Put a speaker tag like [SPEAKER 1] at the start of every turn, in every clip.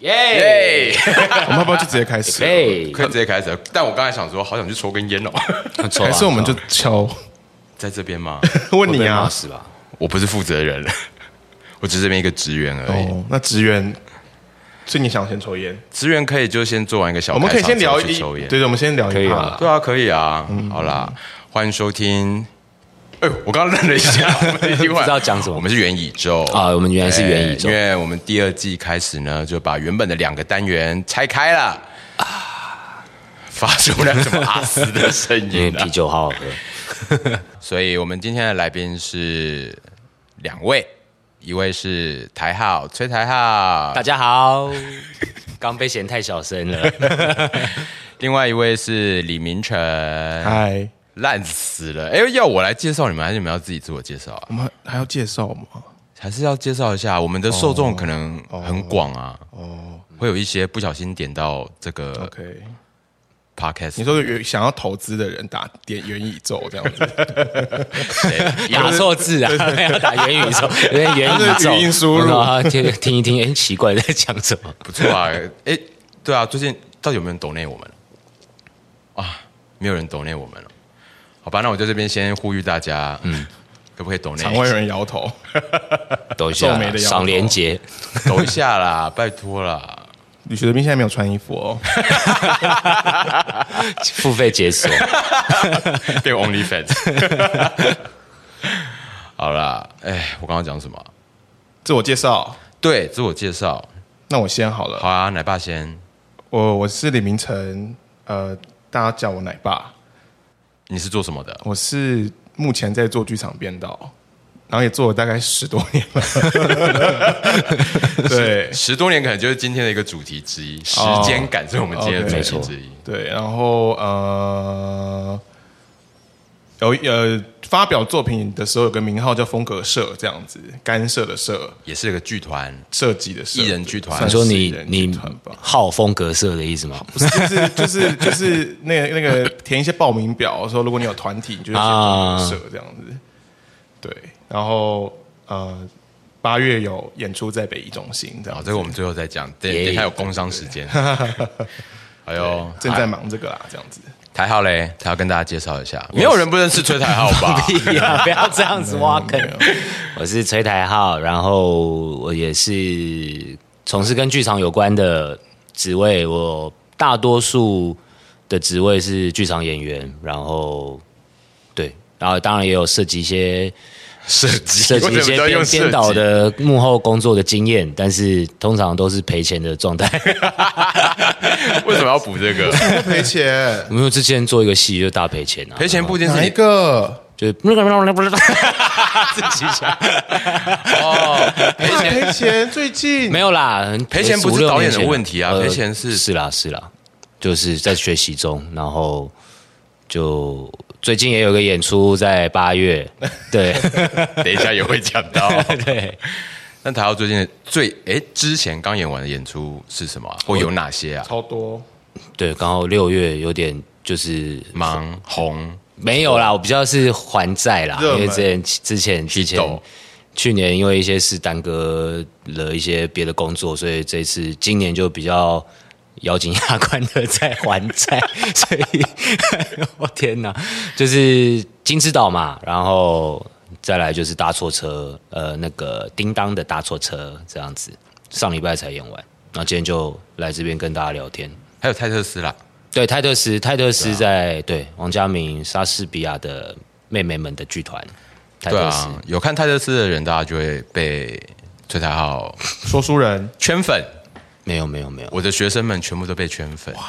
[SPEAKER 1] 耶！
[SPEAKER 2] 我们要不要就直接开 始？
[SPEAKER 1] 哎，
[SPEAKER 3] 可以直接开始了。但我刚才想说，好想去抽根烟哦，
[SPEAKER 1] 不错啊
[SPEAKER 2] 还是我们就敲？
[SPEAKER 3] 在这边吗？
[SPEAKER 2] 问你
[SPEAKER 1] 我被骂
[SPEAKER 2] 啊？
[SPEAKER 1] 死吧？
[SPEAKER 3] 我不是负责人， 我只是这边一个职员而已。
[SPEAKER 2] 哦，那职员，所以你想先抽烟？
[SPEAKER 3] 职员可以就先做完一个小
[SPEAKER 2] 我
[SPEAKER 3] 开
[SPEAKER 2] 们
[SPEAKER 3] 场
[SPEAKER 2] 可以
[SPEAKER 3] 之后
[SPEAKER 2] 先聊一，
[SPEAKER 3] 去抽
[SPEAKER 2] 对
[SPEAKER 3] 烟。
[SPEAKER 2] 对，我们先聊
[SPEAKER 1] 可
[SPEAKER 2] 一
[SPEAKER 1] 以
[SPEAKER 2] 趴
[SPEAKER 1] 啊。
[SPEAKER 3] 对啊，可以啊。
[SPEAKER 1] 嗯
[SPEAKER 3] 好啦，欢迎收听。哎呦，我刚刚愣了 一下，我没听完
[SPEAKER 1] 不知道讲什么
[SPEAKER 3] 我们是元宇宙
[SPEAKER 1] 啊我们原来是元宇宙
[SPEAKER 3] 哎因为我们第二季开始呢，就把原本的两个单元拆开了啊，
[SPEAKER 1] 啊
[SPEAKER 3] 发出了什么阿斯的声
[SPEAKER 1] 因为
[SPEAKER 3] 音啊
[SPEAKER 1] 啤？酒好好喝，
[SPEAKER 3] 所以我们今天的来宾是两位，一位是台浩崔台浩
[SPEAKER 1] 大，家好。刚被嫌太小声了，
[SPEAKER 3] 另外一位是李明成，
[SPEAKER 2] 嗨，
[SPEAKER 3] 烂死了！哎，要我来介绍你们，还是你们要自己自我介绍啊？
[SPEAKER 2] 我们还要介绍吗？
[SPEAKER 3] 还是要介绍一下我们的受众可能很广啊，
[SPEAKER 2] 哦
[SPEAKER 3] 会有一些不小心点到这个
[SPEAKER 2] ，OK。
[SPEAKER 3] podcast，
[SPEAKER 2] 你说有想要投资的人打点元宇宙这样子，
[SPEAKER 1] 打错字啊，要打元宇宙，有点元宇
[SPEAKER 2] 它
[SPEAKER 1] 宙
[SPEAKER 2] 是语音输入
[SPEAKER 1] 啊，听听一听，哎，奇怪在讲什么？
[SPEAKER 3] 不错啊。哎，对啊，最近到底有没有人懂内我们啊？没有人懂内我们了。哦好吧，那我在这边先呼吁大家，嗯，可不可以懂内？
[SPEAKER 2] 常会有人摇头。
[SPEAKER 1] 抖一
[SPEAKER 2] 皱眉
[SPEAKER 1] 下，
[SPEAKER 2] 的摇头
[SPEAKER 1] 赏连结，
[SPEAKER 3] 抖一下啦， 拜托啦。
[SPEAKER 2] 李学斌现在没有穿衣服哦，
[SPEAKER 1] 付费解锁，
[SPEAKER 3] 变 Only Fans。好啦，哎，我刚刚讲什么啊？
[SPEAKER 2] 自我介绍，
[SPEAKER 3] 对，自我介绍。
[SPEAKER 2] 那我先好了。
[SPEAKER 3] 好啊，奶爸先。
[SPEAKER 2] 我我是李明成，呃，大家叫我奶爸。
[SPEAKER 3] 你是做什么的？
[SPEAKER 2] 我是目前在做剧场编导，然后也做了大概十多年了。 对
[SPEAKER 3] 十多年可能就是今天的一个主题之一，时间感是我们今天的主题之一。
[SPEAKER 2] 对，然后呃，有呃发表作品的时候有个名号叫风格社，这样子干涉的社，
[SPEAKER 3] 也是一个剧团，
[SPEAKER 2] 设计的社，
[SPEAKER 3] 艺人剧团
[SPEAKER 1] 你
[SPEAKER 2] 算是
[SPEAKER 1] 说
[SPEAKER 2] 艺
[SPEAKER 1] 你
[SPEAKER 2] 人剧
[SPEAKER 1] 你
[SPEAKER 2] 团吧。
[SPEAKER 1] 好风格色的意思吗？
[SPEAKER 2] 不是，就是就是就是那个那个填一些报名表，说如果你有团体，你就去
[SPEAKER 1] 啊
[SPEAKER 2] 社这样子。对，然后呃，八月有演出在北艺中心，这
[SPEAKER 3] 好，
[SPEAKER 2] 样
[SPEAKER 3] 这
[SPEAKER 2] 子
[SPEAKER 3] 个我们最后再讲，等
[SPEAKER 1] 耶
[SPEAKER 3] 等一下有工商时间。 哎呦，
[SPEAKER 2] 正在忙这个啦，这样子。
[SPEAKER 3] 台浩嘞，台浩跟大家介绍一下，没有人不认识崔台浩 吧？
[SPEAKER 1] 屁哎呀！不要这样子挖 坑。我是崔台浩，然后我也是从事跟剧场有关的职位。我大多数的职位是剧场演员，然后对，然后当然也有涉及一 些
[SPEAKER 3] 设计
[SPEAKER 1] 涉及一些编编导的幕后工作的经验，但是通常都是赔钱的状 态。
[SPEAKER 3] 为什么要补这个？
[SPEAKER 2] 不赔钱，
[SPEAKER 1] 我们之前做一个戏就大赔钱啊，
[SPEAKER 3] 赔钱不一定是
[SPEAKER 2] 哪
[SPEAKER 3] 你
[SPEAKER 2] 一个？
[SPEAKER 1] 就是 那个自己想。
[SPEAKER 2] 赔钱赔钱，最近
[SPEAKER 1] 没有啦，
[SPEAKER 3] 赔钱不是
[SPEAKER 1] 五六
[SPEAKER 3] 导演
[SPEAKER 1] 年
[SPEAKER 3] 的
[SPEAKER 1] 前
[SPEAKER 3] 问题啊
[SPEAKER 1] 呃
[SPEAKER 3] 赔钱是
[SPEAKER 1] 是啦是啦，就是在学习中，然后就最近也有个演出在八 月，对
[SPEAKER 3] 等一下也会讲到。
[SPEAKER 1] 对，
[SPEAKER 3] 那台浩最近的最哎之前刚演完的演出是什么啊、或有哪些啊？
[SPEAKER 2] 超多，
[SPEAKER 1] 对，刚好六月有点就是
[SPEAKER 3] 忙红
[SPEAKER 1] 没有啦，我比较是还债啦，
[SPEAKER 2] 热门
[SPEAKER 1] 因为之前之前之前
[SPEAKER 3] 抖
[SPEAKER 1] 去年因为一些事耽搁了一些别的工作，所以这次今年就比较咬紧牙关的在还债，所以我天哪，就是金之岛嘛，然后再来就是搭错车，呃，那个叮当的搭错车这样子，上礼拜才演完，然后今天就来这边跟大家聊天。
[SPEAKER 3] 还有泰特斯啦，
[SPEAKER 1] 对，泰特斯，泰特斯在对,、王家明、莎士比亚的妹妹们的剧团，泰
[SPEAKER 3] 对
[SPEAKER 1] 特斯、
[SPEAKER 3] 啊，有看泰特斯的人，大家就会被崔台 浩
[SPEAKER 2] 说书人
[SPEAKER 3] 圈粉。
[SPEAKER 1] 没有没有没有，
[SPEAKER 3] 我的学生们全部都被圈粉，哇，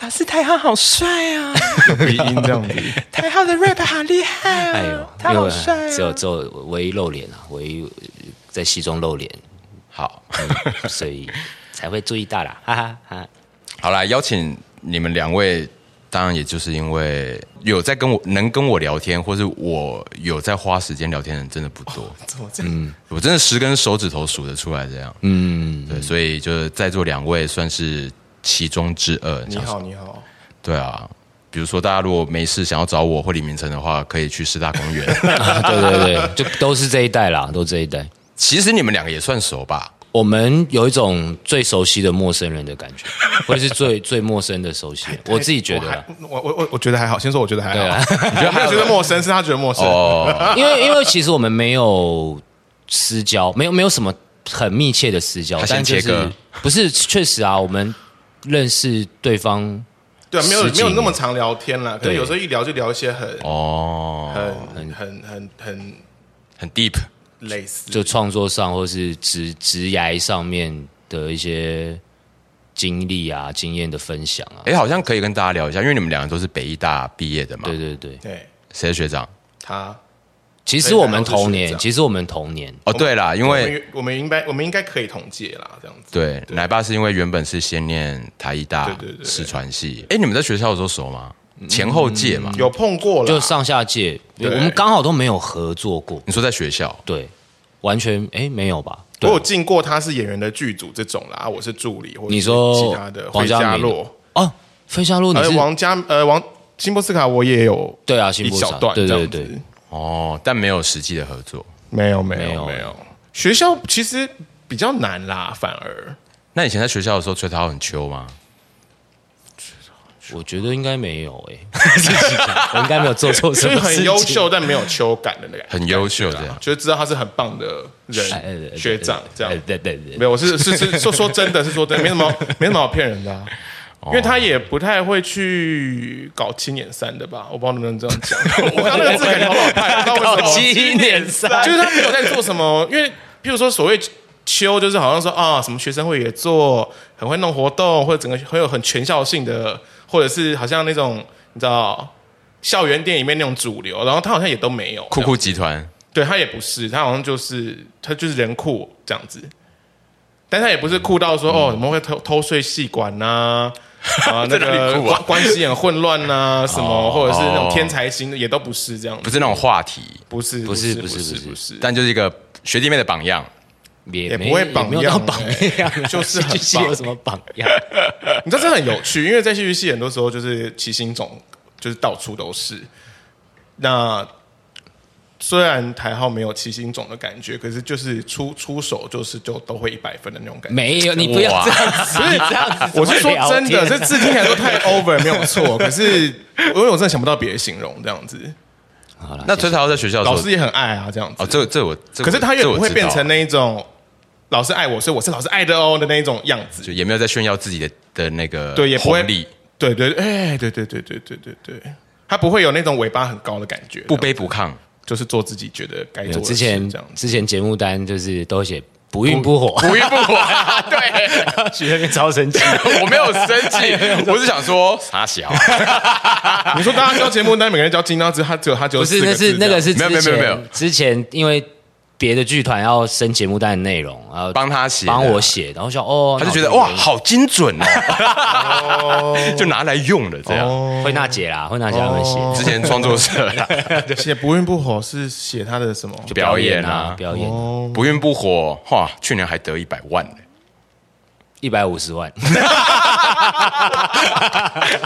[SPEAKER 4] 老师，台浩好帅 啊！
[SPEAKER 2] 鼻音这样子，
[SPEAKER 4] 台浩的 rap 好厉害啊！
[SPEAKER 1] 哎呦，
[SPEAKER 4] 他
[SPEAKER 1] 因为
[SPEAKER 4] 好帅啊！
[SPEAKER 1] 只有只有唯一露脸啊，唯一呃在戏中露脸，
[SPEAKER 3] 好，嗯
[SPEAKER 1] 所以才会注意到啦，哈哈哈。
[SPEAKER 3] 好啦，邀请你们两位，当然也就是因为有在跟我能跟我聊天，或是我有在花时间聊天的人真的不多，
[SPEAKER 2] 怎么这样？
[SPEAKER 3] 我真的十根手指头数得出来这样，
[SPEAKER 1] 嗯，
[SPEAKER 3] 对，所以就是在座两位算是其中之二，
[SPEAKER 2] 你好，你好，
[SPEAKER 3] 对啊。比如说，大家如果没事想要找我或李明成的话，可以去师大公园。
[SPEAKER 1] 啊对对对，就都是这一代啦，都这一代。
[SPEAKER 3] 其实你们两个也算熟吧？
[SPEAKER 1] 我们有一种最熟悉的陌生人的感觉，或者是最最陌生的熟悉人。我自己觉得啦，
[SPEAKER 2] 我我我我觉得还好，先说我觉得还
[SPEAKER 1] 对
[SPEAKER 2] 好，
[SPEAKER 1] 啊，
[SPEAKER 2] 你觉得哎还觉得陌生，是他觉得陌生。
[SPEAKER 3] 哦，
[SPEAKER 1] 因为因为其实我们没有私交，没有没有什么很密切的私交
[SPEAKER 3] 他，先
[SPEAKER 1] 但就
[SPEAKER 3] 切
[SPEAKER 1] 是
[SPEAKER 3] 割
[SPEAKER 1] 不是确实啊，我们认识对方
[SPEAKER 2] 对啊，没有
[SPEAKER 1] 十几
[SPEAKER 2] 没有那么
[SPEAKER 1] 年
[SPEAKER 2] 常聊天啦，可
[SPEAKER 1] 对
[SPEAKER 2] 能有时候一聊就聊一些很
[SPEAKER 3] 哦，
[SPEAKER 2] 很很很很
[SPEAKER 3] 很 deep，
[SPEAKER 2] 类似，
[SPEAKER 1] 就创作上或是职职涯上面的一些经历啊、经验的分享啊，
[SPEAKER 3] 哎，好像可以跟大家聊一下，因为你们两个都是北医大毕业的嘛
[SPEAKER 1] 对，对对。
[SPEAKER 2] 对
[SPEAKER 3] 谁是学长？哦
[SPEAKER 2] 他。
[SPEAKER 1] 其实我们
[SPEAKER 2] 所以大家都是
[SPEAKER 1] 同
[SPEAKER 2] 学
[SPEAKER 1] 年，
[SPEAKER 2] 长
[SPEAKER 1] 其实我们同年，
[SPEAKER 3] 哦，对啦，因
[SPEAKER 2] 我
[SPEAKER 3] 为
[SPEAKER 2] 们我们应该我们应该可以统计啦，这
[SPEAKER 1] 嗯
[SPEAKER 2] 样子。
[SPEAKER 3] 对奶爸是因为原本是先念台医大
[SPEAKER 2] 对对对
[SPEAKER 3] 视传系，哎，你们在学校的时候熟吗？前后届嘛，
[SPEAKER 2] 有碰过了，
[SPEAKER 1] 就上下届，我
[SPEAKER 2] 啊对
[SPEAKER 1] 们刚好都没有合作过，
[SPEAKER 3] 你说在学校
[SPEAKER 1] 对，完全哎没有吧？
[SPEAKER 2] 我
[SPEAKER 1] 对
[SPEAKER 2] 有进过他是演员的剧组这种啦，我是助理或者
[SPEAKER 1] 你
[SPEAKER 2] 是
[SPEAKER 1] 说
[SPEAKER 2] 其他的
[SPEAKER 1] 王
[SPEAKER 2] 惠
[SPEAKER 1] 嘉
[SPEAKER 2] 家
[SPEAKER 1] 明
[SPEAKER 2] 洛，
[SPEAKER 1] 哦，费夏洛你
[SPEAKER 2] 呃
[SPEAKER 1] 是
[SPEAKER 2] 王家呃王辛波斯卡我也有
[SPEAKER 1] 对啊，新
[SPEAKER 2] 一
[SPEAKER 1] 波
[SPEAKER 2] 小
[SPEAKER 1] 长，
[SPEAKER 2] 段
[SPEAKER 1] 对
[SPEAKER 2] 这
[SPEAKER 1] 对
[SPEAKER 2] 样
[SPEAKER 1] 对
[SPEAKER 2] 子，，
[SPEAKER 3] 哦，但没有实际的合作。
[SPEAKER 2] 没有没
[SPEAKER 1] 没
[SPEAKER 2] 有
[SPEAKER 1] 有
[SPEAKER 2] 没有，学校其实比较难啦，反而
[SPEAKER 3] 那以前在学校的时候吹陶很秋吗？
[SPEAKER 1] 我觉得应该没有 哎、自己讲我应该没有做错什
[SPEAKER 2] 就
[SPEAKER 1] 么
[SPEAKER 2] 是
[SPEAKER 1] 事情，
[SPEAKER 2] 很优秀但没有秋感的那个，
[SPEAKER 3] 很优秀这样。
[SPEAKER 2] 就知道他是很棒的
[SPEAKER 1] 哎，哎哎
[SPEAKER 2] 人学长这样
[SPEAKER 1] 哎。对对对
[SPEAKER 2] 没有，我是是是说说真的，是说真的，没什么没什么好骗人的、啊，因为他也不太会去搞七年三的吧，我不知道能不能这样讲。我刚那个字感觉好老派，不知道为什么
[SPEAKER 1] 哦七点三
[SPEAKER 2] 就是他没有在做什么，因为譬如说所谓秋，就是好像说啊，什么学生会也做，很会弄活动，或者整个会有很全校性的，或者是好像那种你知道校园店里面那种主流，然后他好像也都没有，
[SPEAKER 3] 酷酷集团
[SPEAKER 2] 对他也不是，他好像就是他就是人酷这样子，但他也不是酷到说、哦，怎么会偷偷睡戏馆呐、啊？那
[SPEAKER 3] 在哪里
[SPEAKER 2] 个
[SPEAKER 3] 酷啊
[SPEAKER 2] 关关系很混乱呐、什么、或者是那
[SPEAKER 3] 哦
[SPEAKER 2] 种天才型的，也都不是这样子，
[SPEAKER 3] 不是那种话题，
[SPEAKER 2] 不是
[SPEAKER 1] 不是
[SPEAKER 2] 是
[SPEAKER 1] 不是
[SPEAKER 2] 是
[SPEAKER 1] 不是
[SPEAKER 2] 不是，
[SPEAKER 3] 但就是一个学弟妹的榜样。
[SPEAKER 1] 也
[SPEAKER 2] 也
[SPEAKER 1] 没
[SPEAKER 2] 不会
[SPEAKER 1] 也
[SPEAKER 2] 榜
[SPEAKER 1] 没有到
[SPEAKER 2] 样
[SPEAKER 1] 榜
[SPEAKER 2] 欸
[SPEAKER 1] 样啊，
[SPEAKER 2] 就是
[SPEAKER 1] 戏剧
[SPEAKER 2] 很
[SPEAKER 1] 系
[SPEAKER 2] 棒
[SPEAKER 1] 有什么榜样？
[SPEAKER 2] 你知道这很有趣，因为在戏剧系很多时候就是奇形种，就是到处都是。那虽然台号没有奇形种的感觉，可是就是出出手就是就都会一百分的那种感觉。
[SPEAKER 1] 没有，你不要
[SPEAKER 3] 哇
[SPEAKER 1] 这样 子，你这样子，
[SPEAKER 2] 我是说真的，这
[SPEAKER 1] 这
[SPEAKER 2] 字听起来都太 over 没有错，可是因为我真的想不到别的形容这样子。
[SPEAKER 1] 好了，
[SPEAKER 3] 那吹陶在学校的
[SPEAKER 2] 老
[SPEAKER 3] 时
[SPEAKER 2] 师
[SPEAKER 3] 候，
[SPEAKER 2] 也很爱啊，这样子。
[SPEAKER 3] 哦，这这我，这我
[SPEAKER 2] 可是他也
[SPEAKER 3] 这我
[SPEAKER 2] 不会
[SPEAKER 3] 知道
[SPEAKER 2] 变成那一种老师爱我，所以我是老师爱的哦的那一种样子。
[SPEAKER 3] 就也没有在炫耀自己的的那个
[SPEAKER 2] 对也不会
[SPEAKER 3] 红利，
[SPEAKER 2] 对对，对哎，对对对对对对对，他不会有那种尾巴很高的感觉，
[SPEAKER 3] 不卑不亢。
[SPEAKER 2] 就是做自己觉得该
[SPEAKER 1] 没有
[SPEAKER 2] 做的
[SPEAKER 1] 之
[SPEAKER 2] 事
[SPEAKER 1] 前
[SPEAKER 2] 这样子。
[SPEAKER 1] 之前节目单就是都写不孕不火，
[SPEAKER 3] 不孕 不火，对
[SPEAKER 1] 许那边超生气，
[SPEAKER 3] 我没有生气，我是想说
[SPEAKER 1] 啊
[SPEAKER 3] 傻小，
[SPEAKER 2] 你说大家交节目单，每个人交金刀之，他只有他只有
[SPEAKER 1] 不是，
[SPEAKER 2] 四
[SPEAKER 1] 那
[SPEAKER 2] 个
[SPEAKER 1] 是
[SPEAKER 2] 字
[SPEAKER 1] 那
[SPEAKER 2] 这
[SPEAKER 1] 个
[SPEAKER 2] 样
[SPEAKER 1] 是
[SPEAKER 3] 没有
[SPEAKER 1] 之前
[SPEAKER 3] 没有没有
[SPEAKER 1] 之前
[SPEAKER 3] 没有
[SPEAKER 1] 因为别的剧团要升节目单的内容，然后
[SPEAKER 3] 帮他写的，
[SPEAKER 1] 帮我
[SPEAKER 2] 啊
[SPEAKER 1] 写，然后想哦，
[SPEAKER 3] 他就
[SPEAKER 1] 那我
[SPEAKER 3] 觉得
[SPEAKER 1] 这个
[SPEAKER 3] 哇，
[SPEAKER 1] 原因
[SPEAKER 3] 好精准哦， 就拿来用了这样。
[SPEAKER 2] 哦，
[SPEAKER 1] 惠娜姐啦，惠娜姐他们写
[SPEAKER 2] 哦
[SPEAKER 3] 之前创作社啊啦
[SPEAKER 2] 写不孕不火是写他的什么？
[SPEAKER 1] 就
[SPEAKER 3] 表演啊
[SPEAKER 1] 啊，表演
[SPEAKER 2] 哦，
[SPEAKER 3] 不孕不火，哇，去年还得一百万呢。
[SPEAKER 1] 一百五十万，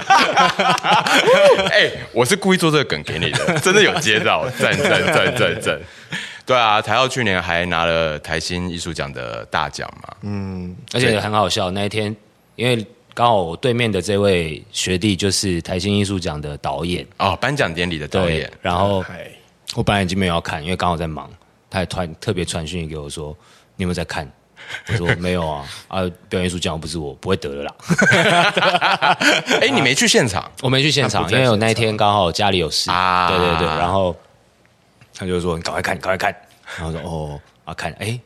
[SPEAKER 3] 哎、我是故意做这个梗给你的，真的有接到，赞赞赞赞赞。对啊，台奥去年还拿了台新艺术奖的大奖嘛。
[SPEAKER 1] 而且很好笑。那一天，因为刚好我对面的这位学弟就是台新艺术奖的导演，
[SPEAKER 3] 哦，颁奖典礼的导
[SPEAKER 1] 对
[SPEAKER 3] 演，，
[SPEAKER 1] 然后
[SPEAKER 2] 嗨
[SPEAKER 1] 我本来已经没有要看，因为刚好在忙，他还突然特别传讯息给我说：“你有没有在看？”我说：“没有啊，啊，表演艺术奖不是我不会得了啦。”
[SPEAKER 3] 哎、你没去现场，
[SPEAKER 1] 我没去现场，因为我那一天刚好家里有事
[SPEAKER 3] 啊
[SPEAKER 1] 对对对，然后他就说：“你赶快看，赶快看。”然后我说：“哦，啊看，哎，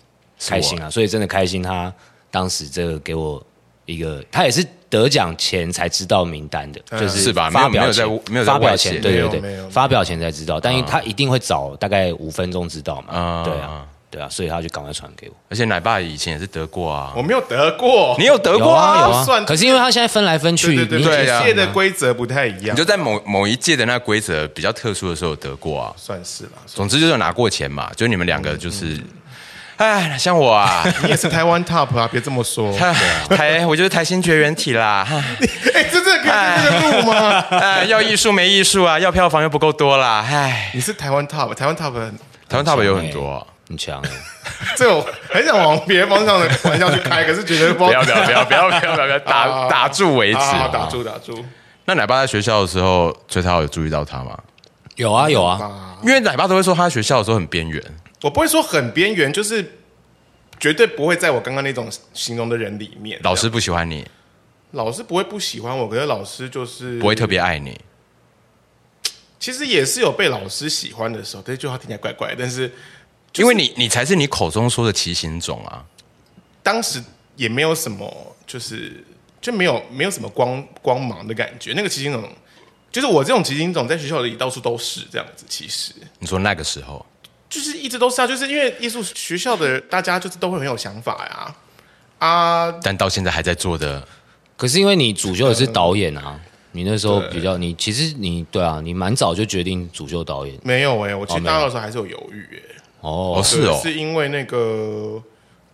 [SPEAKER 1] 开心啊！”所以真的开心。他当时这个给我一个，他也是得奖前才知道名单的，就是
[SPEAKER 3] 啊是吧
[SPEAKER 1] 发表
[SPEAKER 3] 没有没有
[SPEAKER 1] 前
[SPEAKER 3] 在没有在
[SPEAKER 1] 发
[SPEAKER 3] 外
[SPEAKER 1] 表
[SPEAKER 3] 界
[SPEAKER 1] 前，对
[SPEAKER 2] 没有
[SPEAKER 1] 对
[SPEAKER 2] 没有没
[SPEAKER 1] 对
[SPEAKER 2] 有，
[SPEAKER 1] 发表前才知道，但因为他一定会早大概五分钟知道
[SPEAKER 3] 啊
[SPEAKER 1] 嘛，对啊，对啊，所以他就赶快传给我。
[SPEAKER 3] 而且奶爸以前也是得过啊
[SPEAKER 2] 我。没有得过，
[SPEAKER 3] 你有得过
[SPEAKER 1] 有
[SPEAKER 3] 啊？
[SPEAKER 1] 啊
[SPEAKER 2] 算
[SPEAKER 1] 可是因为他现在分来分去，
[SPEAKER 2] 对对
[SPEAKER 1] 你
[SPEAKER 2] 对，
[SPEAKER 3] 对啊
[SPEAKER 2] 一切的规则不太一样
[SPEAKER 3] 你就，在某某一届的那规则比较特殊的时候有得过啊。
[SPEAKER 2] 算是啦。
[SPEAKER 3] 总之就是有拿过钱嘛，就你们两个就是，哎，像我啊，
[SPEAKER 2] 你也是台湾 top 啊，别这么说。
[SPEAKER 3] 台台我就是台新绝缘体啦。哈
[SPEAKER 2] 哎，这这可以这个录吗？
[SPEAKER 3] 哎，要艺术没艺术啊，要票房又不够多啦，唉。
[SPEAKER 2] 你是台湾 top，台湾 top 很
[SPEAKER 3] 台湾 top 有很多啊、
[SPEAKER 1] 很强欸，
[SPEAKER 2] 这个我很想往别的方向的玩笑去开，可是觉得不
[SPEAKER 3] 不
[SPEAKER 2] 知道
[SPEAKER 3] 要不要不要不要不要不要不要打打住为止。
[SPEAKER 2] 好好打住打住。
[SPEAKER 3] 那奶爸在学校的时候，崔涛有注意到他吗？
[SPEAKER 1] 有啊有啊，
[SPEAKER 3] 因为奶爸都会说他在学校的时候很边缘，
[SPEAKER 2] 我不会说很边缘，就是绝对不会在我刚刚那种形容的人里面。
[SPEAKER 3] 老师不喜欢你，
[SPEAKER 2] 老师不会不喜欢我，可是老师就是
[SPEAKER 3] 不会特别爱你。
[SPEAKER 2] 其实也是有被老师喜欢的时候，这句话听起来怪怪，但是
[SPEAKER 3] 因为你，你才是你口中说的骑行种啊！
[SPEAKER 2] 当时也没有什么，就是就没有没有什么光光芒的感觉。那个骑行种，就是我这种骑行种，在学校里到处都是这样子。其实
[SPEAKER 3] 你说那个时候，
[SPEAKER 2] 就是一直都是啊，就是因为艺术学校的大家就是都会很有想法呀、啊，
[SPEAKER 3] 但到现在还在做的，
[SPEAKER 1] 可是因为你主修的是导演啊，
[SPEAKER 2] 嗯
[SPEAKER 1] 你那时候比较你其实你对啊，你蛮早就决定主修导演
[SPEAKER 2] 没有哎、我其
[SPEAKER 1] 哦
[SPEAKER 2] 实
[SPEAKER 1] 没有
[SPEAKER 2] 大二的时候还是有犹豫哎、
[SPEAKER 1] 哦
[SPEAKER 3] 哦，是哦
[SPEAKER 2] 对是因为那个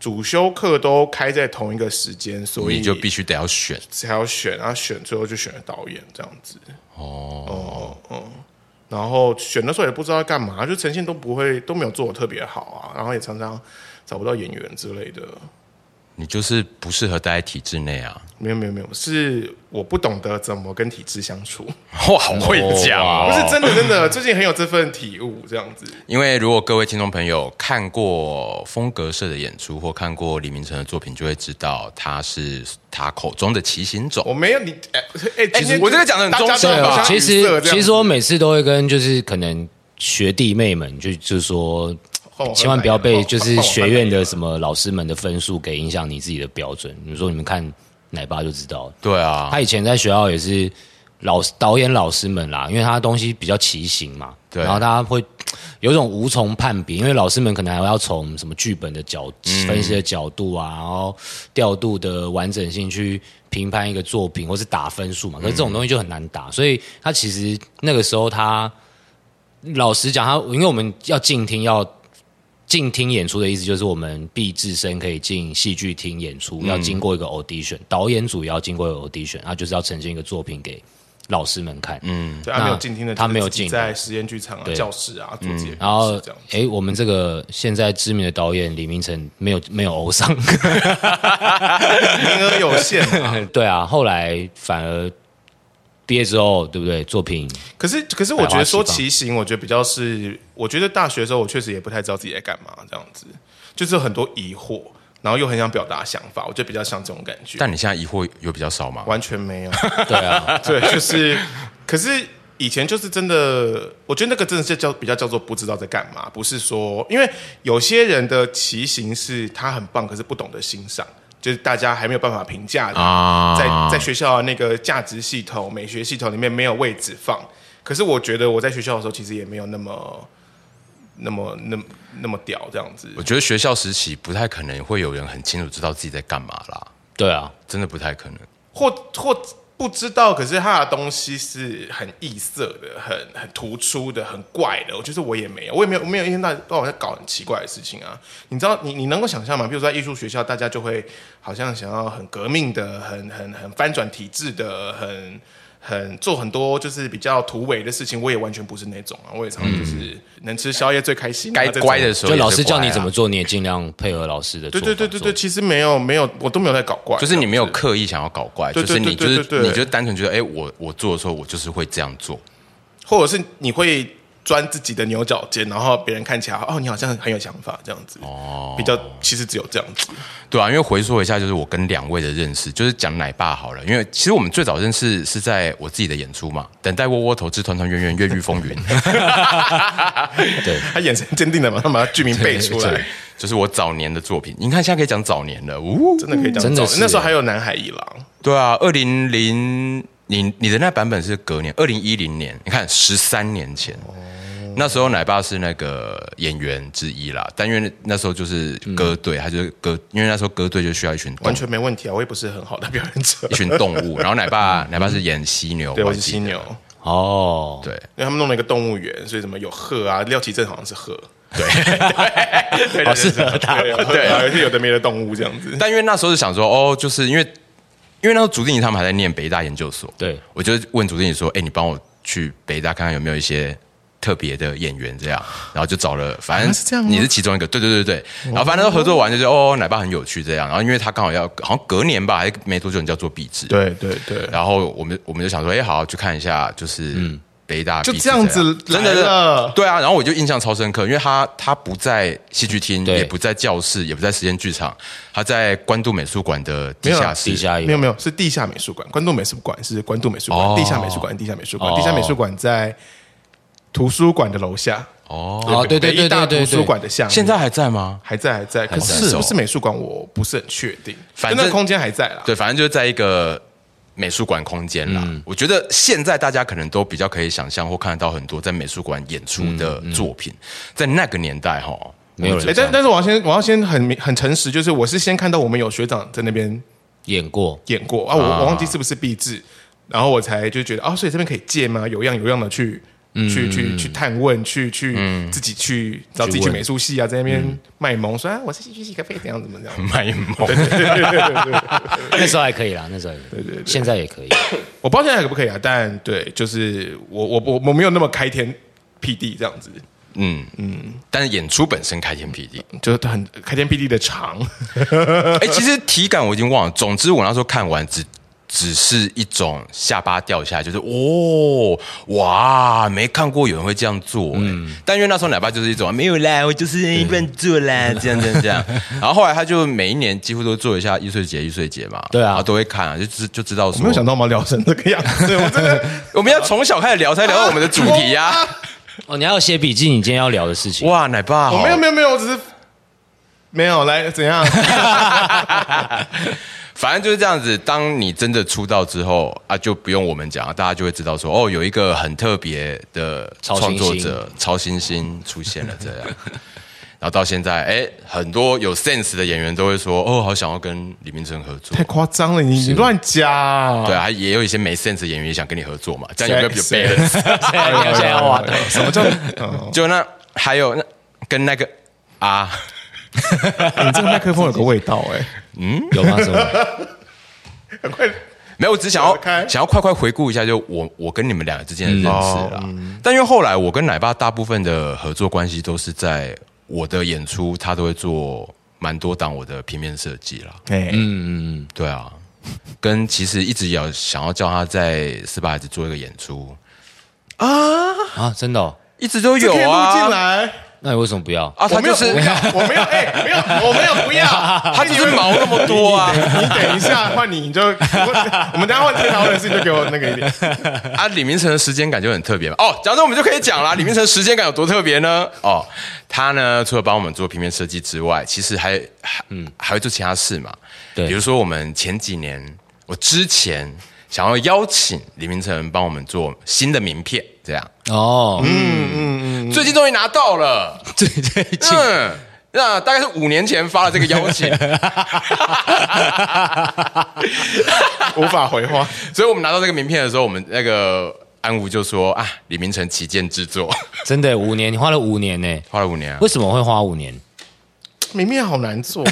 [SPEAKER 2] 主修课都开在同一个时间，所以
[SPEAKER 3] 你就必须得要选
[SPEAKER 2] 才要选，然后选最后就选了导演这样子。
[SPEAKER 3] 哦。
[SPEAKER 2] 然后选的时候也不知道要干嘛，就呈现都不会都没有做的特别好啊，然后也常常找不到演员之类的。
[SPEAKER 3] 你就是不适合待在体制内啊！
[SPEAKER 2] 没有没有没有，是我不懂得怎么跟体制相处，
[SPEAKER 3] 哇，好会讲哦！
[SPEAKER 2] 不是真的真的，最近很有这份体悟这样子。
[SPEAKER 3] 因为如果各位听众朋友看过风格社的演出，或看过李明成的作品，就会知道他是他口中的骑行种
[SPEAKER 2] 我。没有你哎哎，今天
[SPEAKER 3] 我这个讲得很
[SPEAKER 2] 大
[SPEAKER 3] 中
[SPEAKER 2] 家都
[SPEAKER 3] 性
[SPEAKER 1] 对
[SPEAKER 2] 好
[SPEAKER 1] 啊，
[SPEAKER 2] 像
[SPEAKER 1] 其
[SPEAKER 2] 语塞这
[SPEAKER 1] 实
[SPEAKER 2] 样子
[SPEAKER 1] 其实我每次都会跟就是可能学弟妹们就就说，
[SPEAKER 2] 哦换我
[SPEAKER 1] 千万不要被
[SPEAKER 2] 换我
[SPEAKER 1] 就是
[SPEAKER 2] 换我
[SPEAKER 1] 学院的什么老师们的分数给影响你自己的标准。你说你们看奶爸就知道了，
[SPEAKER 3] 对啊，
[SPEAKER 1] 他以前在学校也是老师导演老师们啦，因为他东西比较奇形嘛，
[SPEAKER 3] 对
[SPEAKER 1] 然后他会有一种无从判别，因为老师们可能还要从什么剧本的角、分析的角度啊，然后调度的完整性去评判一个作品，或是打分数嘛。可是这种东西就很难打，所以他其实那个时候他老实讲，他因为我们要静听要。静听演出的意思就是我们毕自身可以进戏剧厅演出，要经过一个 audition，导演组也要经过一个 audition，啊，就是要呈现一个作品给老师们看。嗯，
[SPEAKER 2] 对他啊没有进厅的，
[SPEAKER 1] 他没有
[SPEAKER 2] 就是自己
[SPEAKER 1] 进
[SPEAKER 2] 在实验剧场啊、
[SPEAKER 1] 对嗯
[SPEAKER 2] 教室啊做自己的
[SPEAKER 1] 然后
[SPEAKER 2] 事这样。，
[SPEAKER 1] 哎，我们这个现在知名的导演李明成没有没有欧上，
[SPEAKER 2] 名额有限啊，
[SPEAKER 1] 对啊，后来反而毕业之后，对不对？作品
[SPEAKER 2] 可是，可是我觉得说
[SPEAKER 1] 百花齐
[SPEAKER 2] 骑行，我觉得比较是，我觉得大学的时候，我确实也不太知道自己在干嘛，这样子，就是有很多疑惑，然后又很想表达想法，我觉得比较像这种感觉。
[SPEAKER 3] 但你现在疑惑有比较少吗？
[SPEAKER 2] 完全没有，
[SPEAKER 1] 对啊，
[SPEAKER 2] 对，就是，可是以前就是真的，我觉得那个真的是叫比较叫做不知道在干嘛，不是说，因为有些人的骑行是他很棒，可是不懂得欣赏，就是大家还没有办法评价的
[SPEAKER 3] 啊，
[SPEAKER 2] 在在学校的那个价值系统、美学系统里面没有位置放。可是我觉得我在学校的时候，其实也没有那么、那么、那么那么屌这样子。
[SPEAKER 3] 我觉得学校时期不太可能会有人很清楚知道自己在干嘛啦，
[SPEAKER 1] 对啊，
[SPEAKER 3] 真的不太可能。
[SPEAKER 2] 或或不知道，可是他的东西是很异色的、很很突出的、很怪的。我觉得我也没有，我也没有，我没有一天到到晚在搞很奇怪的事情啊。你知道，你你能够想象吗？比如说在艺术学校，大家就会好像想要很革命的、很很很翻转体制的、很很做很多就是比较突围的事情。我也完全不是那种啊，我也常常就是能吃宵夜最开心、啊，
[SPEAKER 3] 该
[SPEAKER 2] 这种
[SPEAKER 3] 乖的时候
[SPEAKER 1] 就
[SPEAKER 3] 也是乖啊，
[SPEAKER 1] 老师叫你怎么做，你也尽量配合老师的做
[SPEAKER 2] 对
[SPEAKER 1] 法。
[SPEAKER 2] 对对对
[SPEAKER 1] 做
[SPEAKER 2] 对，其实没有没有，我都没有在搞怪，
[SPEAKER 3] 就是你没有
[SPEAKER 2] 这样子
[SPEAKER 3] 刻意想要搞怪，
[SPEAKER 2] 对
[SPEAKER 3] 就是
[SPEAKER 2] 对
[SPEAKER 3] 你
[SPEAKER 2] 对
[SPEAKER 3] 就是
[SPEAKER 2] 对对对
[SPEAKER 3] 你就单纯觉得，哎，我我做的时候，我就是会这样做。
[SPEAKER 2] 或者是你会钻自己的牛角尖，然后别人看起来哦，你好像很有想法这样子，哦，比较其实只有这样子，
[SPEAKER 3] 对啊，因为回溯一下，就是我跟两位的认识，就是讲奶爸好了。因为其实我们最早认识是在我自己的演出嘛，《等待窝窝头之团团圆圆越狱风云》，
[SPEAKER 2] 他眼神坚定的马上把他剧名背出来，
[SPEAKER 3] 就是我早年的作品。你看现在可以讲早年了，呜，
[SPEAKER 2] 真的可以这样
[SPEAKER 1] 真的
[SPEAKER 2] 走
[SPEAKER 1] 是
[SPEAKER 2] 那时候还有南海一郎，
[SPEAKER 3] 对啊，二零零你你的那版本是隔年，二零一零年，你看十三年前。
[SPEAKER 2] 哦
[SPEAKER 3] 那时候奶爸是那个演员之一啦，但因为那时候就是歌队，他就是歌，因为那时候歌队就需要一群动
[SPEAKER 2] 嗯完全没问题啊，我也不是很好的表演者
[SPEAKER 3] 一，群动物，然后奶爸奶爸是演犀牛，
[SPEAKER 2] 对，
[SPEAKER 3] 我
[SPEAKER 2] 我
[SPEAKER 3] 还
[SPEAKER 2] 是
[SPEAKER 3] 记
[SPEAKER 2] 犀
[SPEAKER 3] 得
[SPEAKER 2] 牛，
[SPEAKER 1] 哦，
[SPEAKER 3] 对，
[SPEAKER 2] 因为他们弄了一个动物园，所以什么有鹤啊，廖启正好像是鹤。对，对，
[SPEAKER 1] 好适合哦啊他
[SPEAKER 2] 对，对，而且有的没的动物这样子。
[SPEAKER 3] 但因为那时候是想说，哦，就是因为因为那时候竹定他们还在念北大研究所，
[SPEAKER 1] 对
[SPEAKER 3] 我就问竹定说，哎、你帮我去北大看看有没有一些特别的演员这样，然后就找了，反正
[SPEAKER 2] 啊是这样吗
[SPEAKER 3] 你是其中一个，对对对对，对然后反正都合作完就是哦，奶爸很有趣这样，然后因为他刚好要好像隔年吧，还没多久你就要做壁纸，
[SPEAKER 2] 对对对，
[SPEAKER 3] 然后我们我们就想说，哎，好，去看一下，就是北大
[SPEAKER 2] 嗯就
[SPEAKER 3] 毕
[SPEAKER 2] 这样子
[SPEAKER 3] 真的
[SPEAKER 2] 来了
[SPEAKER 3] 是对啊。然后我就印象超深刻，因为他他不在戏剧厅，
[SPEAKER 1] 对
[SPEAKER 3] 也不在教室，也不在实验剧场，他在关渡美术馆的地
[SPEAKER 2] 没有
[SPEAKER 3] 下
[SPEAKER 2] 啊
[SPEAKER 3] 室。
[SPEAKER 1] 地下
[SPEAKER 2] 没有没
[SPEAKER 1] 有，
[SPEAKER 2] 有，是地下美术馆，关渡美术馆是关渡美术馆，
[SPEAKER 3] 哦
[SPEAKER 2] 地下美术馆地下美术馆，
[SPEAKER 3] 哦
[SPEAKER 2] 地下美术馆在图书馆的楼下，
[SPEAKER 3] 哦，
[SPEAKER 1] 哦对对
[SPEAKER 2] 北
[SPEAKER 1] 对
[SPEAKER 2] 艺大
[SPEAKER 1] 对对
[SPEAKER 2] 图
[SPEAKER 1] 对，
[SPEAKER 2] 书馆的下面，
[SPEAKER 3] 现在还在吗？
[SPEAKER 2] 还在还在，可
[SPEAKER 3] 在
[SPEAKER 2] 是是
[SPEAKER 3] 哦
[SPEAKER 2] 不是美术馆我不是很确定，
[SPEAKER 3] 反
[SPEAKER 2] 但那
[SPEAKER 3] 正
[SPEAKER 2] 空间还在啦。
[SPEAKER 3] 对，反正就是在一个美术馆空间啦。
[SPEAKER 2] 嗯
[SPEAKER 3] 我觉得现在大家可能都比较可以想象或看得到很多在美术馆演出的
[SPEAKER 2] 嗯
[SPEAKER 3] 作品，在那个年代哈，
[SPEAKER 1] 没有
[SPEAKER 2] 哎，
[SPEAKER 1] 人这
[SPEAKER 2] 但
[SPEAKER 1] 样
[SPEAKER 2] 但是我要先我要先很明很诚实，就是我是先看到我们有学长在那边
[SPEAKER 1] 演过，
[SPEAKER 2] 演过啊，我我忘记是不是壁纸，然后我才就觉得啊，所以这边可以借吗？有样有样的去。去去去探问，去去自己嗯去，然后自己去
[SPEAKER 1] 问
[SPEAKER 2] 美术系啊，在那边卖萌，说啊，我是戏剧系，可不可以怎样怎么怎样？
[SPEAKER 3] 卖萌。
[SPEAKER 1] 那时候还可以啦，那时候还可以，现在也可以。
[SPEAKER 2] 我不知道现在可不可以啊，但对，就是我我我我没有那么开天辟地这样子，
[SPEAKER 3] 嗯嗯， 但是演出本身开天辟地。
[SPEAKER 2] 就是很开天辟地的 长，
[SPEAKER 3] 哎、其实体感我已经忘了。总之，我那时候看完只只是一种下巴掉下来，就是哦哇，没看过有人会这样做、欸。
[SPEAKER 2] 嗯
[SPEAKER 3] 但因为那时候奶爸就是一种没有啦，我就是乱做啦，这样这样这 样。然后后来他就每一年几乎都做一下易碎节、易碎节嘛，
[SPEAKER 1] 对啊
[SPEAKER 3] 然后都会看、啊，就知就知道说。
[SPEAKER 2] 没有想到我们聊成这个样子，我真 的
[SPEAKER 3] 我们要从小开始聊，才聊到我们的主题 呀、
[SPEAKER 1] 哦，你还有写笔记，你今天要聊的事情。
[SPEAKER 3] 哇，奶爸，
[SPEAKER 2] 我
[SPEAKER 3] 好
[SPEAKER 2] 没有没有没有，我只是没有来怎样？
[SPEAKER 3] 反正就是这样子。当你真的出道之后啊，就不用我们讲，大家就会知道说，哦，有一个很特别的
[SPEAKER 1] 超新
[SPEAKER 3] 创
[SPEAKER 1] 星
[SPEAKER 3] 作者超新星出现了这样。 然后到现在，哎，很多有 sense 的演员都会说，哦，好想要跟李明哲合作
[SPEAKER 2] 太。夸张了，你你乱讲、
[SPEAKER 3] 对啊，也有一些没 sense 的演员也想跟你合作嘛，这
[SPEAKER 2] 谁，
[SPEAKER 3] 样有没有比较 balance？
[SPEAKER 1] 现在要现在要挖
[SPEAKER 2] 什么叫？哦
[SPEAKER 3] 就那还有那跟那个啊，
[SPEAKER 2] 你哎这个麦克风有个味道哎、
[SPEAKER 1] 有吗？什么？
[SPEAKER 2] 很快
[SPEAKER 3] 没有，我只想
[SPEAKER 2] 走开
[SPEAKER 3] 要想要快快回顾一下，就我我跟你们两个之间的认识啦。
[SPEAKER 2] 哦
[SPEAKER 3] 但因为后来我跟奶爸大部分的合作关系都是在我的演出，他都会做蛮多档我的平面设计啦。
[SPEAKER 2] 哎、
[SPEAKER 3] 对啊，跟其实一直有想要叫他在四八孩子做一个演出，
[SPEAKER 1] 啊，真的、哦？
[SPEAKER 3] 一直都
[SPEAKER 2] 这
[SPEAKER 3] 有
[SPEAKER 2] 可以录进
[SPEAKER 3] 啊。
[SPEAKER 2] 来。
[SPEAKER 1] 那你为什么不要？
[SPEAKER 3] 啊，
[SPEAKER 2] 我
[SPEAKER 3] 他
[SPEAKER 2] 没有，
[SPEAKER 3] 就
[SPEAKER 2] 我
[SPEAKER 3] 是
[SPEAKER 2] 没有，我没有，哎、没有，我没有，不要，
[SPEAKER 3] 他就是毛那么多 啊。
[SPEAKER 2] 你等一下，换你，你就我我们等一下换天讨论事，你就给我那个一点。
[SPEAKER 3] 啊，李明成的时间感就很特别嘛。哦，讲到这我们就可以讲啦。李明成时间感有多特别呢？哦，他呢除了帮我们做平面设计之外，其实还还嗯还会做其他事嘛。
[SPEAKER 1] 对
[SPEAKER 3] 比如说我们前几年，我之前想要邀请李明成帮我们做新的名片，这样、
[SPEAKER 1] 哦，
[SPEAKER 3] 最近终于拿到了。
[SPEAKER 1] 最最近
[SPEAKER 3] 嗯，那大概是五年前发了这个邀请，
[SPEAKER 2] 无法回话，
[SPEAKER 3] 所以我们拿到这个名片的时候，我们那个安吴就说啊，李明成旗舰制作，
[SPEAKER 1] 真的五年，你花了五年呢？
[SPEAKER 3] 花了五年、啊。
[SPEAKER 1] 为什么会花五年？
[SPEAKER 2] 明明好难做。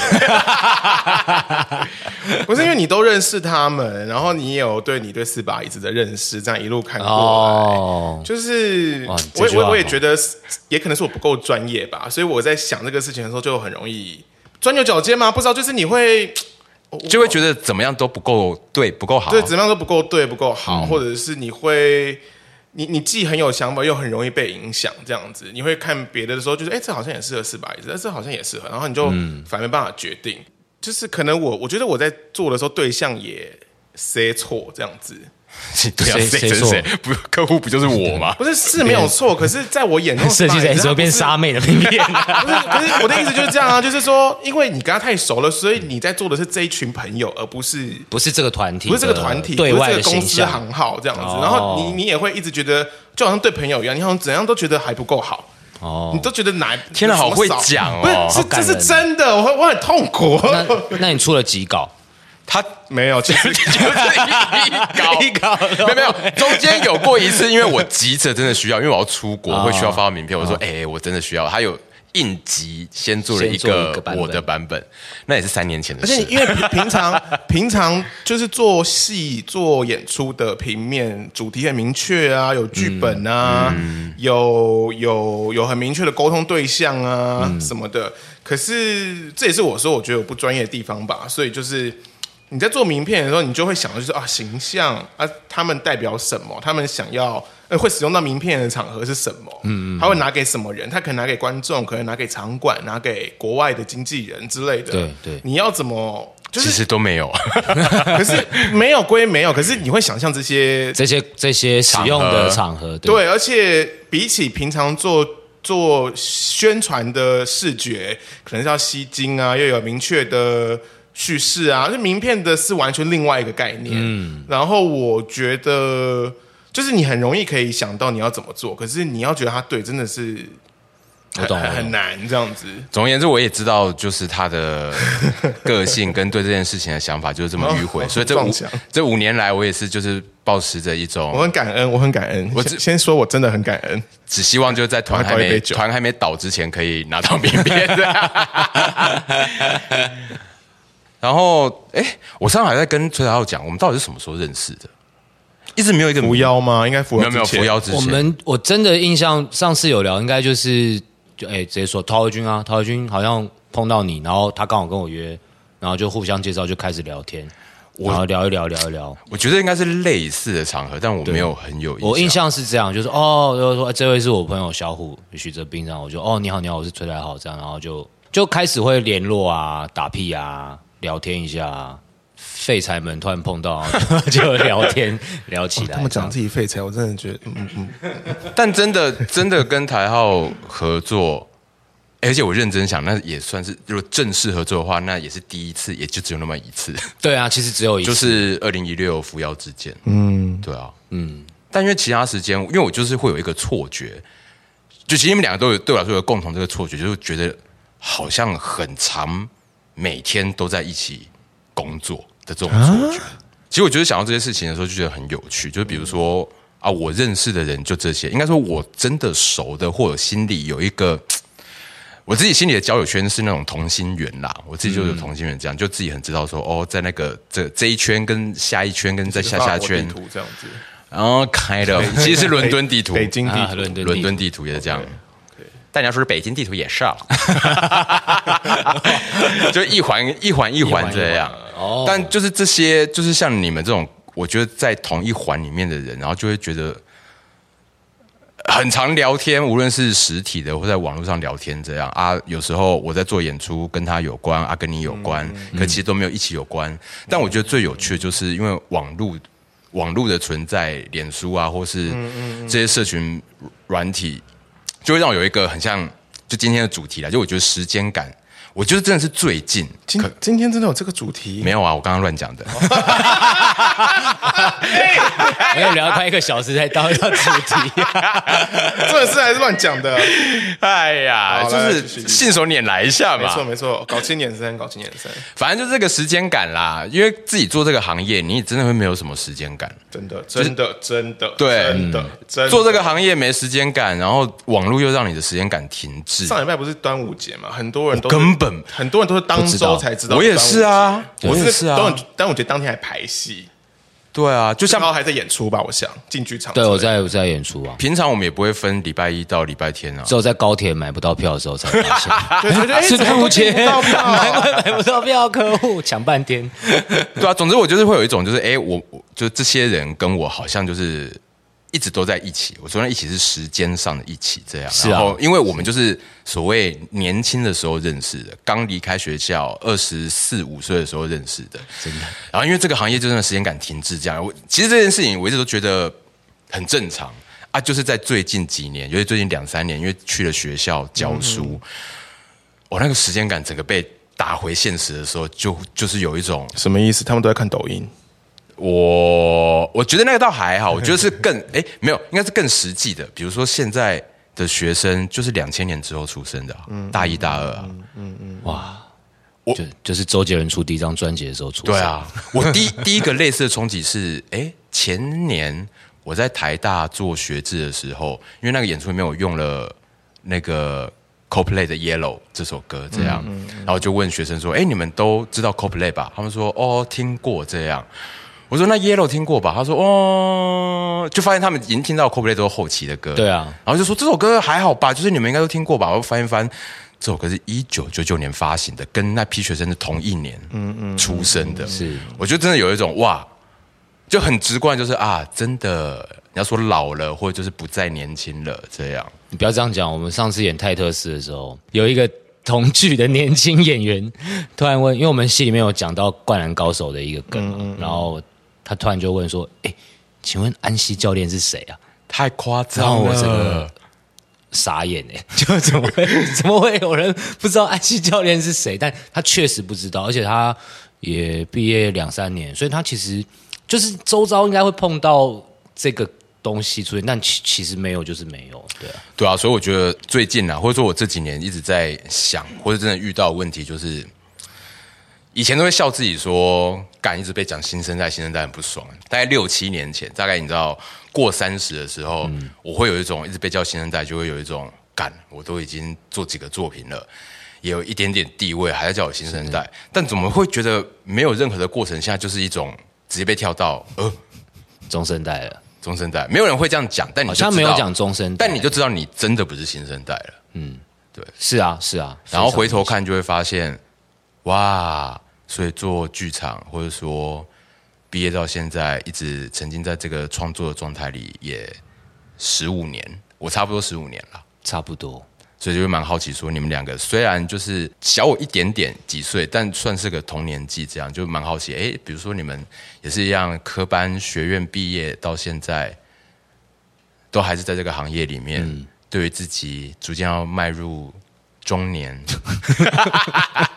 [SPEAKER 2] 不是因为你都认识他们，然后你也有对你对四把椅子的认识，这样一路看过来。
[SPEAKER 1] 哦，
[SPEAKER 2] 就是
[SPEAKER 1] 哇
[SPEAKER 2] 我
[SPEAKER 1] 这
[SPEAKER 2] 也
[SPEAKER 1] 句话
[SPEAKER 2] 我我也
[SPEAKER 1] 好
[SPEAKER 2] 觉得是，也可能是我不够专业吧，所以我在想这个事情的时候就很容易钻牛角尖嘛。不知道，就是你会
[SPEAKER 3] 就会觉得怎么样都不够对，不够好。啊
[SPEAKER 2] 对怎么样都不够对，不够
[SPEAKER 1] 嗯
[SPEAKER 2] 好，或者是你会。你你既很有想法，又很容易被影响，这样子，你会看别的的时候，就是哎、诶这好像也适合四把椅子，诶这好像也适合，然后你就
[SPEAKER 1] 嗯
[SPEAKER 2] 反而没办法决定。就是可能我我觉得我在做的时候，对象也塞错这样子，
[SPEAKER 3] 对啊，
[SPEAKER 1] 谁
[SPEAKER 3] 谁
[SPEAKER 1] 谁
[SPEAKER 3] 谁
[SPEAKER 1] 做
[SPEAKER 3] 谁不客户不就是我 吗？
[SPEAKER 2] 不是是没有错，可是在我眼中，
[SPEAKER 1] 设计
[SPEAKER 2] 四把
[SPEAKER 1] 在
[SPEAKER 2] 椅子
[SPEAKER 1] 说
[SPEAKER 2] 它不
[SPEAKER 1] 变
[SPEAKER 2] 是啊
[SPEAKER 1] 杀妹的平面，
[SPEAKER 2] 不是， 可是我的意思就是这样啊，就是说，因为你跟他太熟了，所以你在做的是这一群朋友，而不是
[SPEAKER 1] 不是这个团体的，
[SPEAKER 2] 不是这个团体，
[SPEAKER 1] 对
[SPEAKER 2] 不
[SPEAKER 1] 外
[SPEAKER 2] 是
[SPEAKER 1] 的
[SPEAKER 2] 这个公
[SPEAKER 1] 形
[SPEAKER 2] 司
[SPEAKER 1] 象
[SPEAKER 2] 行号这样子。
[SPEAKER 1] 哦
[SPEAKER 2] 然后你你也会一直觉得，就好像对朋友一样，你好像怎样都觉得还不够好。
[SPEAKER 1] 哦
[SPEAKER 2] 你。都觉得哪？
[SPEAKER 3] 天哪
[SPEAKER 2] 哪，
[SPEAKER 3] 好会讲哦
[SPEAKER 2] 不是，
[SPEAKER 1] 好
[SPEAKER 2] 是这
[SPEAKER 1] 感
[SPEAKER 2] 是
[SPEAKER 1] 人
[SPEAKER 2] 真的，我我很痛苦。
[SPEAKER 1] 那那你出了几稿？
[SPEAKER 3] 他
[SPEAKER 2] 没有，其 实
[SPEAKER 3] 就是一稿
[SPEAKER 1] 一稿
[SPEAKER 3] 没有没有，中间有过一次，因为我急着真的需要，因为我要出国，
[SPEAKER 1] 哦
[SPEAKER 3] 会需要发到名片。我说，哎，我真的需要。他有应急先做了一
[SPEAKER 1] 先做一
[SPEAKER 3] 个
[SPEAKER 1] 个版本
[SPEAKER 3] 我的版本，那也是三年前的
[SPEAKER 2] 而且
[SPEAKER 3] 事
[SPEAKER 2] 你。因为平平常 平常就是做戏做演出的平面主题很明确啊，有剧本啊，有有有很明确的沟通对象啊、什么的。可是这也是我说我觉得我不专业的地方吧，所以就是。你在做名片的时候，你就会想到就是啊，形象啊，他们代表什么？他们想要呃，会使用到名片的场合是什么？嗯，他会拿给什么人？他可能拿给观众，可能拿给场馆，拿给国外的经纪人之类的。
[SPEAKER 1] 对对
[SPEAKER 2] 你要怎么？就
[SPEAKER 3] 其
[SPEAKER 2] 是，
[SPEAKER 3] 实都没有，
[SPEAKER 2] 可是 没有归没有，可是你会想象这些
[SPEAKER 1] 这些这些使用的场合，对
[SPEAKER 2] 对，而且比起平常做做宣传的视觉，可能是要吸睛啊，又有明确的叙事啊，那名片的是完全另外一个概念。嗯，然后我觉得就是你很容易可以想到你要怎么做，可是你要觉得它对，真的是很
[SPEAKER 1] 我懂
[SPEAKER 2] 很
[SPEAKER 1] 我懂
[SPEAKER 2] 很难这样子。
[SPEAKER 3] 总而言之，我也知道，就是他的个性跟对这件事情的想法就是这么迂回，
[SPEAKER 2] 哦
[SPEAKER 3] 所以这五
[SPEAKER 2] 撞墙
[SPEAKER 3] 这五年来，我也是就是保持着一
[SPEAKER 2] 我
[SPEAKER 3] 种
[SPEAKER 2] 很感恩，我很感恩。我
[SPEAKER 3] 只
[SPEAKER 2] 先先说，我真的很感恩。
[SPEAKER 3] 只希望就是在团还
[SPEAKER 2] 赶快倒一
[SPEAKER 3] 没
[SPEAKER 2] 杯酒
[SPEAKER 3] 团还没倒之前可以拿到名片。 然后，哎、我上次还在跟崔浩讲，我们到底是什么时候认识的？一直没有一个
[SPEAKER 2] 扶腰吗？应该扶
[SPEAKER 3] 没
[SPEAKER 2] 腰
[SPEAKER 3] 有没有
[SPEAKER 2] 之前
[SPEAKER 3] 扶摇之前，
[SPEAKER 1] 我们我真的印象上次有聊，应该就是就哎、直接说陶慧君啊，陶慧君好像碰到你，然后他刚好跟我约，然后就互相介绍就开始聊天，然后聊一聊聊一聊。
[SPEAKER 3] 我觉得应该是类似的场合，但我没有很有印象。
[SPEAKER 1] 我印象是这样，就是哦，就是说哎这位是我朋友小虎许哲斌，然后我就哦你好你好，我是崔来好这样，然后就就开始会联络啊，打屁啊，聊天一下、啊。废柴们突然碰到， 然后就就聊 天聊起来
[SPEAKER 2] 他。们哦讲自己废柴，我真的觉得，嗯嗯，
[SPEAKER 3] 但真的真的跟台浩合作，而且我认真想，那也算是如果正式合作的话，那也是第一次，也就只有那么一次，
[SPEAKER 1] 对啊，其实只有一次，
[SPEAKER 3] 就是二零一六扶摇之见。嗯，对啊，嗯。但因为其他时间，因为我就是会有一个错觉，就其实你们两个都有对我来说有共同这个错觉，就是觉得好像很长，每天都在一起工作的这种
[SPEAKER 2] 啊
[SPEAKER 3] 错觉。其实我觉得想到这些事情的时候，就觉得很有趣。就是比如说啊，我认识的人就这些，应该说我真的熟的，或者心里有一个。我自己心里的交友圈是那种同心圆啦，我自己就有同心圆，
[SPEAKER 2] 嗯
[SPEAKER 3] 这样、就自己很知道说，哦，在那个这这一圈跟下一圈跟在下下圈
[SPEAKER 2] 法国，地图这样子，
[SPEAKER 3] 然后开了，其实是伦敦地图，
[SPEAKER 2] 北京地
[SPEAKER 1] 啊
[SPEAKER 2] 图，
[SPEAKER 1] 伦敦
[SPEAKER 3] 伦敦地图也是这样。但你要说是北京地图也 是啊，就一环一环一环嗯这
[SPEAKER 2] 啊
[SPEAKER 3] 样。
[SPEAKER 1] 哦
[SPEAKER 3] 但就是这些，就是像你们这种，我觉得在同一环里面的人，然后就会觉得很常聊天，无论是实体的或在网络上聊天这样啊。有时候我在做演出，跟他有关啊，跟你有关，可其实都没有一起有关。但我觉得最有趣的就是因为网络网络的存在，脸书啊，或是这些社群软体，就会让我有一个很像就今天的主题啦，就我觉得时间感，我觉得真的是最近
[SPEAKER 2] 今今天真的有这个主题
[SPEAKER 3] 没有啊，我刚刚乱讲的。
[SPEAKER 1] 没有哎聊快一个小时才到要主 题、
[SPEAKER 2] 这事还是乱讲的，
[SPEAKER 3] 哎呀，
[SPEAKER 2] 好
[SPEAKER 3] 就
[SPEAKER 2] 来
[SPEAKER 3] 是
[SPEAKER 2] 继续
[SPEAKER 3] 信手拈来一下
[SPEAKER 2] 没
[SPEAKER 3] 嘛，
[SPEAKER 2] 错没错，搞清点三，搞清点三，
[SPEAKER 3] 反正就是这个时间感啦，因为自己做这个行业，你也真的会没有什么时间感。
[SPEAKER 2] 真的真的真的
[SPEAKER 3] 对嗯
[SPEAKER 2] 真的真的
[SPEAKER 3] 做这个行业没时间感，然后网络又让你的时间感停滞。
[SPEAKER 2] 上礼拜不是端午节嘛，很多人都
[SPEAKER 3] 我根本
[SPEAKER 2] 很多人都是当
[SPEAKER 1] 不知
[SPEAKER 2] 周
[SPEAKER 1] 道
[SPEAKER 2] 才知道，
[SPEAKER 3] 我也是，啊，我
[SPEAKER 2] 我
[SPEAKER 3] 也是
[SPEAKER 2] 端
[SPEAKER 3] 啊
[SPEAKER 2] 午，端午节当天还排戏，
[SPEAKER 3] 对啊，就
[SPEAKER 2] 然
[SPEAKER 3] 像
[SPEAKER 2] 后还在演出吧，我想进剧场之类
[SPEAKER 1] 对，
[SPEAKER 2] 的，
[SPEAKER 1] 我在我在演出啊，
[SPEAKER 3] 平常我们也不会分礼拜一到礼拜天啊。
[SPEAKER 1] 只有在高铁买不到票的时候才发现，
[SPEAKER 2] 对对对，哎
[SPEAKER 1] 是
[SPEAKER 2] 怎么
[SPEAKER 1] 端午节，
[SPEAKER 2] 都订不到票啊
[SPEAKER 1] 难怪 买不到票，客户抢半天。
[SPEAKER 3] 对啊，总之我就是会有一种就是，哎，我我就这些人跟我好像就是一直都在一起。我说那一起是时间上的一起这样。
[SPEAKER 1] 是啊
[SPEAKER 3] 然后因为我们就是所谓年轻的时候认识的，刚离开学校二十四五岁的时候认识的。真的。然后因为这个行业就真的时间感停滞这样。我其实这件事情我一直都觉得很正常啊，就是在最近几年，尤其最近两三年，因为去了学校教书，我、那个时间感整个被。打回现实的时候，就就是有一种
[SPEAKER 2] 什么意思？他们都在看抖音，
[SPEAKER 3] 我我觉得那个倒还好，我觉得是更 哎、没有，应该是更实际的。比如说现在的学生就是两千年之后出生的啊、大一大二啊，
[SPEAKER 1] 就就是周杰伦出第一张专辑的时候出，
[SPEAKER 3] 哦对，啊。我第第一 个类似的冲击是，哎、前年我在台大做学制的时候，因为那个演出里面我用了那个 Coldplay 的 Yellow 这首歌这样，然后就问学生说：“哎，你们都知道 Coldplay 吧？”他们说：“哦，听过这样。”我说：“那 Yellow 听过吧？”他说：“哦。”就发现他们已经听到 Coldplay 都是后期的歌，
[SPEAKER 1] 对啊
[SPEAKER 3] 然后就说这首歌还好吧，就是你们应该都听过吧。我翻一翻，这首歌是一九九九年发行的，跟那批学生是同一年，嗯嗯，出生的。
[SPEAKER 1] 是，
[SPEAKER 3] 我觉得真的有一种哇，就很直观，就是啊，真的你要说老了，或者就是不再年轻了这样。
[SPEAKER 1] 你不要这样讲。我们上次演泰特斯的时候，有一个同剧的年轻演员突然问，因为我们戏里面有讲到《灌篮高手》的一个梗嘛，
[SPEAKER 3] 嗯
[SPEAKER 1] 然后他突然就问说：“哎，请问安西教练是谁啊
[SPEAKER 3] 太夸
[SPEAKER 1] 然后
[SPEAKER 3] 张
[SPEAKER 1] 我整
[SPEAKER 3] 了
[SPEAKER 1] 个！”傻眼哎、 就怎么会怎么会有人不知道安西教练是谁？但他确实不知道，而且他也毕业两三年，所以他其实就是周遭应该会碰到这个东西出现，但其其实没有就是没有，对啊。
[SPEAKER 3] 对啊，所以我觉得最近啊，或者说我这几年一直在想，或者真的遇到的问题，就是以前都会笑自己说，干一直被讲新生代，新生代很不爽。大概六七年前，大概你知道过三十的时候，
[SPEAKER 1] 嗯
[SPEAKER 3] 我会有一种一直被叫新生代，就会有一种干，我都已经做几个作品了。也有一点点地位，还在叫我新生代，
[SPEAKER 1] 嗯
[SPEAKER 3] 但怎么会觉得没有任何的过程下，就是一种直接被跳到呃
[SPEAKER 1] 中生代了，
[SPEAKER 3] 中生代，没有人会这样讲，但你
[SPEAKER 1] 好
[SPEAKER 3] 嗯就知道
[SPEAKER 1] 像没有讲中生代，
[SPEAKER 3] 但你就知道你真的不是新生代了。
[SPEAKER 1] 是啊是啊，
[SPEAKER 3] 然后回
[SPEAKER 1] 头
[SPEAKER 3] 头看就会发现，哇！所以做剧场或者说毕业到现在，一直沉浸在这个创作的状态里，也十五年，我差不多十五年了。
[SPEAKER 1] 差不多，
[SPEAKER 3] 所以就会蛮好奇，说你们两个虽然就是小我一点点几岁，但算是个同年纪，这样就蛮好奇。诶，比如说你们也是一样，科班学院毕业到现在，都还是在这个行业里面，对于自己逐渐要迈入中年，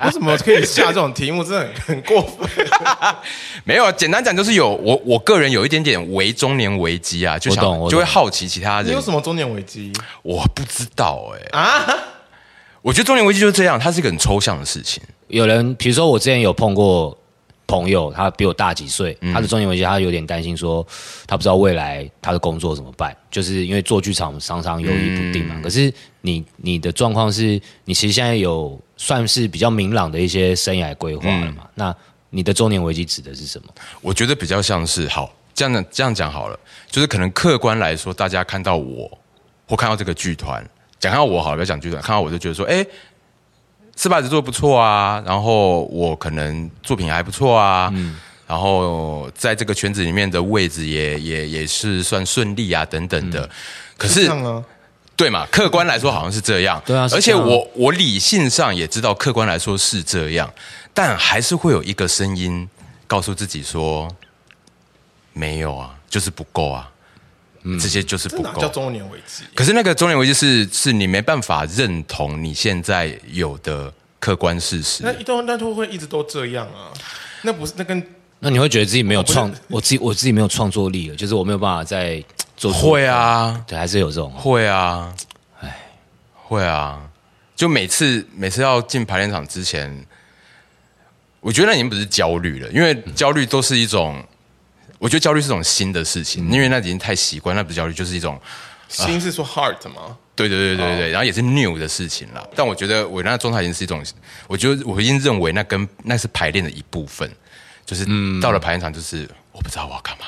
[SPEAKER 2] 为什么可以下这种题目？真的很很 过分。
[SPEAKER 3] 没有，啊简单讲就是有我我个人有一点点为中年危机啊，就想
[SPEAKER 1] 我懂我懂
[SPEAKER 3] 就会好奇其他
[SPEAKER 2] 你
[SPEAKER 3] 人
[SPEAKER 2] 有，什么中年危机
[SPEAKER 3] 我不知道哎、
[SPEAKER 2] 啊？
[SPEAKER 3] 我觉得中年危机就是这样，它是一个很抽象的事情。
[SPEAKER 1] 有人比如说我之前有碰过朋友，他比我大几岁，他的中年危机，他有点担心说他不知道未来他的工作怎么办，就是因为做剧场常常犹豫不定嘛。可是你你的状况是你其实现在有算是比较明朗的一些生涯规划了嘛？那你的中年危机指的是什么？
[SPEAKER 3] 我觉得比较像是好这样的这样讲好了，就是可能客观来说，大家看到我或看到这个剧团，讲看到我好了，不要讲剧团，看到我就觉得说，哎，四把子做的不错啊，然后我可能作品还不错啊，然后在这个圈子里面的位置也也也是算顺利啊，等等的。可
[SPEAKER 2] 这
[SPEAKER 3] 是
[SPEAKER 2] 样啊？
[SPEAKER 3] 对嘛？客观来说好像是这样，
[SPEAKER 1] 对啊是
[SPEAKER 3] 而且
[SPEAKER 1] 这样啊
[SPEAKER 3] 我我理性上也知道，客观来说是这样，但还是会有一个声音告诉自己说，没有啊，就是不够啊，
[SPEAKER 1] 嗯
[SPEAKER 3] 这些就是
[SPEAKER 2] 这
[SPEAKER 3] 不
[SPEAKER 2] 哪啊叫
[SPEAKER 3] 够。
[SPEAKER 2] 中年危机？
[SPEAKER 3] 可是那个中年危机是是你没办法认同你现在有的客观事实
[SPEAKER 2] 那，一段那就会一直都这样啊？那不是那跟
[SPEAKER 1] 那你会觉得自己没有创，我自己我自己没有创作力了，就是我没有办法再做出
[SPEAKER 3] 会啊，
[SPEAKER 1] 对，还是有这种
[SPEAKER 3] 会啊，哎，会啊，就每次每次要进排练场之前，我觉得那已经不是焦虑了，因为焦虑都是一种，我觉得焦虑是一种新的事情，因为那已经太习惯，那不是焦虑，就是一种。
[SPEAKER 2] 心是说 heart 吗？
[SPEAKER 3] 对对对对对，然后也是 new 的事情啦。但我觉得我那状态已经是一种，我觉得我已经认为那跟那是排练的一部分，就是到了排练场就是我不知道我要干嘛，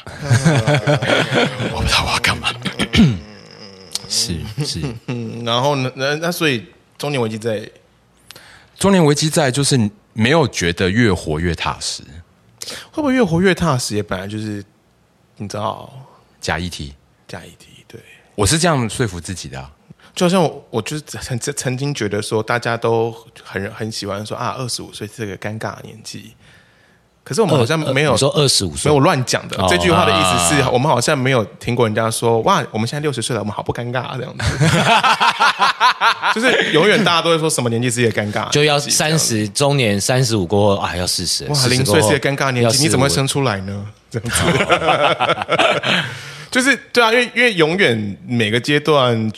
[SPEAKER 3] 我不知道我要干嘛。
[SPEAKER 1] 是是，
[SPEAKER 2] 嗯，然后呢？那那所以中年危机在
[SPEAKER 3] 中年危机在就是没有觉得越活越踏实。
[SPEAKER 2] 会不会越活越踏实？也本来就是你知道
[SPEAKER 3] 假议题，
[SPEAKER 2] 加一题对。
[SPEAKER 3] 我是这样说服自己的、啊。
[SPEAKER 2] 就好像我，我就是曾曾曾经觉得说，大家都很很喜欢说啊，二十五岁是个尴尬的年纪，可是我们好像没有
[SPEAKER 1] 呃你说二十五
[SPEAKER 2] 没
[SPEAKER 1] 岁
[SPEAKER 2] 有，我乱讲的
[SPEAKER 1] 哦。啊
[SPEAKER 2] 这句话的意思是我们好像没有听过人家说哇，我们现在六十岁了，我们好不尴尬啊这 样子。就是永远大家都会说什么年纪是一个尴尬，
[SPEAKER 1] 就要三。十中年三十五过后啊，要四十，
[SPEAKER 2] 哇，
[SPEAKER 1] 40
[SPEAKER 2] 零岁是个尴尬年
[SPEAKER 1] 要
[SPEAKER 2] 纪，你怎么
[SPEAKER 1] 45
[SPEAKER 2] 会生出来呢？这样子， 就是对啊，因为因为永远每个阶段，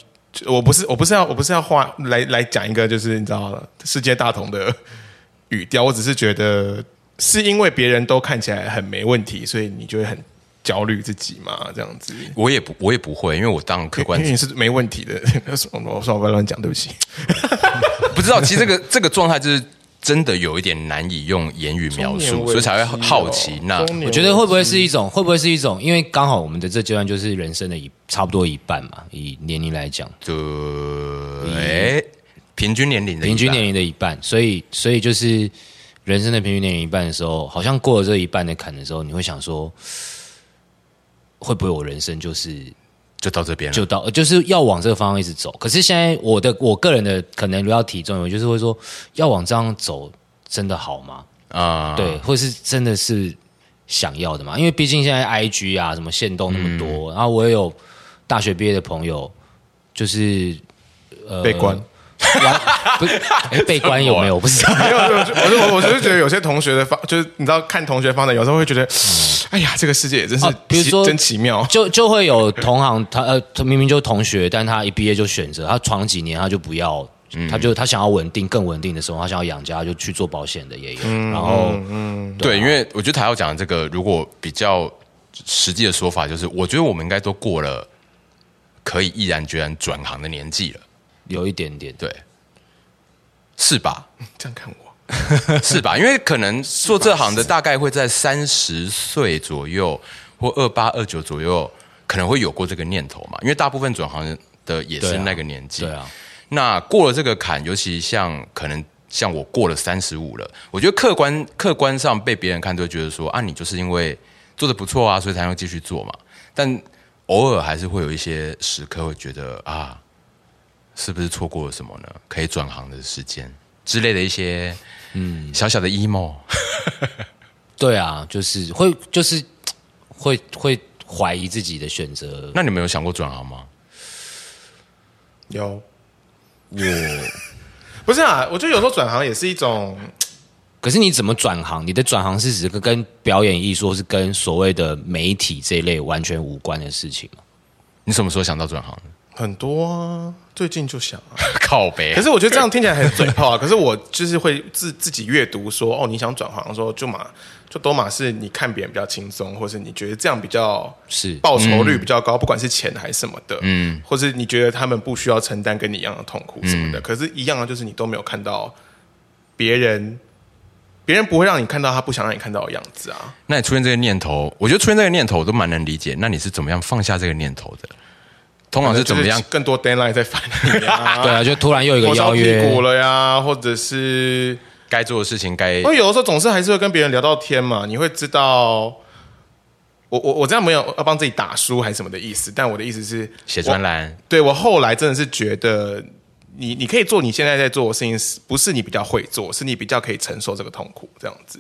[SPEAKER 2] 我不是我不是要我不是要画来来讲一个就是你知道世界大同的语调，我只是觉得是因为别人都看起来很没问题，所以你就会很焦虑自己嘛，这样子。
[SPEAKER 3] 我也不我也不会，因为我当客观
[SPEAKER 2] 因为你是没问题的， 我说我不要乱讲，对不起。
[SPEAKER 3] 不知道，其实这个这个状态就是真的有一点难以用言语描
[SPEAKER 2] 中年
[SPEAKER 3] 述，
[SPEAKER 2] 危
[SPEAKER 3] 所以才会
[SPEAKER 2] 机
[SPEAKER 3] 好
[SPEAKER 2] 哦
[SPEAKER 3] 奇。那
[SPEAKER 2] 中年
[SPEAKER 1] 我觉得会不会是一种，
[SPEAKER 2] 嗯
[SPEAKER 1] 会不会是一种？因为刚好我们的这阶段就是人生的一差不多一半嘛，以年龄来讲，
[SPEAKER 3] 对，平均年龄的一半
[SPEAKER 1] 平均年龄的一半，所以所以就是人生的平均年龄一半的时候，好像过了这一半的坎的时候，你会想说，会不会我人生就是
[SPEAKER 3] 就到这边了，
[SPEAKER 1] 就到，呃就是要往这个方向一直走。可是现在我的我个人的可能要体重，我就是会说，要往这样走真的好吗？
[SPEAKER 3] 啊，
[SPEAKER 1] 对，或是真的是想要的嘛？因为毕竟现在 IG 啊，什么限动那么多，然后我也有大学毕业的朋友，就是呃
[SPEAKER 2] 被关，
[SPEAKER 1] 玩不是、诶哎被关有没有？我不知道。
[SPEAKER 2] 没有，我就我就我就觉得有些同学的方，就是你知道看同学方的，有时候会觉得，哎呀，这个世界也真是
[SPEAKER 1] 啊
[SPEAKER 2] 奇，
[SPEAKER 1] 比如说
[SPEAKER 2] 真奇妙。
[SPEAKER 1] 就就会有同行，他呃，他明明就是同学，但他一毕业就选择，他闯了几年他就不要，他就他想要稳定更稳定的生活，他想要养家他就去做保险的也有，然后
[SPEAKER 3] 对，因为我觉得他要讲的这个，如果比较实际的说法，就是我觉得我们应该都过了可以毅然决然转行的年纪了，
[SPEAKER 1] 有一点点
[SPEAKER 3] 对，是吧？
[SPEAKER 2] 这样看我，
[SPEAKER 3] 是吧？因为可能做这行的大概会在三十岁左右或二八二九左右，可能会有过这个念头嘛。因为大部分转行的也
[SPEAKER 1] 对
[SPEAKER 3] 是
[SPEAKER 1] 啊
[SPEAKER 3] 那个年纪。
[SPEAKER 1] 对啊，
[SPEAKER 3] 那过了这个坎，尤其像可能像我过了三十五了，我觉得客观客观上被别人看都会觉得说啊，你就是因为做的不错啊，所以才能继续做嘛。但偶尔还是会有一些时刻会觉得啊，是不是错过了什么呢？可以转行的时间之类的一些嗯小小的 emo。
[SPEAKER 1] 对啊，就是会就是会会怀疑自己的选择，
[SPEAKER 3] 那你们有想过转行吗？
[SPEAKER 2] 有我，不是啊，我觉得有时候转行也是一种，
[SPEAKER 1] 可是你怎么转行？你的转行是指跟跟表演艺术，是跟所谓的媒体这一类完全无关的事情吗？
[SPEAKER 3] 你什么时候想到转行的？
[SPEAKER 2] 很多啊，最近就想啊。
[SPEAKER 3] 靠北
[SPEAKER 2] 可是我觉得这样听起来很嘴 炮啊。可是我就是会自自己阅读说，哦，你想转行的时候，就马就都马是你看别人比较轻松，或是你觉得这样比较
[SPEAKER 1] 是
[SPEAKER 2] 报酬
[SPEAKER 3] 嗯
[SPEAKER 2] 率比较高，不管是钱还是什么的，嗯，或是你觉得他们不需要承担跟你一样的痛苦什
[SPEAKER 3] 嗯
[SPEAKER 2] 么的。可是，一样的就是你都没有看到别人，别人不会让你看到他不想让你看到的样子啊。
[SPEAKER 3] 那你出现这个念头，我觉得出现这个念头我都蛮能理解。那你是怎么样放下这个念头的？通哦常是怎么样
[SPEAKER 2] 就？更多 deadline 在烦你 啊？
[SPEAKER 1] 对啊，就突然又有一个
[SPEAKER 2] 火烧
[SPEAKER 1] 邀
[SPEAKER 2] 屁
[SPEAKER 1] 约，
[SPEAKER 2] 股了呀，或者是
[SPEAKER 3] 该做的事情该
[SPEAKER 2] 因为有的时候总是还是会跟别人聊到天嘛，你会知道。我我我这样没有要帮自己打书还是什么的意思，但我的意思是，
[SPEAKER 3] 写专栏，
[SPEAKER 2] 对我后来真的是觉得你，你可以做你现在在做的事情，是不是你比较会做，是你比较可以承受这个痛苦这样子。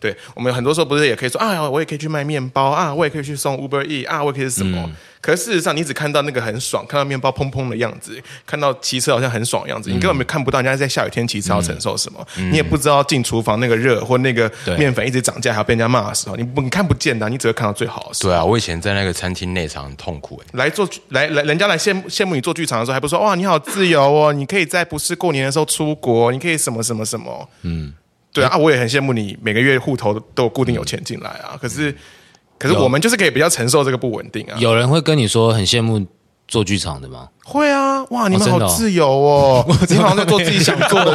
[SPEAKER 2] 对我们很多时候不是也可以说啊，我也可以去卖面包啊，我也可以去送 Uber E 啊，我也可以是什么？可是事实上，你只看到那个很爽，看到面包砰砰的样子，看到骑车好像很爽的样子，你根本看不到人家在下雨天骑车要承受什么，你也不知道进厨房那个热或那个
[SPEAKER 1] 对
[SPEAKER 2] 面粉一直涨价还要被人家骂的时候，你不你看不见的啊、你只会看到最好的时候。
[SPEAKER 3] 对啊，我以前在那个餐厅内场很痛苦哎、
[SPEAKER 2] 来做来来，人家来羡慕羡慕你做剧场的时候，还不说哇，你好自由 哦，你可以在不是过年的时候出国，你可以什么什么什么，嗯，对啊，啊我也很羡慕你每个月户头都有固定有钱进来
[SPEAKER 1] 嗯
[SPEAKER 2] 啊，可是可是我们就是可以比较承受这个不稳定啊，
[SPEAKER 1] 有人会跟你说很羡慕做剧场的吗？
[SPEAKER 2] 会啊，哇，你们
[SPEAKER 1] 哦真的
[SPEAKER 2] 好
[SPEAKER 1] 哦
[SPEAKER 2] 自 由哦，你好像在做自己想做的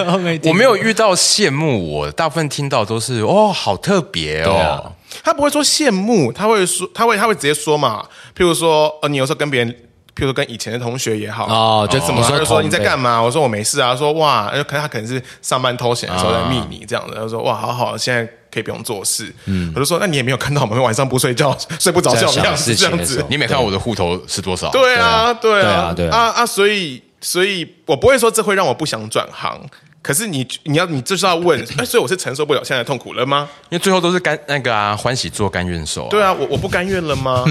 [SPEAKER 1] 哦
[SPEAKER 3] 我没有遇到羡慕我，大部分听到都是哦，好特别
[SPEAKER 1] 对
[SPEAKER 3] 哦
[SPEAKER 1] 啊，
[SPEAKER 2] 他不会说羡慕，他会说他会他会直接说嘛，譬如说呃，你有时候跟别人。譬如说跟以前的同学也好，
[SPEAKER 1] 哦就
[SPEAKER 2] 怎么
[SPEAKER 1] 你说
[SPEAKER 2] 他就说你在
[SPEAKER 1] 同辈
[SPEAKER 2] 干嘛？我说我没事啊。说哇，呃可能他可能是上班偷
[SPEAKER 1] 啊
[SPEAKER 2] 闲的时候在密你这样的。他说哇，好好，现在可以不用做事。
[SPEAKER 1] 嗯
[SPEAKER 2] 我就说那你也没有看到我们晚上不睡觉、 睡不着觉的样
[SPEAKER 1] 在想事
[SPEAKER 2] 子这
[SPEAKER 1] 情
[SPEAKER 2] 样
[SPEAKER 1] 的时
[SPEAKER 2] 子
[SPEAKER 1] 候。
[SPEAKER 3] 你没看到我的户头是多少？
[SPEAKER 2] 对啊，对啊
[SPEAKER 1] 啊，对啊
[SPEAKER 2] 啊啊！所以，所以我不会说这会让我不想转行。可是你你要你就是要问，哎，所以我是承受不了现在的痛苦了吗？
[SPEAKER 3] 因为最后都是甘那个啊，欢喜做甘愿受、啊。
[SPEAKER 2] 对啊，我我不甘愿 了吗？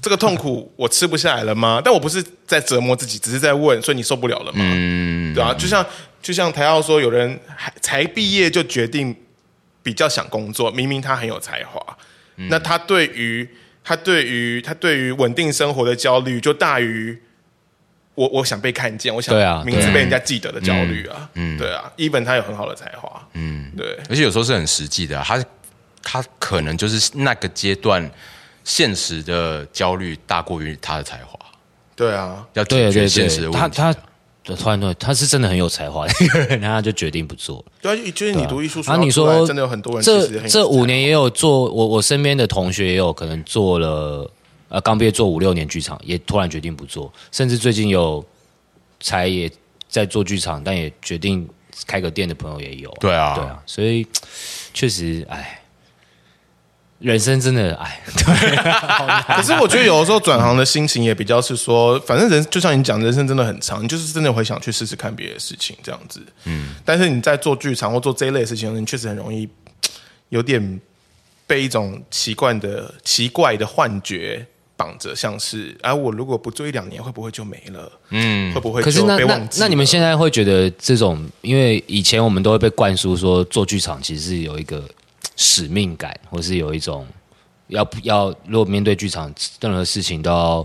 [SPEAKER 2] 这个痛苦我吃不下来了吗？但我不是在折磨自己，只是在问，所以你受不了了吗？
[SPEAKER 1] 嗯
[SPEAKER 2] 对啊，就像就像台奥说，有人还才毕业就决定比较想工作，明明他很有才华，
[SPEAKER 1] 嗯
[SPEAKER 2] 那他对于他对于他对于稳定生活的焦虑就大于。我我想被看见，我想
[SPEAKER 1] 对啊嗯
[SPEAKER 2] 名字
[SPEAKER 1] 对啊
[SPEAKER 2] 被人家记得的焦虑啊，对啊，even 他有很好的才华，嗯，对，
[SPEAKER 3] 而且有时候是很实际的啊、他他可能就是那个阶段现实的焦虑大过于他的才华，
[SPEAKER 2] 对啊，
[SPEAKER 3] 要解
[SPEAKER 1] 对
[SPEAKER 3] 决
[SPEAKER 1] 对
[SPEAKER 3] 现实的
[SPEAKER 1] 对，他
[SPEAKER 3] 问题。
[SPEAKER 1] 他突然突然，他是真的很有才华的一个人，然后他就决定不做了。
[SPEAKER 2] 对啊，就是你读艺术，
[SPEAKER 1] 然后你说
[SPEAKER 2] 真的有很多人其实很
[SPEAKER 1] 这
[SPEAKER 2] 有
[SPEAKER 1] 这
[SPEAKER 2] 才华
[SPEAKER 1] 五年也有做，我我身边的同学也有可能做了，呃，刚毕业做五六年剧场，也突然决定不做，甚至最近有才也在做剧场，但也决定开个店的朋友也有、
[SPEAKER 3] 对啊
[SPEAKER 1] 对啊，所以确实，哎，人生真的，哎，对，好难
[SPEAKER 2] 可是我觉得有的时候转行的心情也比较是说，反正人就像你讲，人生真的很长，你就是真的会想去试试看别的事情这样子。嗯，但是你在做剧场或做这一类的事情的时候，你确实很容易嗯有点被一种奇怪的奇怪的幻觉。绑着，像是哎、啊，我如果不做一两年，会不会就没了？嗯，会不会
[SPEAKER 1] 可是
[SPEAKER 2] 就
[SPEAKER 1] 那
[SPEAKER 2] 被
[SPEAKER 1] 那
[SPEAKER 2] 忘记
[SPEAKER 1] 那你们
[SPEAKER 2] 了
[SPEAKER 1] 现在会觉得这种，因为以前我们都会被灌输说做剧场其实是有一个使命感，或是有一种要要如果面对剧场任何事情都要。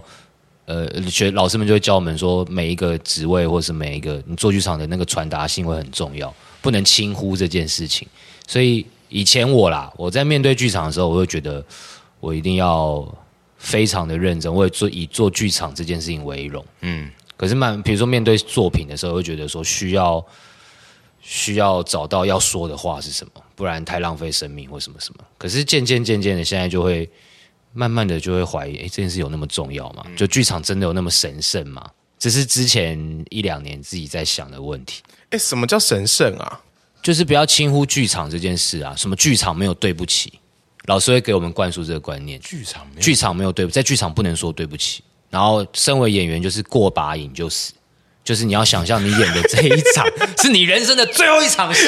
[SPEAKER 1] 呃，学老师们就会教我们说，每一个职位或是每一个你做剧场的那个传达性会很重要，不能轻忽这件事情。所以以前我啦，我在面对剧场的时候，我会觉得我一定要非常的认真，我也做以做剧场这件事情为荣。可是慢，比如说面对作品的时候，会觉得说需要需要找到要说的话是什么，不然太浪费生命或什么什么。可是渐渐渐渐的，现在就会慢慢的就会怀疑，哎，这件事有那么重要吗？就剧场真的有那么神圣吗？这是之前一两年自己在想的问题，
[SPEAKER 2] 哎，什么叫神圣啊？
[SPEAKER 1] 就是不要轻忽剧场这件事啊。什么剧场没有对不起，老师会给我们灌输这个观念。
[SPEAKER 3] 剧场没有
[SPEAKER 1] 剧场没有对不，在剧场不能说对不起。然后，身为演员就是过把瘾就死，就是你要想象你演的这一场是你人生的最后一场戏，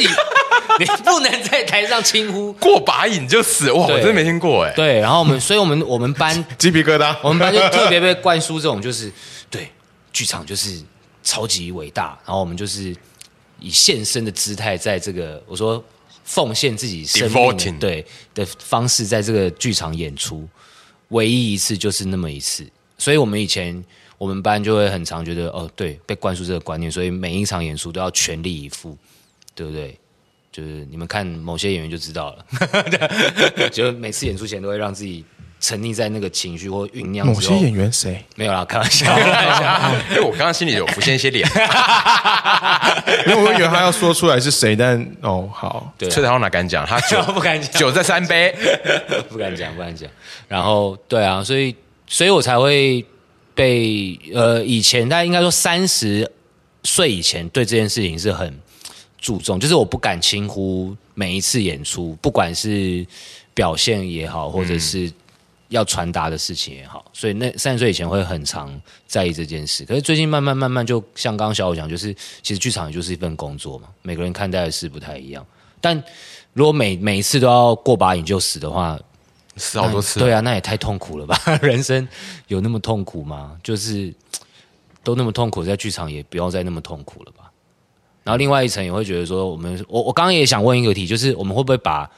[SPEAKER 1] 你不能在台上轻忽。
[SPEAKER 3] 过把瘾就死，哇，我
[SPEAKER 1] 对
[SPEAKER 3] 真没听过哎。
[SPEAKER 1] 对，然后我们，所以我们我们班
[SPEAKER 2] 鸡皮疙瘩。
[SPEAKER 1] 我们班就特别被灌输这种，就是对剧场就是超级伟大，然后我们就是以献身的姿态，在这个我说奉献自己生命
[SPEAKER 3] Devoting
[SPEAKER 1] 对的方式，在这个剧场演出，唯一一次就是那么一次，所以我们以前。我们班就会很常觉得哦，对，被灌输这个观念，所以每一场演出都要全力以赴，对不对？就是你们看某些演员就知道了， 就每次演出前都会让自己沉溺在那个情绪或酝酿之后。
[SPEAKER 2] 某些演员谁？
[SPEAKER 1] 没有啦，开玩笑，开玩笑。
[SPEAKER 3] 因为我刚刚心里有浮现一些脸，
[SPEAKER 2] 因为我以为他要说出来是谁，但哦 好，
[SPEAKER 1] 对啊
[SPEAKER 3] 崔台浩哪敢讲？他 酒
[SPEAKER 1] 不敢讲嗯啊
[SPEAKER 3] 酒在三杯，
[SPEAKER 1] 不敢讲，不敢讲。然后对啊，所以所以我才会被呃，以前大家应该说三十岁以前对这件事情是很注重，就是我不敢轻忽每一次演出，不管是表现也好，或者是要传达的事情也好，所以那三十岁以前会很常在意这件事。可是最近慢慢慢慢就，像刚刚小五讲，就是其实剧场也就是一份工作嘛，每个人看待的事不太一样，但。如果每每一次都要过把瘾就死的话，
[SPEAKER 3] 死好多次。
[SPEAKER 1] 对啊，那也太痛苦了吧？ 人生有那么痛苦吗？就是都那么痛苦，在剧场也不要再那么痛苦了吧？然后另外一层也会觉得说，我们我我刚刚也想问一个题，就是我们会不会把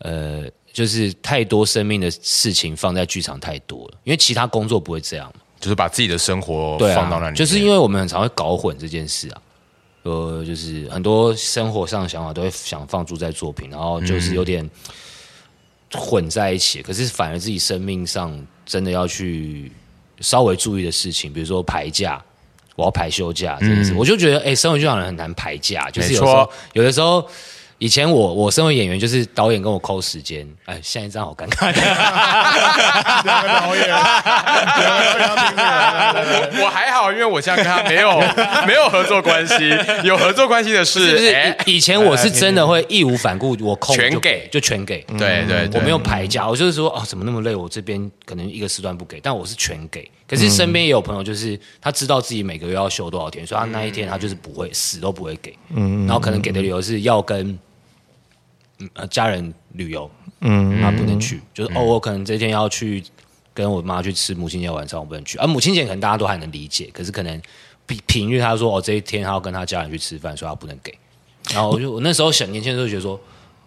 [SPEAKER 1] 呃，就是太多生命的事情放在剧场太多了？因为其他工作不会这样嘛。
[SPEAKER 3] 就是把自己的生活
[SPEAKER 1] 对啊，
[SPEAKER 3] 放到那里面，
[SPEAKER 1] 就是因为我们很常会搞混这件事啊。呃，就是很多生活上的想法都会想放诸在作品，然后就是有点混在一起。可是反而自己生命上真的要去稍微注意的事情，比如说排假，我要排休假这件事，我就觉得哎、身为剧场人很难排假，就是有时
[SPEAKER 3] 嗯没
[SPEAKER 1] 候
[SPEAKER 3] 错
[SPEAKER 1] 有的时候。以前我我身为演员，就是导演跟我抠时间，哎，现在这样好尴尬。
[SPEAKER 2] 两个导演，
[SPEAKER 3] 我我还好，因为我现在跟他没 有没有合作关系，有合作关系的
[SPEAKER 1] 是
[SPEAKER 3] 是，
[SPEAKER 1] 不是
[SPEAKER 3] 哎，
[SPEAKER 1] 以以前我是真的会义无反顾，我空
[SPEAKER 3] 全
[SPEAKER 1] 就
[SPEAKER 3] 给嗯
[SPEAKER 1] 就全给，
[SPEAKER 3] 对对对，
[SPEAKER 1] 嗯我没有排假，我就是说哦，怎么那么累？我这边可能一个时段不给，但我是全给。可是身边也有朋友，就是他知道自己每个月要休多少天，所以他那一天他就是不会死都不会给，嗯，然后可能给的理由是要跟嗯呃家人旅游，嗯，他不能去，就是哦，我可能这天要去跟我妈去吃母亲节晚餐，我不能去。而、母亲节可能大家都还能理解，可是可能平平日他说哦，这一天他要跟他家人去吃饭，所以他不能给。然后我就我那时候想年轻的时候觉得说，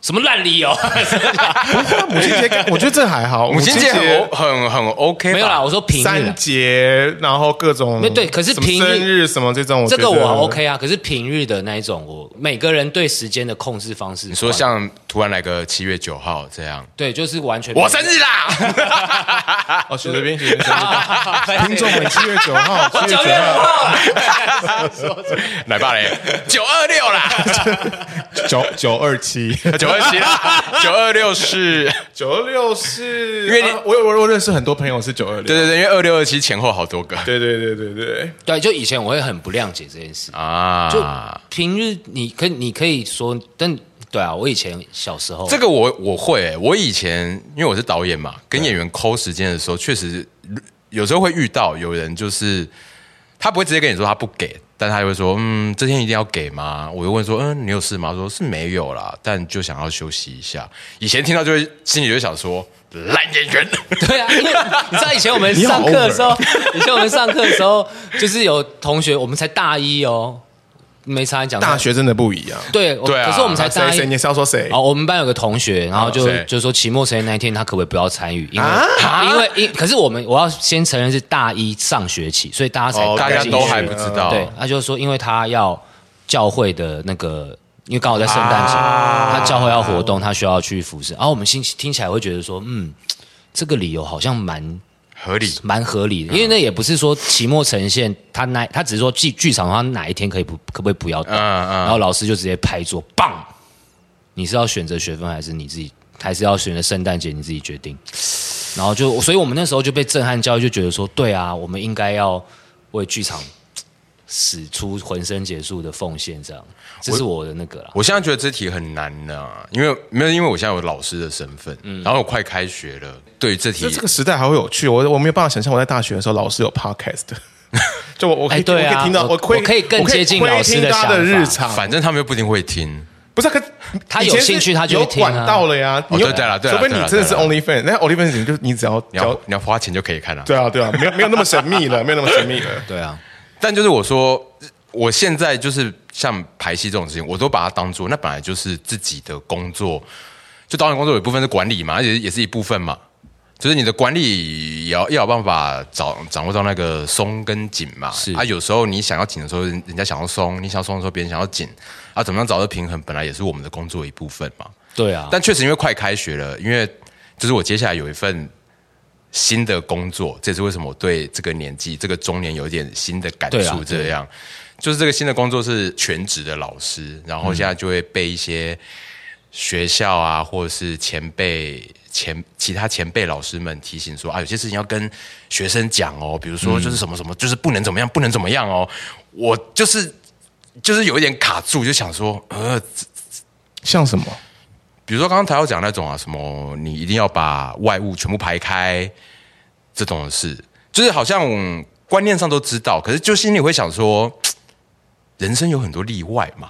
[SPEAKER 1] 什么烂理由？
[SPEAKER 2] 母亲节干，我觉得这还好。
[SPEAKER 3] 母亲节很很很 OK，吧
[SPEAKER 1] 没有啦，我说平日
[SPEAKER 2] 三
[SPEAKER 1] 啦，
[SPEAKER 2] 节，然后各种
[SPEAKER 1] 没对可是
[SPEAKER 2] 什么
[SPEAKER 1] 平日
[SPEAKER 2] 生日什么这种，
[SPEAKER 1] 这个
[SPEAKER 2] 觉
[SPEAKER 1] 我
[SPEAKER 2] 得
[SPEAKER 1] OK 啊。可是平日的那一种，我每个人对时间的控制方式不一样，
[SPEAKER 3] 你说像突然来个七月九号这 样，
[SPEAKER 1] 对，就是完全
[SPEAKER 3] 我生日啦！
[SPEAKER 2] 哦，许哲斌，许哲斌， 听
[SPEAKER 1] 听
[SPEAKER 2] 众们，七月九号，七 月
[SPEAKER 1] 九
[SPEAKER 2] 九
[SPEAKER 1] 月五
[SPEAKER 2] 号，
[SPEAKER 1] 号，
[SPEAKER 3] 奶爸嘞，九二六 啦，
[SPEAKER 2] 九 九二七，
[SPEAKER 3] 九二七啦，九二六是，
[SPEAKER 2] 九二六是，因啊
[SPEAKER 3] 为你
[SPEAKER 2] 我有我有认识很多朋友是九二六，
[SPEAKER 3] 对对对，因为二六二七前后好多个
[SPEAKER 2] 对对对对对，
[SPEAKER 1] 对，就以前我会很不谅解这件事。就
[SPEAKER 3] 啊。
[SPEAKER 1] 平日你可你可以说，但对啊，我以前小时候
[SPEAKER 3] 这个我我会欸、我以前因为我是导演嘛，跟演员抠时间的时候，确实有时候会遇到有人就是他不会直接跟你说他不给，但他就会说嗯，这天一定要给吗？我就问说嗯，你有事吗？他说是没有啦，但就想要休息一下。以前听到就会心里就会想说烂演员，
[SPEAKER 1] 对啊，因为你知道以前我们
[SPEAKER 2] 你好
[SPEAKER 1] 上课的时候，以前我们上课的时候，就是有同学，我们才大一哦，没差讲
[SPEAKER 2] 大学真的不一样，
[SPEAKER 1] 对，我
[SPEAKER 3] 对啊
[SPEAKER 1] 可是我们才大
[SPEAKER 2] 谁谁
[SPEAKER 1] 一
[SPEAKER 2] 你。是要说谁
[SPEAKER 1] 哦，？我们班有个同学，然后就、
[SPEAKER 3] 哦谁啊
[SPEAKER 1] 就说期末实验那一天他可不可以不要参与？因为、因为因可是我们我要先承认是大一上学期，所以大家才
[SPEAKER 2] 哦
[SPEAKER 1] 刚
[SPEAKER 3] 哎大家
[SPEAKER 1] 进
[SPEAKER 3] 都
[SPEAKER 1] 去
[SPEAKER 3] 还不知
[SPEAKER 2] 嗯
[SPEAKER 3] 道。
[SPEAKER 1] 对，他就说因为他要教会的那个，因为刚好在圣诞节，
[SPEAKER 3] 啊
[SPEAKER 1] 他教会要活动，他需要去服侍。然、后我们听听起来会觉得说，嗯，这个理由好像蛮
[SPEAKER 3] 合理。
[SPEAKER 1] 蛮合理的，因为那也不是说期末呈现，他那他只是说剧剧场他哪一天可以不可不可以不要动，
[SPEAKER 3] 嗯嗯
[SPEAKER 1] 然后老师就直接拍桌，棒！你是要选择学分还是你自己，还是要选择圣诞节你自己决定？然后就，所以我们那时候就被震撼教育，就觉得说，对啊，我们应该要为剧场使出浑身解数的奉献，这样，这是我的那个啦。
[SPEAKER 3] 我现在觉得这题很难呢、因为没有，因为我现在有老师的身份，然后我快开学了，对于这题
[SPEAKER 2] 就嗯这个时代还会有趣，我我没有办法想象我在大学的时候 老师有 podcast，就我我可以
[SPEAKER 1] 哎对啊
[SPEAKER 2] 我可以听到
[SPEAKER 1] 我
[SPEAKER 2] 可以
[SPEAKER 1] 我可以更
[SPEAKER 2] 我可以
[SPEAKER 1] 接近老师的
[SPEAKER 2] 窥听他的
[SPEAKER 1] 想法
[SPEAKER 2] 日常，
[SPEAKER 3] 反正他们又不一定会听。
[SPEAKER 2] 不是，可
[SPEAKER 1] 他
[SPEAKER 2] 以
[SPEAKER 1] 有
[SPEAKER 2] 前是
[SPEAKER 1] 兴趣他就会
[SPEAKER 2] 有
[SPEAKER 1] 听啊
[SPEAKER 2] 管到了呀。你有
[SPEAKER 3] 哦对对啦对啦
[SPEAKER 2] 除非你
[SPEAKER 3] 对啦
[SPEAKER 2] 真的是
[SPEAKER 3] 对啦
[SPEAKER 2] only fan，那 only fan 你就你只要只
[SPEAKER 3] 你
[SPEAKER 2] 要
[SPEAKER 3] 要你要花钱就可以看了、
[SPEAKER 2] 对啊对啊，没有没有那么神秘了，没有那么神秘了。
[SPEAKER 1] 对啊，
[SPEAKER 3] 但就是我说，我现在就是像排戏这种事情，我都把它当做那本来就是自己的工作。就导演工作有一部分是管理嘛，而且也是一部分嘛，就是你的管理也要要有办法掌掌握到那个松跟紧嘛。
[SPEAKER 1] 是
[SPEAKER 3] 啊，有时候你想要紧的时候，人人家想要松；你想要松的时候，别人想要紧。啊，怎么样找到平衡，本来也是我们的工作一部分嘛。
[SPEAKER 1] 对啊，
[SPEAKER 3] 但确实因为快开学了，因为就是我接下来有一份新的工作，这也是为什么我对这个年纪、这个中年有一点新的感
[SPEAKER 1] 对啊
[SPEAKER 3] 触。这样，就是这个新的工作是全职的老师，然后现在就会被一些学校啊，或者是前辈。前其他前辈老师们提醒说啊，有些事情要跟学生讲哦，比如
[SPEAKER 1] 嗯
[SPEAKER 3] 说就是什么什么，就是不能怎么样，不能怎么样哦。我就是就是有一点卡住，就想说，呃，
[SPEAKER 2] 像什么？
[SPEAKER 3] 比如说刚刚台要讲那种啊，什么你一定要把外物全部排开这种的事，就是好像观念上都知道，可是就心里会想说，嘖人生有很多例外嘛，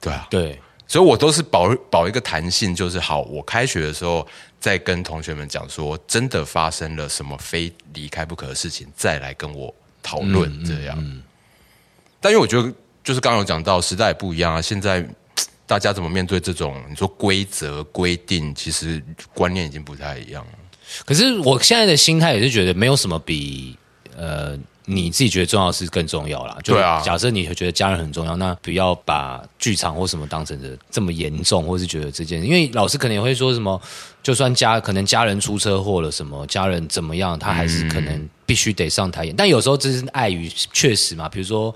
[SPEAKER 3] 对啊，
[SPEAKER 1] 对，
[SPEAKER 3] 所以我都是保保一个弹性，就是好，我开学的时候再跟同学们讲说，真的发生了什么非离开不可的事情，再来跟我讨论这样。但因为我觉得，就是刚刚有讲到时代也不一样啊，现在嘖大家怎么面对这种你说规则规定，其实观念已经不太一样了。
[SPEAKER 1] 可是我现在的心态也是觉得没有什么比呃你自己觉得重要的事更重要啦。就
[SPEAKER 3] 对啊
[SPEAKER 1] 假设你觉得家人很重要，那不要把剧场或什么当成的这么严重，或是觉得这件，因为老师可能也会说什么，就算家可能家人出车祸了，什么家人怎么样，他还是可能必须得上台演。但有时候这是碍于确实嘛，比如说。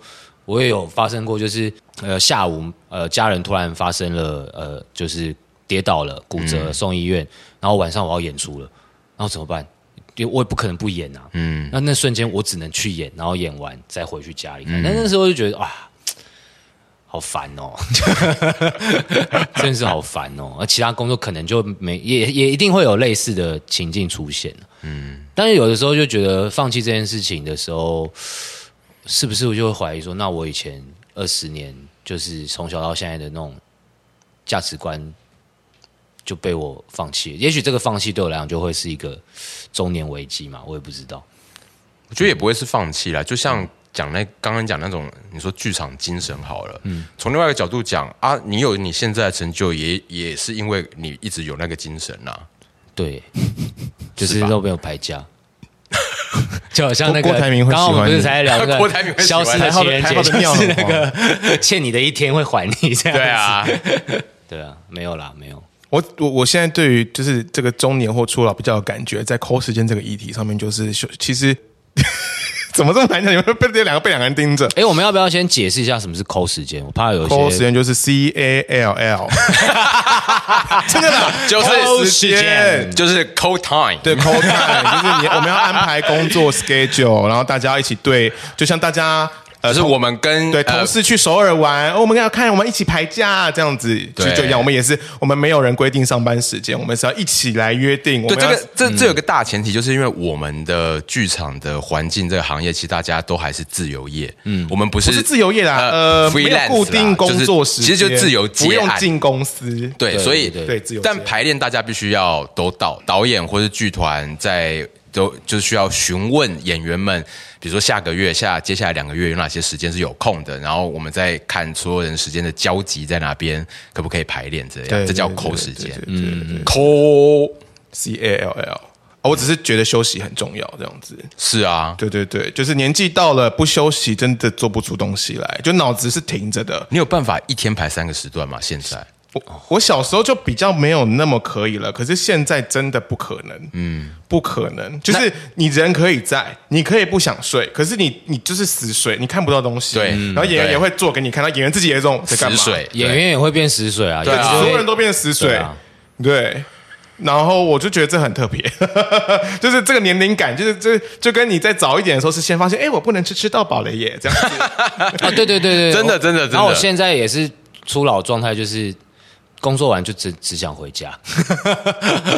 [SPEAKER 1] 我也有发生过，就是呃下午呃家人突然发生了呃就是跌倒了骨折
[SPEAKER 3] 嗯
[SPEAKER 1] 了送医院，然后晚上我要演出了，然后怎么办？因为我也不可能不演啊。嗯，那那瞬间我只能去演，然后演完再回去家里看。但那时候就觉得啊，好烦哦， 真的是好烦哦。而其他工作可能就没，也也一定会有类似的情境出现。嗯，但是有的时候就觉得放弃这件事情的时候，是不是我就会怀疑说，那我以前二十年就是从小到现在的那种价值观。就被我放弃了，也许这个放弃对我来讲就会是一个中年危机嘛，我也不知道。
[SPEAKER 3] 嗯我觉得也不会是放弃啦，就像讲那刚刚讲那种，你说剧场精神好了，嗯，从另外一个角度讲啊，你有你现在的成就也，也是因为你一直有那个精神啊呐、
[SPEAKER 1] 对，就是
[SPEAKER 3] 是吧
[SPEAKER 1] 都没有排假， 就好像那个
[SPEAKER 2] 郭郭台铭会喜欢
[SPEAKER 1] 刚刚我们不是
[SPEAKER 2] 你
[SPEAKER 1] 才聊那
[SPEAKER 3] 郭台铭
[SPEAKER 1] 个
[SPEAKER 3] 会喜欢
[SPEAKER 1] 消失的情人节，
[SPEAKER 2] 台号的
[SPEAKER 1] 就
[SPEAKER 2] 台号的
[SPEAKER 1] 是
[SPEAKER 2] 庙
[SPEAKER 1] 那个欠你的一天会还你这样。
[SPEAKER 3] 对，啊，
[SPEAKER 1] 对啊，没有啦，没有。
[SPEAKER 2] 我我我现在对于就是这个中年或初老比较有感觉，在抠时间这个议题上面，就是就其实 怎么这么难讲？你们被这两个被两个人盯着。
[SPEAKER 1] 哎，我们要不要先解释一下什么是抠时间？我怕有一
[SPEAKER 2] 抠时
[SPEAKER 1] 些
[SPEAKER 2] 间就是 C A L L，真的啦，
[SPEAKER 3] 就是
[SPEAKER 2] 抠时
[SPEAKER 1] 时
[SPEAKER 2] 间
[SPEAKER 1] 间。
[SPEAKER 3] 就是 call time，
[SPEAKER 2] 对，call time 就是你我们要安排工作 schedule，然后大家一起对，就像大家呃
[SPEAKER 3] 可是
[SPEAKER 2] 同
[SPEAKER 3] 我们跟
[SPEAKER 2] 对
[SPEAKER 3] 呃
[SPEAKER 2] 同事去首尔玩，哦我们要看我们一起排假这样子，就
[SPEAKER 3] 对
[SPEAKER 2] 就一样，我们也是我们没有人规定上班时间，我们是要一起来约定，我
[SPEAKER 3] 对这
[SPEAKER 2] 们要嗯
[SPEAKER 3] 个这这有个大前提，就是因为我们的剧场的环境这个行业，其实大家都还是自由业，嗯，我们不是
[SPEAKER 2] 不是自由业啦，呃，没有
[SPEAKER 3] freelance 啦
[SPEAKER 2] 固定工作时
[SPEAKER 3] 就是
[SPEAKER 2] 间，
[SPEAKER 3] 其实就自由
[SPEAKER 2] 不
[SPEAKER 3] 接
[SPEAKER 2] 用
[SPEAKER 3] 案，
[SPEAKER 2] 进公司，
[SPEAKER 3] 对，
[SPEAKER 1] 对
[SPEAKER 3] 所以
[SPEAKER 1] 对
[SPEAKER 2] 对，自由接案，
[SPEAKER 3] 但排练大家必须要都到，导演或是剧团在都就是需要询问演员们，比如说下个月下接下来两个月有哪些时间是有空的，然后我们再看所有人时间的交集在哪边，可不可以排练这
[SPEAKER 2] 对
[SPEAKER 3] 样，这叫
[SPEAKER 2] 对对
[SPEAKER 3] 抠
[SPEAKER 2] 对
[SPEAKER 3] 时
[SPEAKER 2] 对
[SPEAKER 3] 间
[SPEAKER 2] 对，对对对
[SPEAKER 3] 抠
[SPEAKER 2] ，C A L L。哦我只是觉得休息很重要，这样子。
[SPEAKER 3] 是啊，
[SPEAKER 2] 对对对，就是年纪到了不休息，真的做不出东西来，就脑子是停着的。
[SPEAKER 3] 你有办法一天排三个时段吗？现在？
[SPEAKER 2] 我我小时候就比较没有那么可以了，可是现在真的不可能，嗯，不可能。就是你人可以在，你可以不想睡，可是你你就是死睡，你看不到东西。
[SPEAKER 3] 对嗯
[SPEAKER 2] 然后演员
[SPEAKER 3] 对
[SPEAKER 2] 也会做给你看，到演员自己也有这种在干
[SPEAKER 3] 死
[SPEAKER 2] 嘛？
[SPEAKER 3] 水
[SPEAKER 1] 演员也会变死水啊，
[SPEAKER 3] 对啊
[SPEAKER 1] 有时候
[SPEAKER 2] 所有人都变死水，
[SPEAKER 1] 对
[SPEAKER 2] 对,、
[SPEAKER 1] 啊
[SPEAKER 2] 然后我就觉得这很特别， 就是这个年龄感，就是这就跟你在早一点的时候是先发现，哎，我不能吃吃到饱了耶，这样 子。
[SPEAKER 1] 啊，对对对对，
[SPEAKER 3] 真的
[SPEAKER 1] 我
[SPEAKER 3] 真的真的
[SPEAKER 1] 然后我现在也是初老状态，就是工作完就只只想回家。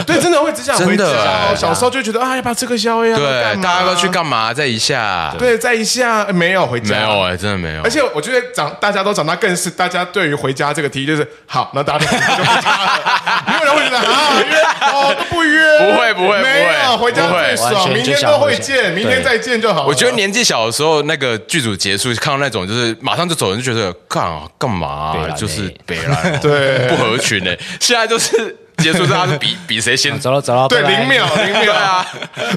[SPEAKER 2] 对，真的会只想
[SPEAKER 3] 真
[SPEAKER 2] 回
[SPEAKER 3] 的
[SPEAKER 2] 家。
[SPEAKER 3] 哎
[SPEAKER 2] 小时候就觉得啊，要不要吃个宵夜啊？
[SPEAKER 3] 对
[SPEAKER 2] 干，嘛
[SPEAKER 3] 大家都去干嘛？再一下，
[SPEAKER 2] 对，再一下哎没有回
[SPEAKER 3] 没
[SPEAKER 2] 家，
[SPEAKER 3] 有哎、真的没有。
[SPEAKER 2] 而且我觉得长大家都长大，更是大家对于回家这个提议就是好，那大家都就回家了，没有人会觉得啊约哦都不约，
[SPEAKER 3] 不会不会不会
[SPEAKER 2] 没有回家
[SPEAKER 3] 不会
[SPEAKER 2] 最
[SPEAKER 1] 完
[SPEAKER 2] 爽，
[SPEAKER 1] 全
[SPEAKER 2] 明
[SPEAKER 1] 就
[SPEAKER 2] 天
[SPEAKER 1] 想
[SPEAKER 2] 都会
[SPEAKER 1] 回家
[SPEAKER 2] 见，明
[SPEAKER 1] 对
[SPEAKER 2] 天再见就
[SPEAKER 1] 哦
[SPEAKER 2] 好了。
[SPEAKER 3] 我觉得年纪小的时候，那个剧组结束看到那种就是马上就走人，就觉得干啊干嘛啊、
[SPEAKER 1] 北兰欸
[SPEAKER 3] 就是北兰、
[SPEAKER 2] 对
[SPEAKER 3] 不合群哎、现在就是结束之后他是比比谁 先
[SPEAKER 1] 啊走了走了，
[SPEAKER 2] 对
[SPEAKER 1] 拜拜
[SPEAKER 2] 零秒零秒啊，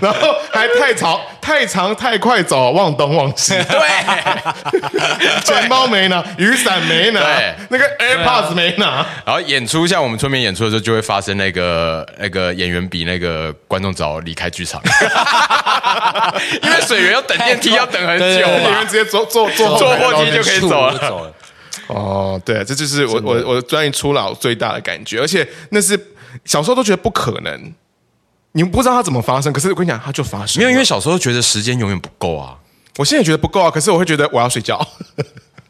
[SPEAKER 2] 然后还太长太长太快走，忘东忘 西，
[SPEAKER 3] 对，
[SPEAKER 2] 钱包没拿，雨伞没拿
[SPEAKER 3] 对，啊
[SPEAKER 2] 那个 AirPods 没拿，
[SPEAKER 3] 然后演出像我们村民演出的时候，就会发生那个那个演员比那个观众早离开剧 场，因为水源要等电梯要等很
[SPEAKER 1] 对
[SPEAKER 3] 久
[SPEAKER 1] 对
[SPEAKER 2] 演员
[SPEAKER 3] 嘛
[SPEAKER 2] 直。接坐坐坐
[SPEAKER 3] 坐
[SPEAKER 2] 后台
[SPEAKER 3] 货机就可以走了
[SPEAKER 1] 就走了。
[SPEAKER 2] 哦，对，这就是我我我关于初老最大的感觉，而且那是小时候都觉得不可能，你不知道它怎么发生，可是我跟你讲，它就发生了。
[SPEAKER 3] 没有，因为小时候觉得时间永远不够啊，
[SPEAKER 2] 我现在觉得不够啊，可是我会觉得我要睡觉，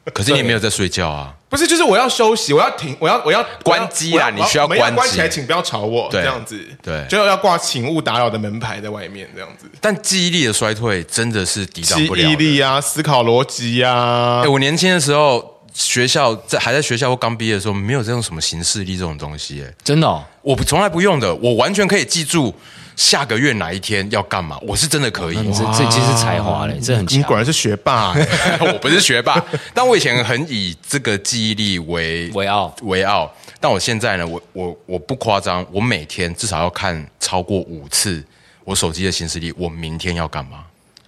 [SPEAKER 3] 可是你也没有在睡觉啊。
[SPEAKER 2] 不是，就是我要休息，我要停，我要我要
[SPEAKER 3] 关机啦
[SPEAKER 2] 我要
[SPEAKER 3] 你需要
[SPEAKER 2] 我门要
[SPEAKER 3] 关机
[SPEAKER 2] 关起来，请不要吵我，
[SPEAKER 3] 对
[SPEAKER 2] 这样子，
[SPEAKER 3] 对
[SPEAKER 2] 就要挂请勿打扰的门牌在外面，这样子，
[SPEAKER 3] 但记忆力的衰退真的是抵挡
[SPEAKER 2] 记
[SPEAKER 3] 不了的。
[SPEAKER 2] 忆力啊，思考逻辑啊
[SPEAKER 3] 哎、，我年轻的时候，学校在还在学校或刚毕业的时候，没有这种什么形式力这种东西、哎，
[SPEAKER 1] 真的、哦，
[SPEAKER 3] 我不从来不用的，我完全可以记住下个月哪一天要干嘛，我是真的可以。
[SPEAKER 1] 你这这已经是才华嘞，这很
[SPEAKER 2] 你
[SPEAKER 1] 强。
[SPEAKER 2] 果然是学霸、欸
[SPEAKER 3] 我不是学霸，但我以前很以这个记忆力为
[SPEAKER 1] 为傲
[SPEAKER 3] 为傲。但我现在呢，我我我不夸张，我每天至少要看超过五次我手机的行事历，我明天要干嘛？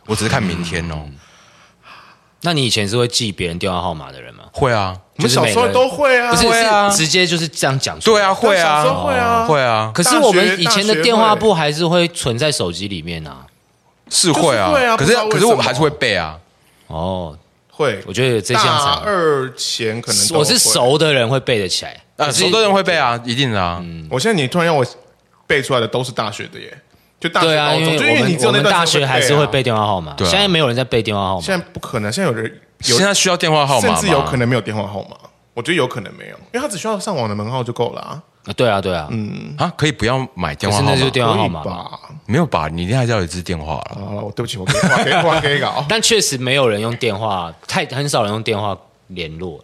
[SPEAKER 3] 我只是看明天哦。
[SPEAKER 1] 那你以前是会记别人电话号码的人吗？
[SPEAKER 3] 会啊，
[SPEAKER 2] 我们小时候都会啊，
[SPEAKER 1] 不是，
[SPEAKER 2] 会
[SPEAKER 3] 啊
[SPEAKER 1] 是直接就是这样讲出来
[SPEAKER 3] 对啊，。会
[SPEAKER 2] 小
[SPEAKER 3] 啊，
[SPEAKER 2] 时候会啊
[SPEAKER 3] 会啊，
[SPEAKER 1] 可是我们以前的电话簿还是会存在手机里面啊。
[SPEAKER 3] 是会啊，
[SPEAKER 2] 就是会啊
[SPEAKER 3] 可是
[SPEAKER 2] 不知道为
[SPEAKER 3] 可是
[SPEAKER 2] 什
[SPEAKER 3] 我
[SPEAKER 2] 么
[SPEAKER 3] 还是会背啊，
[SPEAKER 1] 哦，
[SPEAKER 2] 会，
[SPEAKER 1] 我觉得这项
[SPEAKER 2] 大
[SPEAKER 1] 才
[SPEAKER 2] 二前可能都
[SPEAKER 1] 我是
[SPEAKER 2] 会，
[SPEAKER 1] 熟的人会背得起来，
[SPEAKER 3] 呃，
[SPEAKER 1] 可是
[SPEAKER 3] 熟的人会背啊，一定的啊，
[SPEAKER 2] 嗯我现在你突然让我背出来的都是大学的耶，就大学
[SPEAKER 1] 对啊，
[SPEAKER 2] 高
[SPEAKER 1] 因
[SPEAKER 2] 中，就因
[SPEAKER 1] 为我
[SPEAKER 2] 为你
[SPEAKER 1] 们
[SPEAKER 2] 只有
[SPEAKER 1] 我
[SPEAKER 2] 那
[SPEAKER 1] 们
[SPEAKER 2] 段
[SPEAKER 1] 大
[SPEAKER 2] 时间
[SPEAKER 1] 学还是
[SPEAKER 2] 啊
[SPEAKER 1] 会背电话号码，
[SPEAKER 3] 对啊
[SPEAKER 1] 现在没有人在背电话号码。
[SPEAKER 2] 现在不可能，现在有人有
[SPEAKER 3] 现在需要电话号码
[SPEAKER 2] 甚
[SPEAKER 3] 吗？
[SPEAKER 2] 至有可能没有电话号码，我觉得有可能没有，因为他只需要上网的门号就够了、啊，
[SPEAKER 1] 啊对啊，对啊，
[SPEAKER 2] 嗯
[SPEAKER 3] 啊，可以不要买电
[SPEAKER 1] 可
[SPEAKER 3] 话
[SPEAKER 1] 是
[SPEAKER 3] 号
[SPEAKER 1] 那
[SPEAKER 3] 码
[SPEAKER 1] 就是电话号
[SPEAKER 2] 可以
[SPEAKER 1] 码。
[SPEAKER 2] 吧？
[SPEAKER 3] 没有吧？你一定还是要有一支电话了。
[SPEAKER 2] 好了，我对不起，我给画给
[SPEAKER 1] 。
[SPEAKER 2] 画给搞
[SPEAKER 1] 但确实没有人用电话，太很少人用电话联络。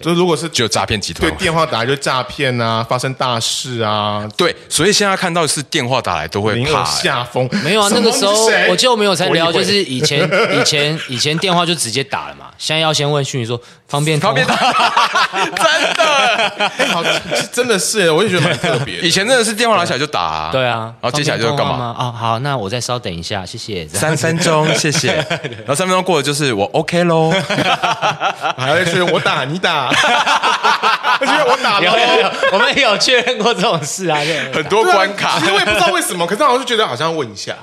[SPEAKER 2] 就是如果是
[SPEAKER 3] 就诈骗集团
[SPEAKER 2] 对。电话打来就诈骗啊，发生大事啊，
[SPEAKER 3] 对，所以现在看到是电话打来都会
[SPEAKER 2] 名额
[SPEAKER 3] 怕、欸
[SPEAKER 2] 下风。
[SPEAKER 1] 啊没有啊，
[SPEAKER 2] 什
[SPEAKER 1] 那
[SPEAKER 2] 么
[SPEAKER 1] 个时候
[SPEAKER 2] 你是谁
[SPEAKER 1] 我记得我们有才聊，
[SPEAKER 2] 我以
[SPEAKER 1] 就
[SPEAKER 2] 为
[SPEAKER 1] 是以前 以前以前电话就直接打了嘛，现在要先问讯息说方便
[SPEAKER 3] 方便
[SPEAKER 1] 打，
[SPEAKER 3] 真的，
[SPEAKER 2] 哎好，是真的是，我就觉得蛮特别 的
[SPEAKER 3] 以。前真的是电话拿起来就打、啊，
[SPEAKER 1] 对啊，
[SPEAKER 3] 然后接下来就
[SPEAKER 1] 方便
[SPEAKER 3] 是干
[SPEAKER 1] 通话
[SPEAKER 3] 嘛？
[SPEAKER 1] 吗？哦，好，那我再稍等一下，谢谢。 这样
[SPEAKER 3] 三分钟，谢谢。然后三分钟过了，就是我 OK 喽。
[SPEAKER 2] 还会是我打你 打，而且我打
[SPEAKER 1] 有有有
[SPEAKER 2] 了，，
[SPEAKER 1] 我们有确认过这种事啊，对
[SPEAKER 3] 很多关卡
[SPEAKER 2] 啊其，实我也不知道为什么，可是好像就觉得好像问一下，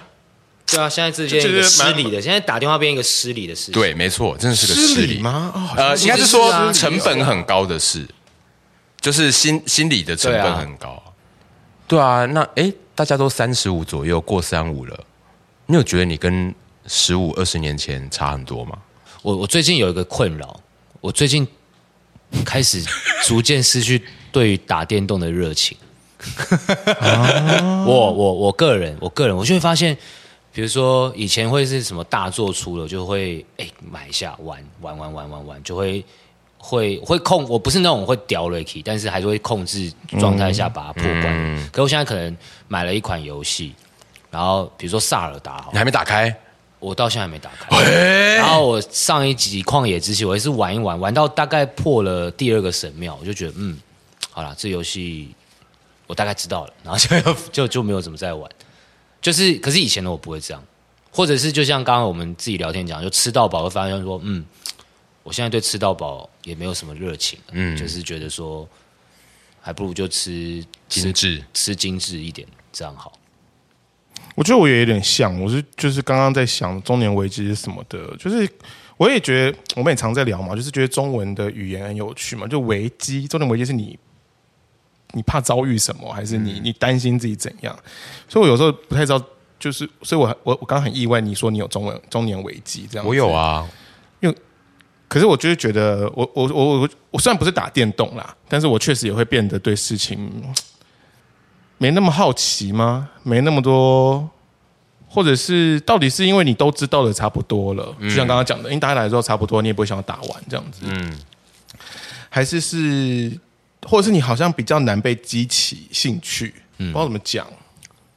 [SPEAKER 1] 对啊，现在这变一个
[SPEAKER 2] 就觉得
[SPEAKER 1] 失
[SPEAKER 2] 蛮
[SPEAKER 1] 礼的，现在打电话变一个失礼的事情。
[SPEAKER 3] 对，没错，真的是个失礼？
[SPEAKER 2] 吗？哦，
[SPEAKER 3] 呃，应该是哦
[SPEAKER 1] 是啊
[SPEAKER 3] 说成本很高的事，就是心心理的成本很高。对啊，那诶，大家都三十五左右，过三五了，你有觉得你跟十五二十年前差很多吗？
[SPEAKER 1] 我我最近有一个困扰，我最近开始逐渐失去对于打电动的热情。我我我个人，我个人，我就会发现，比如说以前会是什么大作出了，就会哎买一下玩玩玩玩玩玩，就会会会控，我不是那种会屌 r i k y 但是还是会控制状态下把它破关。可我现在可能买了一款游戏，然后比如说萨尔达好
[SPEAKER 3] 你，还没打开？
[SPEAKER 1] 我到现在还没打开。
[SPEAKER 3] 诶，
[SPEAKER 1] 然后我上一集《旷野之息》，我也是玩一玩，玩到大概破了第二个神庙，我就觉得嗯，好了，这游戏我大概知道了，然后就就就没有怎么再玩。 就是，可是以前的我不会这样，或者是就像刚刚我们自己聊天讲，就吃到饱会发现说，嗯，我现在对吃到饱也没有什么热情，嗯，就是觉得说，还不如就吃
[SPEAKER 3] 精致
[SPEAKER 1] 吃精致一点，这样好。
[SPEAKER 2] 我觉得我也有点像，我是就是刚刚在想中年危机什么的，就是我也觉得我们也常在聊嘛，就是觉得中文的语言很有趣嘛，就危机，中年危机是你你怕遭遇什么，还是
[SPEAKER 3] 嗯
[SPEAKER 2] 你你担心自己怎样？所以我有时候不太知道，就是所以我我我刚刚很意外，你说你有中文中年危机这样，
[SPEAKER 3] 我有。啊，
[SPEAKER 2] 可是我就是觉得我，我我我我我虽然不是打电动啦，但是我确实也会变得对事情没那么好奇吗？没那么多，或者是到底是因为你都知道的差不多了，就像刚刚讲的，因为大家来之后差不多，你也不会想要打完这样子，嗯，还是是，或者是你好像比较难被激起兴趣，不知道怎么讲，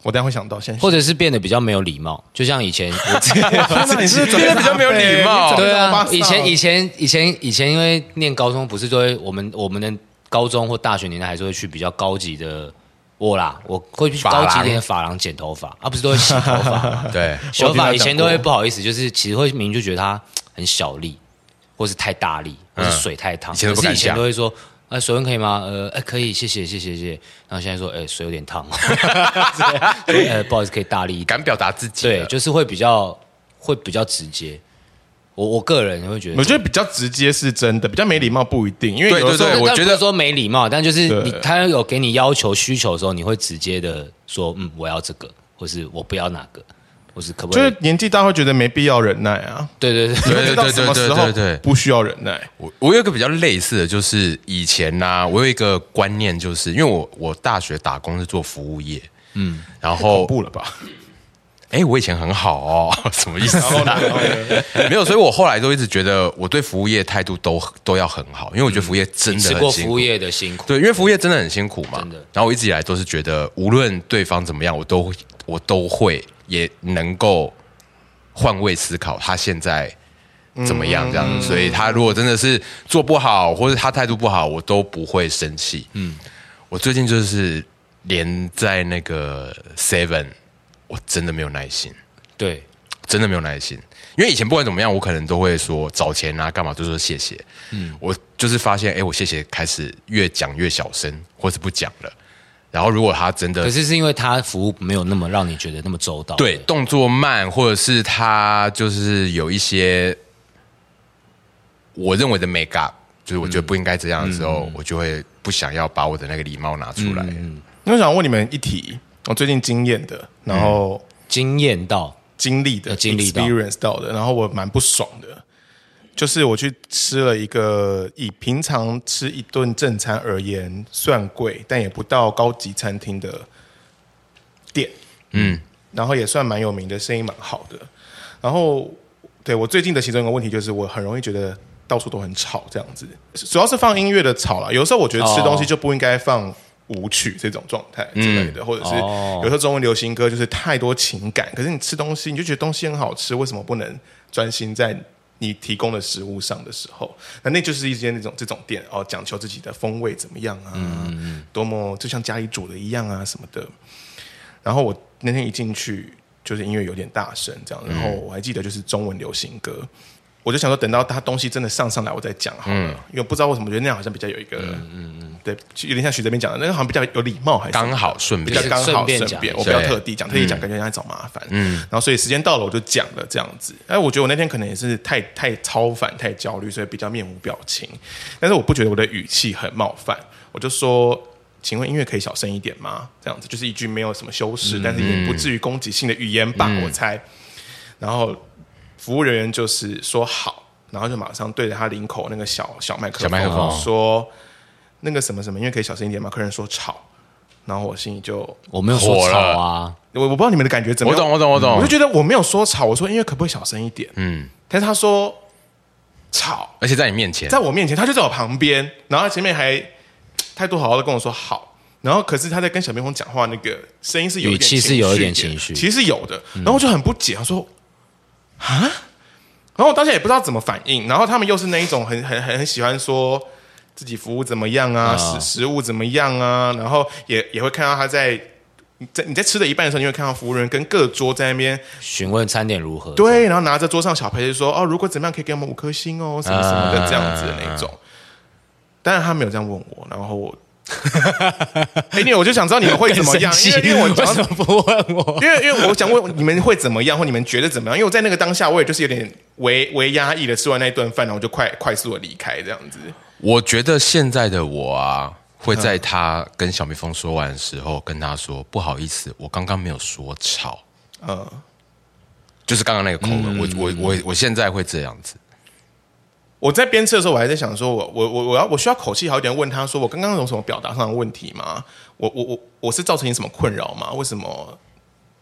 [SPEAKER 2] 我等一下会想到现在，
[SPEAKER 1] 或者是变得比较没有礼貌，就像以前我自己
[SPEAKER 2] 者你是
[SPEAKER 3] 变得比较没有礼貌？
[SPEAKER 1] 对啊，以前以前以前以前，因为念高中不是都会，我们我们的高中或大学年代还是会去比较高级的，我啦，我会去高级一点的发廊剪头发，啊，不是都会洗头发 吗
[SPEAKER 3] 对，
[SPEAKER 1] 洗头
[SPEAKER 2] 我听
[SPEAKER 1] 发
[SPEAKER 2] 他讲
[SPEAKER 1] 以前都会
[SPEAKER 2] 过
[SPEAKER 1] 不好意思，就是其实会明明就觉得它很小力，或是太大力，或是水太烫，
[SPEAKER 3] 嗯以前都不
[SPEAKER 1] 可是
[SPEAKER 3] 敢
[SPEAKER 1] 以前
[SPEAKER 3] 讲
[SPEAKER 1] 都会说。呃，水温可以吗？呃，哎，可以，谢谢，谢谢，谢谢。然后现在说，哎，水有点 烫， 所以呃，不好意思，可以大力一点。
[SPEAKER 3] 敢表达自己了，
[SPEAKER 1] 对，就是会比较会比较直接。我我个人会觉得，
[SPEAKER 2] 我觉得比较直接是真的，比较没礼貌不一定，因为
[SPEAKER 3] 对
[SPEAKER 2] 有的时候
[SPEAKER 3] 对对我
[SPEAKER 1] 但
[SPEAKER 3] 觉
[SPEAKER 1] 不
[SPEAKER 3] 得
[SPEAKER 1] 是说没礼貌，但就是
[SPEAKER 2] 对
[SPEAKER 1] 你他有给你要求需求的时候，你会直接的说，嗯，我要这个，或是我不要哪个，或是可不
[SPEAKER 2] 就
[SPEAKER 1] 可以
[SPEAKER 2] 是？年纪大会觉得没必要忍耐啊，
[SPEAKER 1] 对对对
[SPEAKER 2] 你
[SPEAKER 1] 对
[SPEAKER 2] 会知道
[SPEAKER 3] 对
[SPEAKER 2] 什
[SPEAKER 3] 对
[SPEAKER 2] 么
[SPEAKER 3] 对
[SPEAKER 2] 时
[SPEAKER 3] 对对
[SPEAKER 2] 候
[SPEAKER 3] 对
[SPEAKER 2] 不需要忍耐。
[SPEAKER 3] 我我有一个比较类似的就是以前呐、我有一个观念，就是因为我我大学打工是做服务业，嗯，然后
[SPEAKER 2] 不了吧？
[SPEAKER 3] 哎、我以前很好哦， 什么意思、
[SPEAKER 2] 然后呢
[SPEAKER 3] 啊？ 没有，所以我后来都一直觉得我对服务业态度都都要很好，因为我觉得服务业
[SPEAKER 1] 嗯
[SPEAKER 3] 真
[SPEAKER 1] 你
[SPEAKER 3] 的
[SPEAKER 1] 吃
[SPEAKER 3] 很
[SPEAKER 1] 过
[SPEAKER 3] 辛
[SPEAKER 1] 服
[SPEAKER 3] 苦
[SPEAKER 1] 务。业的辛苦，
[SPEAKER 3] 对，因为服务业真的很辛苦嘛。
[SPEAKER 1] 真的
[SPEAKER 3] 然后我一直以来都是觉得，无论对方怎么样，我都我都会也能够换位思考，他现在怎么
[SPEAKER 1] 嗯
[SPEAKER 3] 样这样。所以他如果真的是做不好，或者他态度不好，我都不会生气。嗯，我最近就是连在那个 Seven，我真的没有耐心。
[SPEAKER 1] 对，
[SPEAKER 3] 真的没有耐心，因为以前不管怎么样，我可能都会说找钱啊，干嘛就说谢谢。嗯，我就是发现，哎、我谢谢开始越讲越小声，或是不讲了。然后如果他真
[SPEAKER 1] 可
[SPEAKER 3] 的
[SPEAKER 1] 是是因为他服务没有那么让你觉得那么周到，
[SPEAKER 3] 对动作慢，或者是他就是有一些我认为的 make up，就是我觉得不应该这样的时
[SPEAKER 2] 嗯
[SPEAKER 3] 候，我就会不想要把我的那个礼貌拿出来。
[SPEAKER 2] 那我想问你们一题，我最近经验的，然后
[SPEAKER 1] 惊艳到
[SPEAKER 2] 经历
[SPEAKER 3] 嗯
[SPEAKER 2] 的、
[SPEAKER 1] 呃经历到
[SPEAKER 2] experience 到的，然后我蛮不爽的，就是我去吃了一个以平常吃一顿正餐而言算贵，但也不到高级餐厅的店，
[SPEAKER 3] 嗯，
[SPEAKER 2] 然后也算蛮有名的，生意蛮好的。然后对我最近的其中一个问题就是，我很容易觉得到处都很吵这样子，主要是放音乐的吵啦。有的时候我觉得吃东西就不应该放舞曲这种状态之类的，或者是
[SPEAKER 1] 哦
[SPEAKER 2] 有时候中文流行歌就是太多情感，可是你吃东西你就觉得东西很好吃，为什么不能专心在？你提供的食物上的时候，那那就是一间那种这种店哦，讲求自己的风味怎么样啊，多么就像家里煮的一样啊什么的。然后我那天一进去，就是音乐有点大声这样，然后我还记得就是中文流行歌，我就想说等到他东西真的上上来，我再讲好了，因为不知道为什么我觉得那样好像比较有一个，嗯嗯，对，有点像许哲斌讲的，那个好像比较有礼貌，还是
[SPEAKER 3] 刚好顺
[SPEAKER 2] 比
[SPEAKER 3] 便
[SPEAKER 2] 较刚好
[SPEAKER 1] 顺便
[SPEAKER 2] 顺
[SPEAKER 1] 讲
[SPEAKER 2] 便，我不要
[SPEAKER 3] 对
[SPEAKER 2] 特地讲，特地讲感觉人家找麻烦，嗯，然后所以时间到了我就讲了这样子，哎，我觉得我那天可能也是太太超凡太焦虑，所以比较面无表情，但是我不觉得我的语气很冒犯，我就说。请问音乐可以小声一点吗？这样子就是一句没有什么修饰，但是
[SPEAKER 3] 嗯
[SPEAKER 2] 也不至于攻击性的语言吧，我猜。然后服务人员就是说好，然后就马上对着他领口那个小小麦克
[SPEAKER 3] 小麦克风
[SPEAKER 2] 说那个什么什么，因为可以小声一点嘛。客人说吵，然后我心里就
[SPEAKER 1] 我没有说
[SPEAKER 3] 火
[SPEAKER 1] 吵
[SPEAKER 3] 了
[SPEAKER 1] 啊，
[SPEAKER 2] 我我不知道你们的感觉怎么
[SPEAKER 3] 我
[SPEAKER 2] 样，
[SPEAKER 3] 懂，我懂，我
[SPEAKER 2] 我
[SPEAKER 3] 懂
[SPEAKER 2] 就。觉得我没有说吵，我说音乐可不可以小声一点？嗯，但是他说吵，
[SPEAKER 3] 而且在你面前
[SPEAKER 2] 在，我面前，他就在我旁边，然后他前面还态度好好的跟我说好。然后，可是他在跟小蜜蜂讲话，那个声音是有一
[SPEAKER 1] 语
[SPEAKER 2] 点
[SPEAKER 1] 气是有一点情绪
[SPEAKER 2] 其实是有的。然后我就很不解，我说啊，然后我当下也不知道怎么反应。然后他们又是那一种很很很很喜欢说自己服务怎么样啊，食、
[SPEAKER 1] 啊
[SPEAKER 2] 食物怎么样啊，然后也也会看到他在在你在吃的一半的时候，你会看到服务人跟各桌在那边
[SPEAKER 1] 询问餐点如何？
[SPEAKER 2] 对，然后拿着桌上小牌子说：“哦，如果怎么样可以给我们五颗星
[SPEAKER 1] 啊
[SPEAKER 2] 哦，什么什么的这样子的那种。”当然他没有这样问我，然后我， 哎，因为我就想知道你们会怎 么样，因为因为我
[SPEAKER 1] 为
[SPEAKER 2] 讲
[SPEAKER 1] 什么不问我？
[SPEAKER 2] 因为因为我想问你们会怎么样，或你们觉得怎么样？因为我在那个当下，我也就是有点为为压抑的吃完那一顿饭，然后我就快快速的离开这样子。
[SPEAKER 3] 我觉得现在的我啊，会在他跟小蜜蜂说完的时候，跟他说不好意思，我刚刚没有说吵，
[SPEAKER 2] 嗯，
[SPEAKER 3] 就是刚刚那个口吻。我我我我现在会这样子，
[SPEAKER 2] 我在鞭策的时候，我还在想说我，我我我要我需要口气好一点，问他说，我刚刚有什么表达上的问题吗？我我我我是造成你什么困扰吗？为什么？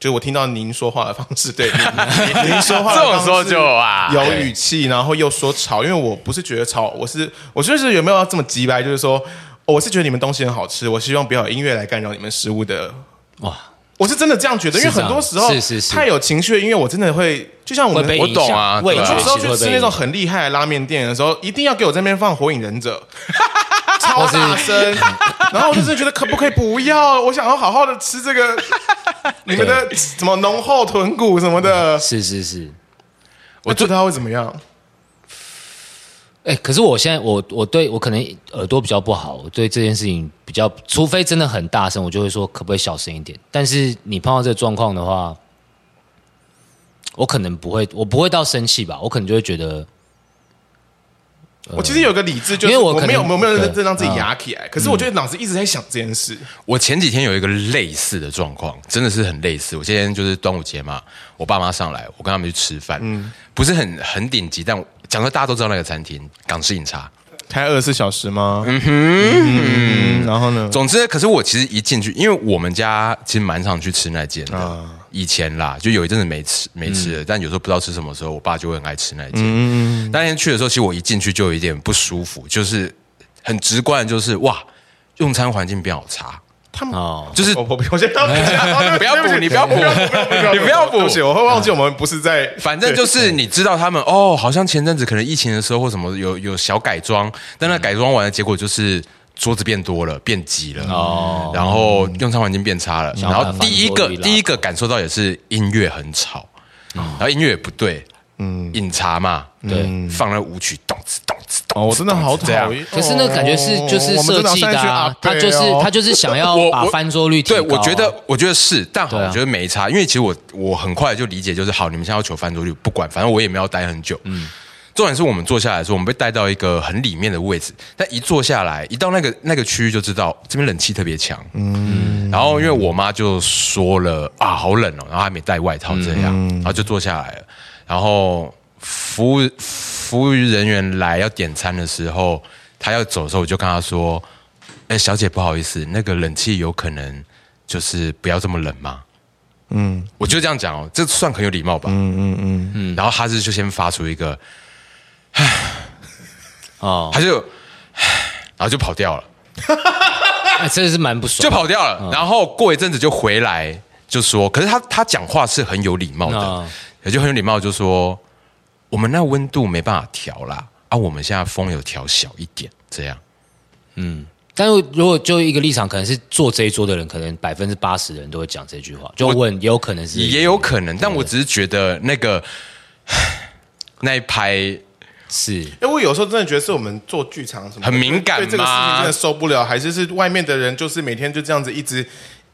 [SPEAKER 2] 就是我听到您说话的方式，对，您您您说话的
[SPEAKER 3] 这种
[SPEAKER 2] 方式
[SPEAKER 3] 时候就啊
[SPEAKER 2] 有语气，然后又说吵，因为我不是觉得吵，我是我就是有没有要这么急白，就是说、哦我是觉得你们东西很好吃，我希望不要有音乐来干扰你们食物的
[SPEAKER 1] 哇，
[SPEAKER 2] 我是真的这样觉得，因为
[SPEAKER 1] 是这
[SPEAKER 2] 很
[SPEAKER 1] 样
[SPEAKER 2] 多时候
[SPEAKER 1] 是是是
[SPEAKER 2] 太有情绪的音乐，我真的会就像我们
[SPEAKER 1] 会被
[SPEAKER 3] 我
[SPEAKER 1] 影响
[SPEAKER 3] 懂啊
[SPEAKER 1] 味
[SPEAKER 3] 对
[SPEAKER 1] 觉
[SPEAKER 3] 啊
[SPEAKER 2] 有时候
[SPEAKER 1] 其
[SPEAKER 2] 去
[SPEAKER 1] 实会
[SPEAKER 2] 吃
[SPEAKER 1] 被
[SPEAKER 2] 那
[SPEAKER 1] 影
[SPEAKER 2] 种
[SPEAKER 1] 响。
[SPEAKER 2] 很厉害的拉面店的时候，一定要给我在那边放《火影忍者》， 超大声。然后我就是觉得可不可以不要？我想要好好的吃这个 你们的什么浓厚豚骨什么的。
[SPEAKER 1] 是是是，
[SPEAKER 2] 我知道他会怎么样，
[SPEAKER 1] 哎、可是我现在我我对我可能耳朵比较不好，我对这件事情比较，除非真的很大声，我就会说可不可以小声一点。但是你碰到这个状况的话，我可能不会，我不会到生气吧，我可能就会觉得
[SPEAKER 2] 我其实有个理智，就
[SPEAKER 1] 呃因
[SPEAKER 2] 是
[SPEAKER 1] 为我
[SPEAKER 2] 我
[SPEAKER 1] 可能
[SPEAKER 2] 没有我没有
[SPEAKER 1] 对
[SPEAKER 2] 认真让自己
[SPEAKER 1] 嗯
[SPEAKER 2] 压起来，可是我觉得脑子一直在想这件事。
[SPEAKER 3] 我前几天有一个类似的状况，真的是很类似。我今天就是端午节嘛，我爸妈上来，我跟他们去吃饭，
[SPEAKER 2] 嗯
[SPEAKER 3] 不是很很顶级，但我讲说大家都知道那个餐厅港式饮茶。
[SPEAKER 2] 开二十四小时吗？嗯哼，然后呢？
[SPEAKER 3] 总之，可是我其实一进去，因为我们家其实蛮常去吃那间的，以前啦，就有一阵子没吃没吃了，但有时候不知道吃什么的时候，我爸就会很爱吃那间。那天去的时候，其实我一进去就有一点不舒服，就是很直观的，就是哇，用餐环境变好差，
[SPEAKER 2] 他们
[SPEAKER 1] 哦，
[SPEAKER 3] 就是呃
[SPEAKER 2] 我我我先啊 让你
[SPEAKER 3] 不要补你不要补你
[SPEAKER 2] 你
[SPEAKER 3] 不要补
[SPEAKER 2] 对不起，我会忘记我们不是在
[SPEAKER 3] 反正就是你知道他们哦，好像前阵子可能疫情的时候或什么有有小改装，但
[SPEAKER 1] 嗯
[SPEAKER 3] 那改装完的结果就是桌子变多了，变挤了，
[SPEAKER 1] 哦
[SPEAKER 3] 然后用餐环境变差了。
[SPEAKER 1] 想
[SPEAKER 3] 然
[SPEAKER 1] 要
[SPEAKER 3] 后
[SPEAKER 1] 把
[SPEAKER 3] 第一
[SPEAKER 1] 翻桌
[SPEAKER 3] 个
[SPEAKER 1] 率拉
[SPEAKER 3] 第一个感受到也是音乐很吵，然后音乐也不对，嗯，饮茶嘛，
[SPEAKER 1] 嗯对
[SPEAKER 3] 嗯，放了舞曲，咚子咚子
[SPEAKER 2] 哦，
[SPEAKER 3] 咚
[SPEAKER 2] 我
[SPEAKER 3] 子。
[SPEAKER 2] 真的好讨厌。哦
[SPEAKER 1] 可是那个感觉
[SPEAKER 3] 哦
[SPEAKER 1] 是就是
[SPEAKER 2] 我们
[SPEAKER 1] 设
[SPEAKER 2] 真的好
[SPEAKER 1] 计
[SPEAKER 2] 像一
[SPEAKER 1] 的
[SPEAKER 2] 群阿
[SPEAKER 1] 啊，
[SPEAKER 2] 伯
[SPEAKER 1] 他
[SPEAKER 2] 哦
[SPEAKER 1] 就是他就是想要
[SPEAKER 3] 我
[SPEAKER 1] 把
[SPEAKER 3] 我
[SPEAKER 1] 翻桌率提高
[SPEAKER 3] 对，
[SPEAKER 1] 啊、
[SPEAKER 3] 我觉得我觉得是，但好，
[SPEAKER 1] 对啊
[SPEAKER 3] 我觉得没差，因为其实我我很快就理解，就是好，你们现在要求翻桌率，不管，反正我也没有待很久。嗯，重点是我们坐下来的时候，我们被带到一个很里面的位置，但一坐下来，一到那个那个区域就知道这边冷气特别强。嗯，然后因为我妈就说了啊，好冷哦，然后还没带外套这样，
[SPEAKER 1] 嗯
[SPEAKER 3] 然后就坐下来了，然后服务服务人员来要点餐的时候，他要走的时候，我就跟他说。哎、小姐，不好意思，那个冷气有可能就是不要这么冷吗？嗯，我就这样讲哦，这算很有礼貌吧？嗯嗯嗯嗯。然后哈斯就先发出一个，唉
[SPEAKER 1] 哦
[SPEAKER 3] 他就，然后就跑掉了，
[SPEAKER 1] 啊真的是蛮不爽，
[SPEAKER 3] 就跑掉了。然后过一阵子就回来，就说，可是他他讲话是很有礼貌的
[SPEAKER 1] 嗯，
[SPEAKER 3] 也就很有礼貌，就说我们那温度没办法调啦，啊，我们现在风有调小一点，这样。
[SPEAKER 1] 但是如果就一个立场，可能是坐这一桌的人，可能百分之八十的人都会讲这句话，就问也有可能是
[SPEAKER 3] 也有可能，但我只是觉得那个那一拍
[SPEAKER 1] 是
[SPEAKER 2] 哎，我有时候真的觉得是我们做剧场什么的
[SPEAKER 3] 很敏感
[SPEAKER 2] 对这个事情
[SPEAKER 3] 吗
[SPEAKER 2] 真的受不了，还是是外面的人就是每天就这样子一直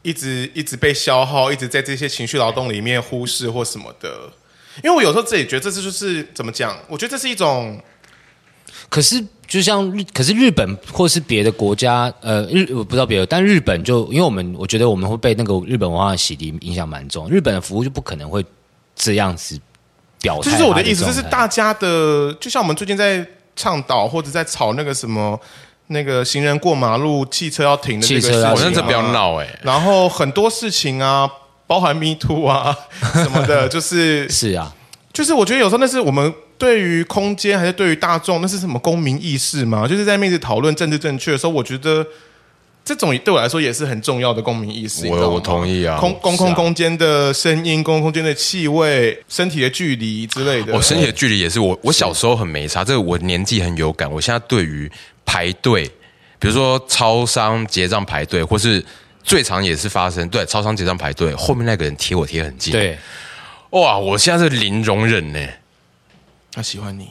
[SPEAKER 2] 一直一直被消耗，一直在这些情绪劳动里面忽视或什么的。因为我有时候自己觉得这次就是怎么讲，我觉得这是一种
[SPEAKER 1] 可是就像日，可是日本或是别的国家，呃，日我不知道别的，但日本就因为我们，我觉得我们会被那个日本文化的洗涤影响蛮重。日本的服务就不可能会这样子表
[SPEAKER 2] 这
[SPEAKER 1] 态。啊
[SPEAKER 2] 就是我的意思，这是
[SPEAKER 1] 大。
[SPEAKER 2] 大家的，就像我们最近在倡导或者在吵那个什么那个行人过马路、汽车要停的这个
[SPEAKER 1] 汽车要
[SPEAKER 3] 好
[SPEAKER 2] 事
[SPEAKER 1] 停
[SPEAKER 3] 像
[SPEAKER 2] 情啊
[SPEAKER 3] 这不要闹哎、欸，
[SPEAKER 2] 然后很多事情啊，包含 Me Too 啊 什么 的，就是
[SPEAKER 1] 是啊，
[SPEAKER 2] 就是我觉得有时候那是我们对于空间还是对于大众，那是什么公民意识嘛？就是在面对讨论政治正确的时候，我觉得这种对我来说也是很重要的公民意识。
[SPEAKER 3] 我
[SPEAKER 2] 你知道吗
[SPEAKER 3] 我同意啊
[SPEAKER 2] 公公
[SPEAKER 1] 是
[SPEAKER 2] 共
[SPEAKER 1] 啊
[SPEAKER 2] 空间的声音、公共空间的气味、身体的距离之类的。
[SPEAKER 3] 我身体的距离也是我我小时候很没差，这个我年纪很有感。我现在对于排队，比如说超商结账排队，或是最常也是发生对超商结账排队，后面那个人贴我贴很近，，
[SPEAKER 1] 对，
[SPEAKER 3] 哇，我现在是零容忍呢、
[SPEAKER 2] 他喜欢你，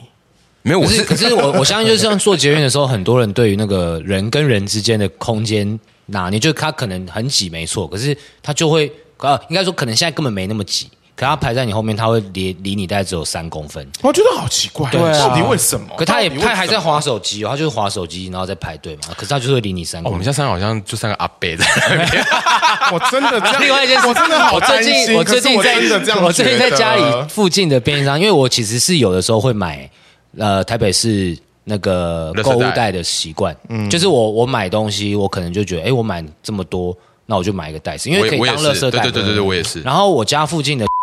[SPEAKER 3] 没有，我
[SPEAKER 1] 可是
[SPEAKER 3] 是
[SPEAKER 1] 可是我我相信，就是像做捷运的时候，很多人对于那个人跟人之间的空间拿捏，就是他可能很挤没错，可是他就会呃，应该说可能现在根本没那么挤，可他排在你后面，他会离离你大概只有三公分。
[SPEAKER 2] 我哦觉得好奇怪，
[SPEAKER 1] 对啊
[SPEAKER 2] 到底为什么？
[SPEAKER 1] 可他也
[SPEAKER 2] 到底为什么
[SPEAKER 1] 他还在划手机哦，他就是划手机，然后再排队嘛。可是他就是会离你三
[SPEAKER 3] 哦我
[SPEAKER 1] 公
[SPEAKER 3] 们
[SPEAKER 1] 分。
[SPEAKER 3] 家三个好像就三个阿伯在那边，
[SPEAKER 2] 我真的这样。
[SPEAKER 1] 另外一件事，
[SPEAKER 2] 我真的好
[SPEAKER 1] 我
[SPEAKER 2] 担
[SPEAKER 1] 最
[SPEAKER 2] 心。
[SPEAKER 1] 近我最近
[SPEAKER 2] 可是
[SPEAKER 1] 在
[SPEAKER 2] 我真的这样，
[SPEAKER 1] 我最近在家里附近的便利商，因为我其实是有的时候会买呃台北市那个
[SPEAKER 3] 垃圾
[SPEAKER 1] 购物
[SPEAKER 3] 袋
[SPEAKER 1] 袋的习惯，
[SPEAKER 2] 嗯
[SPEAKER 1] 就是我我买东西，我可能就觉得哎，诶我买这么多，那我就买一个袋子，因
[SPEAKER 3] 我
[SPEAKER 1] 为可
[SPEAKER 3] 也
[SPEAKER 1] 以
[SPEAKER 3] 我也
[SPEAKER 1] 当垃
[SPEAKER 3] 是，
[SPEAKER 1] 圾
[SPEAKER 3] 对
[SPEAKER 1] 袋。
[SPEAKER 3] 对对对对，我也是。
[SPEAKER 1] 然后我家附近的。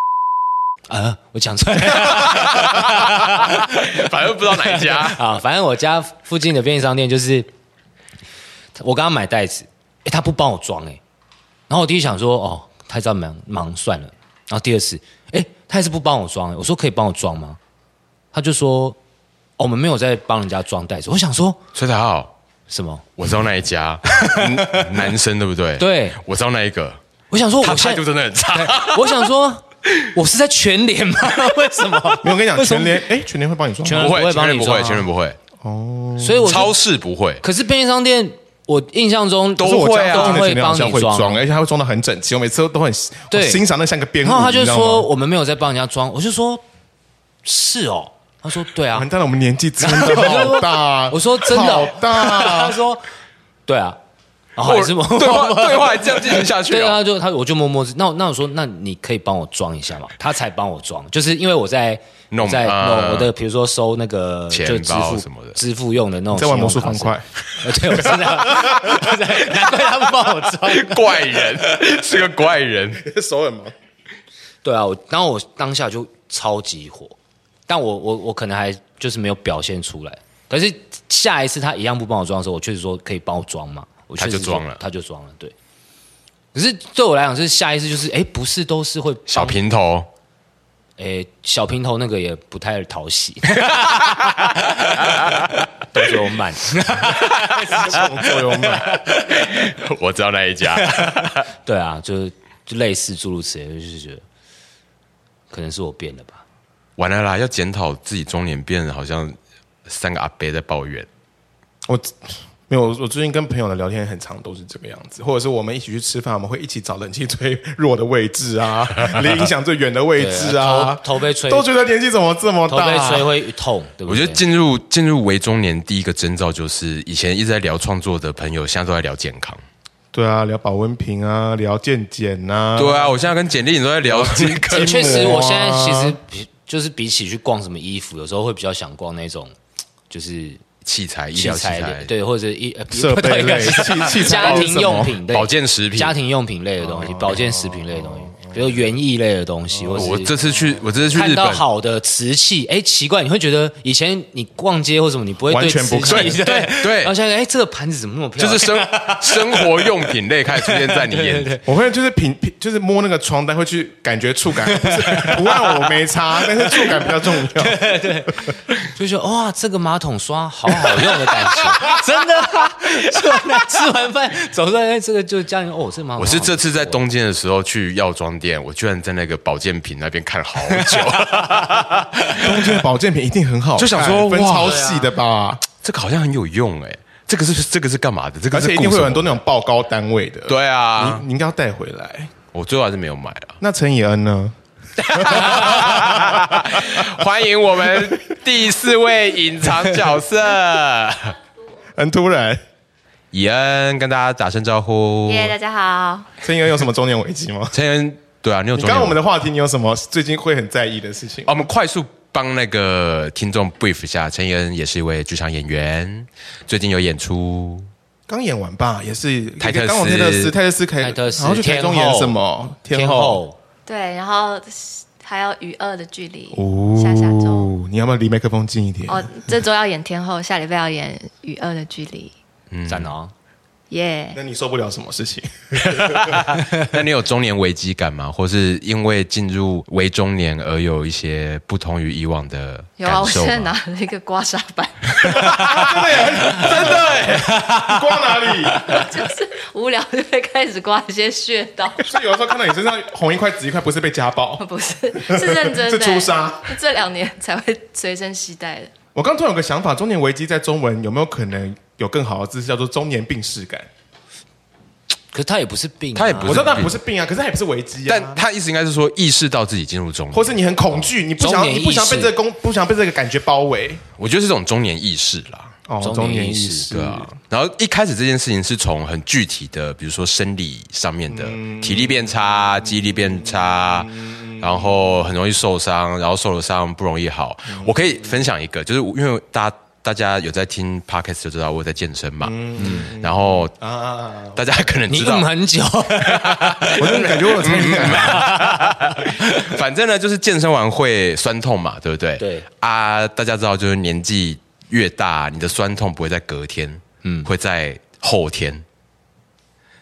[SPEAKER 1] 呃，我讲出来了
[SPEAKER 3] 反正不知道哪一家
[SPEAKER 1] 啊，反正我家附近的便利商店就是，我刚刚买袋子，诶，他不帮我装诶，然后我第一想说，哦，他在忙忙算了，然后第二次，诶，他还是不帮我装、诶，我说可以帮我装吗？他就说、哦我们没有在帮人家装袋子，我想说
[SPEAKER 3] 崔台浩，
[SPEAKER 1] 什么？
[SPEAKER 3] 我知道那一 家，嗯男生对不对？
[SPEAKER 1] 对
[SPEAKER 3] 我知道那一个，
[SPEAKER 1] 我想说
[SPEAKER 3] 他
[SPEAKER 1] 我
[SPEAKER 3] 态
[SPEAKER 1] 现
[SPEAKER 3] 度
[SPEAKER 1] 在，
[SPEAKER 3] 真的很差。
[SPEAKER 1] 我想说我是在全脸吗？ 为什么？
[SPEAKER 2] 没有我跟你讲，
[SPEAKER 1] 为什
[SPEAKER 2] 全
[SPEAKER 1] 么
[SPEAKER 2] 联哎，全联会帮你装吗。
[SPEAKER 1] 全
[SPEAKER 3] 不
[SPEAKER 1] 不
[SPEAKER 3] 会，
[SPEAKER 1] 会
[SPEAKER 3] 前
[SPEAKER 1] 帮
[SPEAKER 3] 任
[SPEAKER 1] 你
[SPEAKER 3] 不
[SPEAKER 1] 装啊
[SPEAKER 3] 会，前任不会，
[SPEAKER 1] 所以我就
[SPEAKER 3] 超市不会。
[SPEAKER 1] 可是便利商店，我印象中
[SPEAKER 3] 都
[SPEAKER 2] 可是我
[SPEAKER 3] 会
[SPEAKER 2] 家
[SPEAKER 3] 啊
[SPEAKER 1] 都
[SPEAKER 2] 附近的
[SPEAKER 1] 会
[SPEAKER 2] 全联
[SPEAKER 1] 帮
[SPEAKER 2] 好像
[SPEAKER 1] 你
[SPEAKER 2] 会
[SPEAKER 1] 装啊
[SPEAKER 2] 装，。而且它会装的很整齐，我每次都都很
[SPEAKER 1] 对
[SPEAKER 2] 我欣赏那像个编舞。
[SPEAKER 1] 然后他就
[SPEAKER 2] 你知道
[SPEAKER 1] 说
[SPEAKER 2] 吗
[SPEAKER 1] 我们没有在帮人家装，我就说是哦，他说对啊
[SPEAKER 2] 完，蛋了，我们年纪真的好大。
[SPEAKER 1] 我说真的
[SPEAKER 2] 好
[SPEAKER 1] 哦，
[SPEAKER 2] 大
[SPEAKER 1] 他，说对啊，然后还 是我
[SPEAKER 3] 对
[SPEAKER 2] 啊
[SPEAKER 3] 话对话还这样进行下 去
[SPEAKER 1] 对啊，
[SPEAKER 3] 啊
[SPEAKER 1] 他？就他我就默默那那我说那你可以帮我装一下嘛，他才帮我装，就是因为我在
[SPEAKER 3] 弄
[SPEAKER 1] 在
[SPEAKER 2] 呃
[SPEAKER 3] 啊
[SPEAKER 1] 弄我的，比如说收那个
[SPEAKER 3] 钱
[SPEAKER 1] 就支
[SPEAKER 3] 包
[SPEAKER 1] 付
[SPEAKER 3] 什么的
[SPEAKER 1] 支付用的那种
[SPEAKER 2] 在玩魔术
[SPEAKER 1] 信用卡什么
[SPEAKER 2] 方块
[SPEAKER 1] 的，，呃 对，我知道，我知道难怪他不帮我装。
[SPEAKER 3] 怪人 是个怪人，
[SPEAKER 2] 手很忙。
[SPEAKER 1] 对啊，我然后我当下就超级火，但我我我可能还就是没有表现出来。可是下一次他一样不帮我装的时候，我确实说可以帮我装嘛，我确实
[SPEAKER 3] 他就装了
[SPEAKER 1] 他就装了，对。可是对我来讲，是下一次就是哎，不是都是会
[SPEAKER 3] 小平头，
[SPEAKER 1] 哎小平头那个也不太讨喜， 动作慢，
[SPEAKER 2] 作用慢，
[SPEAKER 3] 我知道那一 家。
[SPEAKER 1] 对啊，就就类似诸如此类，就是觉得可能是我变了吧。
[SPEAKER 3] 完了啦，要检讨自己中年变，好像三个阿伯在抱怨。
[SPEAKER 2] 我没有，我最近跟朋友的聊天很常都是这个样子，或者是我们一起去吃饭，我们会一起找冷气最弱的位置啊，离影响最远的位置啊，
[SPEAKER 1] 头头被吹
[SPEAKER 2] 都觉得年纪怎么这么
[SPEAKER 1] 头被
[SPEAKER 2] 大？啊
[SPEAKER 1] 吹会痛，对不
[SPEAKER 3] 啊我
[SPEAKER 1] 对？
[SPEAKER 3] 觉得进入进入为中年第一个征兆就是，以前一直在聊创作的朋友，现在都在聊健康。
[SPEAKER 2] 对啊，聊保温瓶啊，聊健检啊，
[SPEAKER 3] 对啊，我现在跟简历你都在聊健康
[SPEAKER 1] 欸。嗯确实，
[SPEAKER 2] 磨
[SPEAKER 1] 我现在
[SPEAKER 2] 啊
[SPEAKER 1] 其实比就是比起去逛什么衣服，有时候会比较想逛那种就是
[SPEAKER 3] 器材、医
[SPEAKER 1] 器
[SPEAKER 3] 疗器
[SPEAKER 1] 材
[SPEAKER 3] 材
[SPEAKER 1] 类，，对，或者一呃
[SPEAKER 2] 设备类
[SPEAKER 1] 不对
[SPEAKER 2] 器器材
[SPEAKER 1] 家庭用品、对
[SPEAKER 3] 保健食品
[SPEAKER 1] 家庭用品类的东西、保健食品类的东西。比如园艺类的东西，或
[SPEAKER 3] 我
[SPEAKER 1] 是
[SPEAKER 3] 这次去，我这次去
[SPEAKER 1] 看
[SPEAKER 3] 日
[SPEAKER 1] 到
[SPEAKER 3] 本，
[SPEAKER 1] 好的瓷器，哎，奇怪，你会觉得以前你逛街或什么，你不会
[SPEAKER 2] 完
[SPEAKER 1] 对
[SPEAKER 2] 全不
[SPEAKER 1] 瓷器
[SPEAKER 2] 看
[SPEAKER 3] 对对
[SPEAKER 1] 然后现在哎，这个盘子怎么那么漂
[SPEAKER 3] 就
[SPEAKER 1] 亮？
[SPEAKER 3] 是 生生活用品类开始出现在你眼前。
[SPEAKER 2] 我会就是品品，就是摸那个床单会去感觉触感， 不是图案我没差，但是触感比较重 要。
[SPEAKER 1] 就觉得哇，这个马桶刷好好用的感 觉，真的啊！吃完饭吃完饭走出来，哎这个就家人哦，这个马桶
[SPEAKER 3] 我是这次在东京的时候去药妆店，我居然在那个保健品那边看好久，
[SPEAKER 2] 冬天的保健品一定很好看，
[SPEAKER 3] 就想说
[SPEAKER 2] 分
[SPEAKER 3] 哇啊
[SPEAKER 2] 超细的吧，
[SPEAKER 3] 这个好像很有用哎、这个是这个是干嘛的？这个
[SPEAKER 2] 而
[SPEAKER 3] 是
[SPEAKER 2] 且一定
[SPEAKER 3] 顾
[SPEAKER 2] 会
[SPEAKER 3] 什
[SPEAKER 2] 有
[SPEAKER 3] 么
[SPEAKER 2] 很多那种报高单位的。
[SPEAKER 3] 对啊，
[SPEAKER 2] 你你应该要带回来。
[SPEAKER 3] 我最后还是没有买啊了。
[SPEAKER 2] 那陈以恩呢？
[SPEAKER 3] 欢迎我们第四位隐藏角 色
[SPEAKER 2] 很突然，
[SPEAKER 3] 以恩，跟大家打声招呼。？
[SPEAKER 5] 耶大家好，
[SPEAKER 2] 陈以恩有什么中年危机吗
[SPEAKER 3] 陈恩，对啊，你有
[SPEAKER 2] 你
[SPEAKER 3] 中
[SPEAKER 2] 刚
[SPEAKER 3] 年
[SPEAKER 2] 刚我们的话题，你有什么最近会很在意的事情
[SPEAKER 3] 哦？我们快速帮那个听众 brief 一下，陈以恩也是一位剧场演员，最近有演出。
[SPEAKER 2] 刚演完吧，也是
[SPEAKER 3] 泰特斯
[SPEAKER 2] 刚往泰特斯，泰特斯开，
[SPEAKER 1] 泰特斯
[SPEAKER 2] 然后去台中
[SPEAKER 1] 哎天
[SPEAKER 2] 演
[SPEAKER 1] 后
[SPEAKER 2] 什么
[SPEAKER 1] 天
[SPEAKER 2] 后哦
[SPEAKER 1] 后
[SPEAKER 5] 对，然后还有与恶的距离，
[SPEAKER 2] 哦
[SPEAKER 5] 下下周
[SPEAKER 2] 你要不要离麦克风近一点？
[SPEAKER 5] 哦，这周要演天后，下礼拜要演与恶的距离，
[SPEAKER 1] 赞哦，
[SPEAKER 5] 耶、
[SPEAKER 2] 那你受不了什么事 情？
[SPEAKER 3] 那你有中年危机感吗？或是因为进入为中年而有一些不同于以往的
[SPEAKER 5] 有啊，
[SPEAKER 3] 感
[SPEAKER 5] 我现
[SPEAKER 3] 受
[SPEAKER 5] 在
[SPEAKER 3] 吗？
[SPEAKER 5] 拿了一个刮痧 板，
[SPEAKER 2] 你刮哪里？
[SPEAKER 5] 就是无聊就会开始刮一些穴道，
[SPEAKER 2] 所以有的时候看到你身上红一块紫一块，不是被家暴，
[SPEAKER 5] 不是是认真的，
[SPEAKER 2] 是出痧。
[SPEAKER 5] 这两年才会随身携带的。
[SPEAKER 2] 我刚突然有个想法，中年危机在中文有没有可能有更好的字，叫做中年病逝感？
[SPEAKER 1] 可是他也不是病啊，
[SPEAKER 3] 他也不
[SPEAKER 2] 我
[SPEAKER 3] 是
[SPEAKER 2] 知道它
[SPEAKER 3] 病
[SPEAKER 2] 不是病啊，可是它也不是危机啊
[SPEAKER 3] 但。他意思应该是说意识到自己进入中
[SPEAKER 2] 或
[SPEAKER 3] 年，
[SPEAKER 2] 是你很恐惧，你不想
[SPEAKER 1] 中年
[SPEAKER 2] 你不想被
[SPEAKER 1] 意识
[SPEAKER 2] 这个公不想被这个感觉包围。
[SPEAKER 3] 我觉得是这种中年意识啦。
[SPEAKER 2] 哦
[SPEAKER 1] 中年意识
[SPEAKER 3] 对啊，
[SPEAKER 2] 嗯
[SPEAKER 3] 然后一开始这件事情是从很具体的，比如说生理上面的，
[SPEAKER 2] 嗯
[SPEAKER 3] 体力变差、记忆力变差，然后很容易受伤，然后受了伤不容易好。
[SPEAKER 2] 嗯
[SPEAKER 3] 我可以分享一个，就是因为大家大家有在听 podcast 就知道我有在健身嘛，然后
[SPEAKER 2] 啊啊啊！啊
[SPEAKER 3] 大家可能
[SPEAKER 1] 你
[SPEAKER 3] 知道
[SPEAKER 1] 用，很 久，
[SPEAKER 2] 我真的 感觉我有参与感。
[SPEAKER 3] 反正呢就是健身完会酸痛嘛，对不对？
[SPEAKER 1] 对
[SPEAKER 3] 啊，大家知道就是年纪越大，你的酸痛不会在隔天，嗯，会在后天。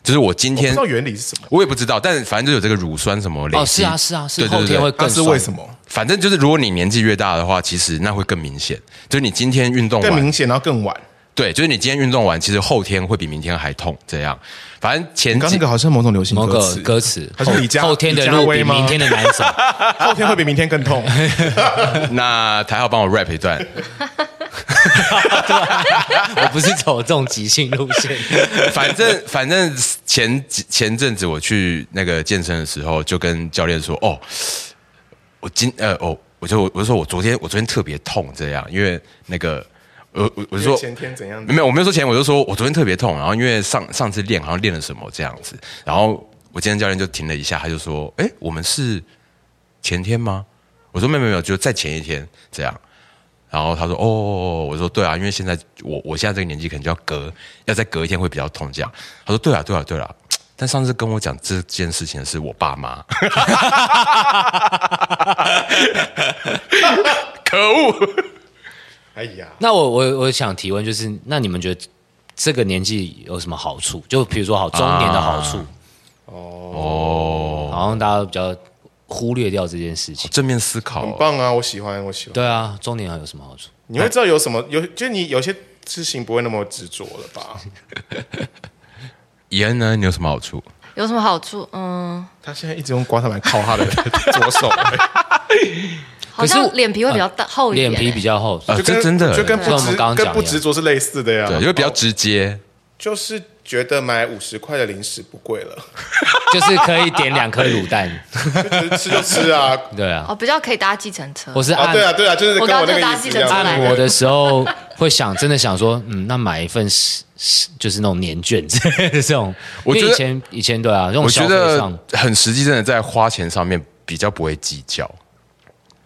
[SPEAKER 3] 就是我今
[SPEAKER 2] 我不
[SPEAKER 3] 天
[SPEAKER 2] 知道原理是什么，
[SPEAKER 3] 我也不知道，但反正就有这个乳酸什么累积。
[SPEAKER 1] 哦，是啊是啊，是
[SPEAKER 3] 对对
[SPEAKER 1] 后
[SPEAKER 3] 对
[SPEAKER 1] 天会
[SPEAKER 2] 那
[SPEAKER 1] 更
[SPEAKER 2] 是
[SPEAKER 1] 爽
[SPEAKER 2] 为什？么？
[SPEAKER 3] 反正就是，如果你年纪越大的话，其实那会更明显。就是你今天运动
[SPEAKER 2] 更
[SPEAKER 3] 完
[SPEAKER 2] 明，显，然后更晚。
[SPEAKER 3] 对，就是你今天运动完，其实后天会比明天还痛。这样，反正前
[SPEAKER 2] 你刚那
[SPEAKER 3] 几
[SPEAKER 2] 个好像某种流行
[SPEAKER 1] 某
[SPEAKER 2] 歌
[SPEAKER 1] 个
[SPEAKER 2] 词，
[SPEAKER 1] 歌词，
[SPEAKER 2] 还是
[SPEAKER 1] 后
[SPEAKER 2] 李佳
[SPEAKER 1] 后天的
[SPEAKER 2] 李佳
[SPEAKER 1] 路
[SPEAKER 2] 薇
[SPEAKER 1] 比
[SPEAKER 2] 吗
[SPEAKER 1] 明天的难走，
[SPEAKER 2] 后天会比明天 更痛。
[SPEAKER 3] 那台浩帮我 rap 一段。
[SPEAKER 1] 我不是走这种急性路线，
[SPEAKER 3] 反正反正前几前阵子我去那个健身的时候，就跟教练说：“哦，我今呃哦，我就我就说我昨天我昨天特别痛，这样，因为那个我我我就说
[SPEAKER 2] 因为前天怎样
[SPEAKER 3] 没有我没有说前天，我就说我昨天特别痛，然后因为上上次练好像练了什么这样子，然后我今天教练就停了一下，他就说：哎，我们是前天吗？我说没有没有没有，就再前一天这样。”然后他说：“哦，我说对啊，因为现在我我现在这个年纪，可能就要隔要再隔一天会比较痛这样。”他说：“对啊，对啊，对啊。”但上次跟我讲这件事情的是我爸妈，可恶！
[SPEAKER 2] 哎呀，
[SPEAKER 1] 那我我我想提问，就是那你们觉得这个年纪有什么好处？就比如说好中年的好
[SPEAKER 2] 啊
[SPEAKER 1] 处，哦，好像大家比较忽略掉这件事情。
[SPEAKER 3] 正面思考
[SPEAKER 2] 很
[SPEAKER 3] 哦，
[SPEAKER 2] 棒啊！我喜欢，我喜欢。
[SPEAKER 1] 对啊，中年还有什么好处？
[SPEAKER 2] 你会知道有什么有，就是你有些事情不会那么执着了 吧？
[SPEAKER 3] 以恩呢？你有什么好处？
[SPEAKER 5] 有什么好处？嗯，
[SPEAKER 2] 他现在一直用刮痧板靠他的左 手，哎
[SPEAKER 5] 好
[SPEAKER 1] 可
[SPEAKER 5] 像
[SPEAKER 1] 是我
[SPEAKER 5] 脸皮会比较大、厚一点、
[SPEAKER 1] 脸皮比较厚，
[SPEAKER 3] 啊，
[SPEAKER 2] 就
[SPEAKER 3] 这
[SPEAKER 2] 跟
[SPEAKER 3] 真的
[SPEAKER 2] 就
[SPEAKER 1] 就
[SPEAKER 2] 跟不
[SPEAKER 1] 像我
[SPEAKER 2] 执
[SPEAKER 1] 们刚刚讲
[SPEAKER 2] 跟
[SPEAKER 1] 的
[SPEAKER 2] 不执着是类似的呀。
[SPEAKER 3] 对，因为比较
[SPEAKER 2] 哦
[SPEAKER 3] 直接。
[SPEAKER 2] 就是觉得买五十块的零食不贵了，
[SPEAKER 1] 就是可以点两颗卤蛋，
[SPEAKER 2] 就觉得吃就吃啊，
[SPEAKER 1] 对啊，
[SPEAKER 5] 哦，比较可以搭计程车。
[SPEAKER 1] 或是
[SPEAKER 2] 啊，
[SPEAKER 1] 按
[SPEAKER 2] 对啊，对啊，就是
[SPEAKER 5] 我
[SPEAKER 2] 跟
[SPEAKER 5] 刚
[SPEAKER 2] 我那
[SPEAKER 5] 刚就
[SPEAKER 2] 个
[SPEAKER 5] 搭
[SPEAKER 2] 意
[SPEAKER 5] 计
[SPEAKER 2] 思一
[SPEAKER 5] 程车
[SPEAKER 2] 样。
[SPEAKER 1] 按摩的时候会想，真的想说，嗯，那买一份是是就是那种年卷之类的这种。
[SPEAKER 3] 我觉得
[SPEAKER 1] 因为以前以前对啊，这种
[SPEAKER 3] 我
[SPEAKER 1] 消
[SPEAKER 3] 觉
[SPEAKER 1] 费
[SPEAKER 3] 得
[SPEAKER 1] 上，
[SPEAKER 3] 很实际，真的在花钱上面比较不会计较，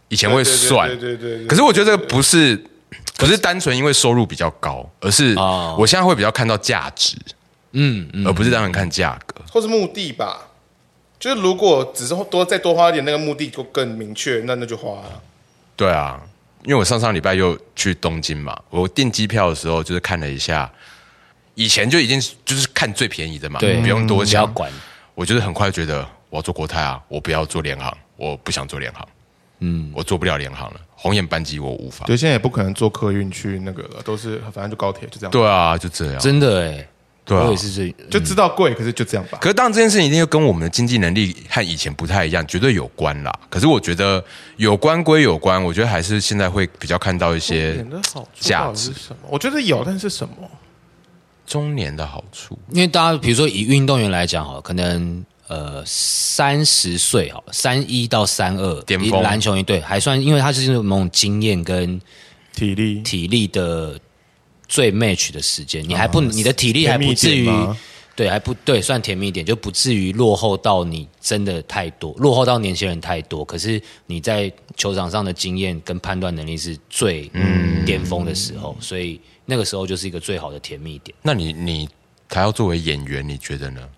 [SPEAKER 3] 以前会算
[SPEAKER 2] 对，对对对对
[SPEAKER 3] 可是我觉得这个不是不是单纯因为收入比较高，而是
[SPEAKER 2] 啊
[SPEAKER 1] 哦
[SPEAKER 3] 我现在会比较看到价值，
[SPEAKER 1] 嗯嗯，
[SPEAKER 3] 而不是单纯看价格。
[SPEAKER 2] 或是目的吧。就是如果只是多再多花一点，那个目的就更明确，那那就花了。
[SPEAKER 3] 对啊，因为我上上礼拜又去东京嘛，我订机票的时候就是看了一下，以前就已经就是看最便宜的嘛，
[SPEAKER 1] 对
[SPEAKER 3] 嗯不用多
[SPEAKER 1] 不要
[SPEAKER 3] 想。
[SPEAKER 1] 嗯管，
[SPEAKER 3] 我就是很快觉得我要做国泰啊，我不要做联航，我不想做联航，嗯，我做不了联航了，红眼班机我无法。
[SPEAKER 2] 对，现在也不可能坐客运去那个了，都是反正就高铁就这样，，
[SPEAKER 3] 对啊，就这样。
[SPEAKER 1] 真的哎，
[SPEAKER 3] 对啊
[SPEAKER 1] 我也是这，
[SPEAKER 2] 就知道贵，可是就这样吧。
[SPEAKER 3] 可是当然这件事情一定又跟我们的经济能力和以前不太一样，绝对有关啦。可是我觉得有关归有关，我觉得还是现在会比较看到一些
[SPEAKER 2] 点的好处
[SPEAKER 3] 价
[SPEAKER 2] 到底
[SPEAKER 3] 值
[SPEAKER 2] 是什么？我觉得有，但是什么？
[SPEAKER 3] 中年的好处。
[SPEAKER 1] 因为大家比如说以运动员来讲哈，可能呃三十岁哈，三一到三二，
[SPEAKER 3] 巅峰
[SPEAKER 1] 以篮球一队还算，因为他是那种经验跟
[SPEAKER 2] 体力
[SPEAKER 1] 体力的最 match 的时间，你还不、你的体力还不至
[SPEAKER 2] 啊甜蜜一
[SPEAKER 1] 于
[SPEAKER 2] 点吗
[SPEAKER 1] 对，还不对，算甜蜜一点，就不至于落后到你真的太多，落后到年轻人太多。可是你在球场上的经验跟判断能力是最
[SPEAKER 2] 嗯
[SPEAKER 1] 巅峰的时候，所以那个时候就是一个最好的甜蜜点。
[SPEAKER 3] 那你你他要作为演员，你觉得呢？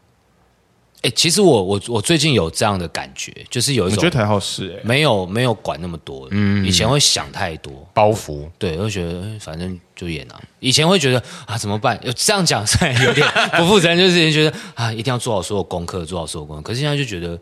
[SPEAKER 1] 哎、其实我我我最近有这样的感觉，就是有一
[SPEAKER 2] 我
[SPEAKER 1] 种
[SPEAKER 2] 觉得嗯台好是哎、
[SPEAKER 1] 没有没有管那么多，以前会想太多，
[SPEAKER 3] 包袱
[SPEAKER 1] 对，我就觉得哎反正就演啊。以前会觉得啊怎么办？有这样讲虽然有点不负责任，就是觉得啊一定要做好所有功课，做好所有功课。可是现在就觉得，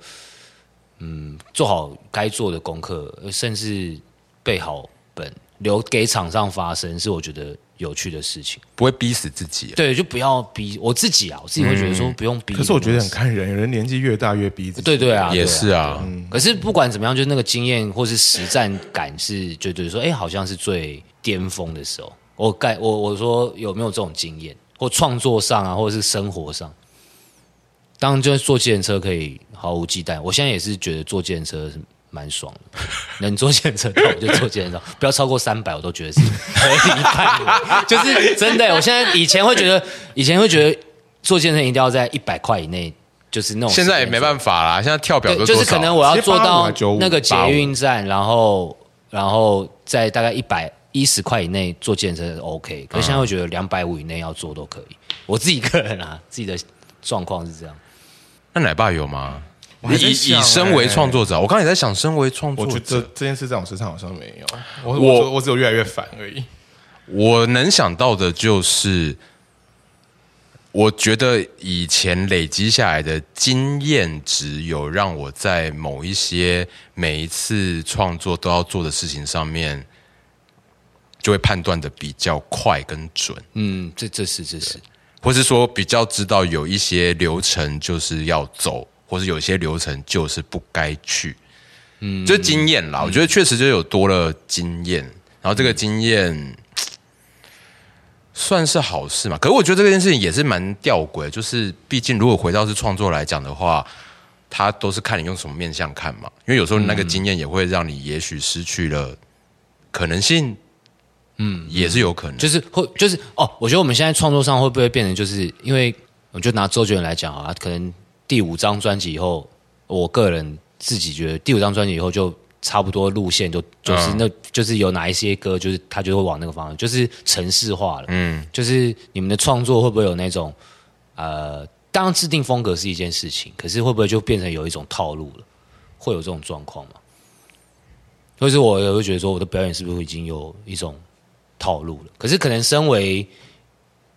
[SPEAKER 1] 嗯，做好该做的功课，呃甚至备好本，留给场上发生，是我觉得有趣的事情。
[SPEAKER 3] 不会逼死自己、
[SPEAKER 1] 对，就不要逼我自己啊，我自己会觉得说不用逼。
[SPEAKER 2] 嗯可是我觉得很看人，有人年纪越大越逼自己。
[SPEAKER 1] 对对啊，
[SPEAKER 3] 也
[SPEAKER 1] 对啊
[SPEAKER 3] 是啊，
[SPEAKER 1] 可是不管怎么样，就是那个经验或是实战感是，就就是说，哎、好像是最巅峰的时候。我盖我我说有没有这种经验，或创作上啊，或者是生活上。当然，就是坐计程车可以毫无忌惮。我现在也是觉得坐计程车是蛮爽 的，能坐计程车那我就坐计程车，不要超过三百，我都觉得 是合理范围。就是真的、我现在以前会觉得，以前会觉得坐计程车一定要在一百块以内，就是那种
[SPEAKER 3] 现在也没
[SPEAKER 1] 法。
[SPEAKER 3] 办法啦，现在跳表
[SPEAKER 1] 对，
[SPEAKER 3] 都
[SPEAKER 1] 就
[SPEAKER 3] 多
[SPEAKER 1] 是
[SPEAKER 3] 少
[SPEAKER 1] 可能我要做到
[SPEAKER 2] 直接85
[SPEAKER 1] 那个捷运站，然后然后在大概一百一十块以内做健身是 OK，可是现在会觉得两百五以内要做都可以。我自己个人啊，自己的状况是这样。
[SPEAKER 3] 那奶爸有吗？
[SPEAKER 2] 还在
[SPEAKER 3] 以
[SPEAKER 2] 想
[SPEAKER 3] 以身为
[SPEAKER 2] 欸
[SPEAKER 3] 创作者，我刚才也在想，身为创
[SPEAKER 2] 我
[SPEAKER 3] 作
[SPEAKER 2] 觉得这
[SPEAKER 3] 者，
[SPEAKER 2] 这件事在我身上好像没有，我
[SPEAKER 3] 我
[SPEAKER 2] 我我只有越来越烦而已。
[SPEAKER 3] 我能想到的就是，我觉得以前累积下来的经验值，有让我在某一些每一次创作都要做的事情上面，就会判断的比较快跟准。
[SPEAKER 1] 嗯，这这是这是，
[SPEAKER 3] 或是说比较知道有一些流程就是要走，或是有一些流程就是不该去，嗯，就是经验啦。我觉得确实就有多了经验，然后这个经验、算是好事嘛。可是我觉得这件事情也是蛮吊诡，就是毕竟如果回到是创作来讲的话。它都是看你用什么面向看嘛，因为有时候那个经验也会让你也许失去了可能性，嗯，也是有可能。
[SPEAKER 1] 就是会就是哦，我觉得我们现在创作上会不会变成就是因为我就拿周杰伦来讲啊，可能第五张专辑以后，我个人自己觉得第五张专辑以后就差不多路线就
[SPEAKER 3] 嗯
[SPEAKER 1] 就是那、就是有哪一些歌就是他就会往那个方向，就是城市化了。嗯，就是你们的创作会不会有那种呃，当然制定风格是一件事情，可是会不会就变成有一种套路了？会有这种状况吗？所以说我也会觉得说，我的表演是不是已经有一种套路了？可是可能身为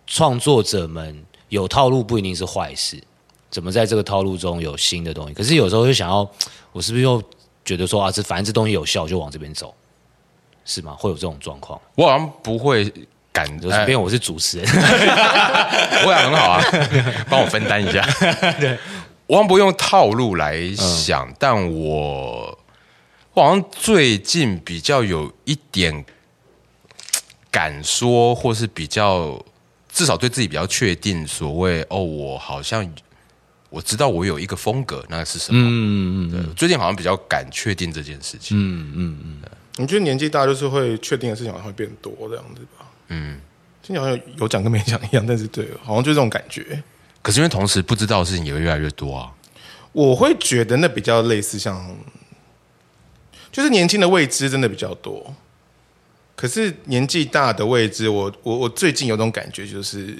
[SPEAKER 1] 创作者们，有套路不一定是坏事。怎么在这个套路中有新的东西？可是有时候就想要，我是不是又觉得说啊，这反正这东西有效，就往这边走，是吗？会有这种状况？
[SPEAKER 3] 我好像不会敢，
[SPEAKER 1] 就
[SPEAKER 3] 哎
[SPEAKER 1] 是因为我是主持人，
[SPEAKER 3] 我也很好啊， 帮我分担一下。对，嗯我好像不用套路来想，但我我好像最近比较有一点敢说，或是比较至少对自己比较确定，所谓哦，我好像我知道我有一个风格，那是什么？嗯嗯对，最近好像比较敢确定这件事情。嗯，
[SPEAKER 2] 我觉得年纪大就是会确定的事情好像会变多这样子吧。嗯，听起来好像有有讲跟没讲一样，但是对，好像就这种感觉。
[SPEAKER 3] 可是因为同时不知道的事情也会越来越多啊。
[SPEAKER 2] 我会觉得那比较类似像，就是年轻的未知真的比较多，可是年纪大的未知，我我我最近有种感觉就是，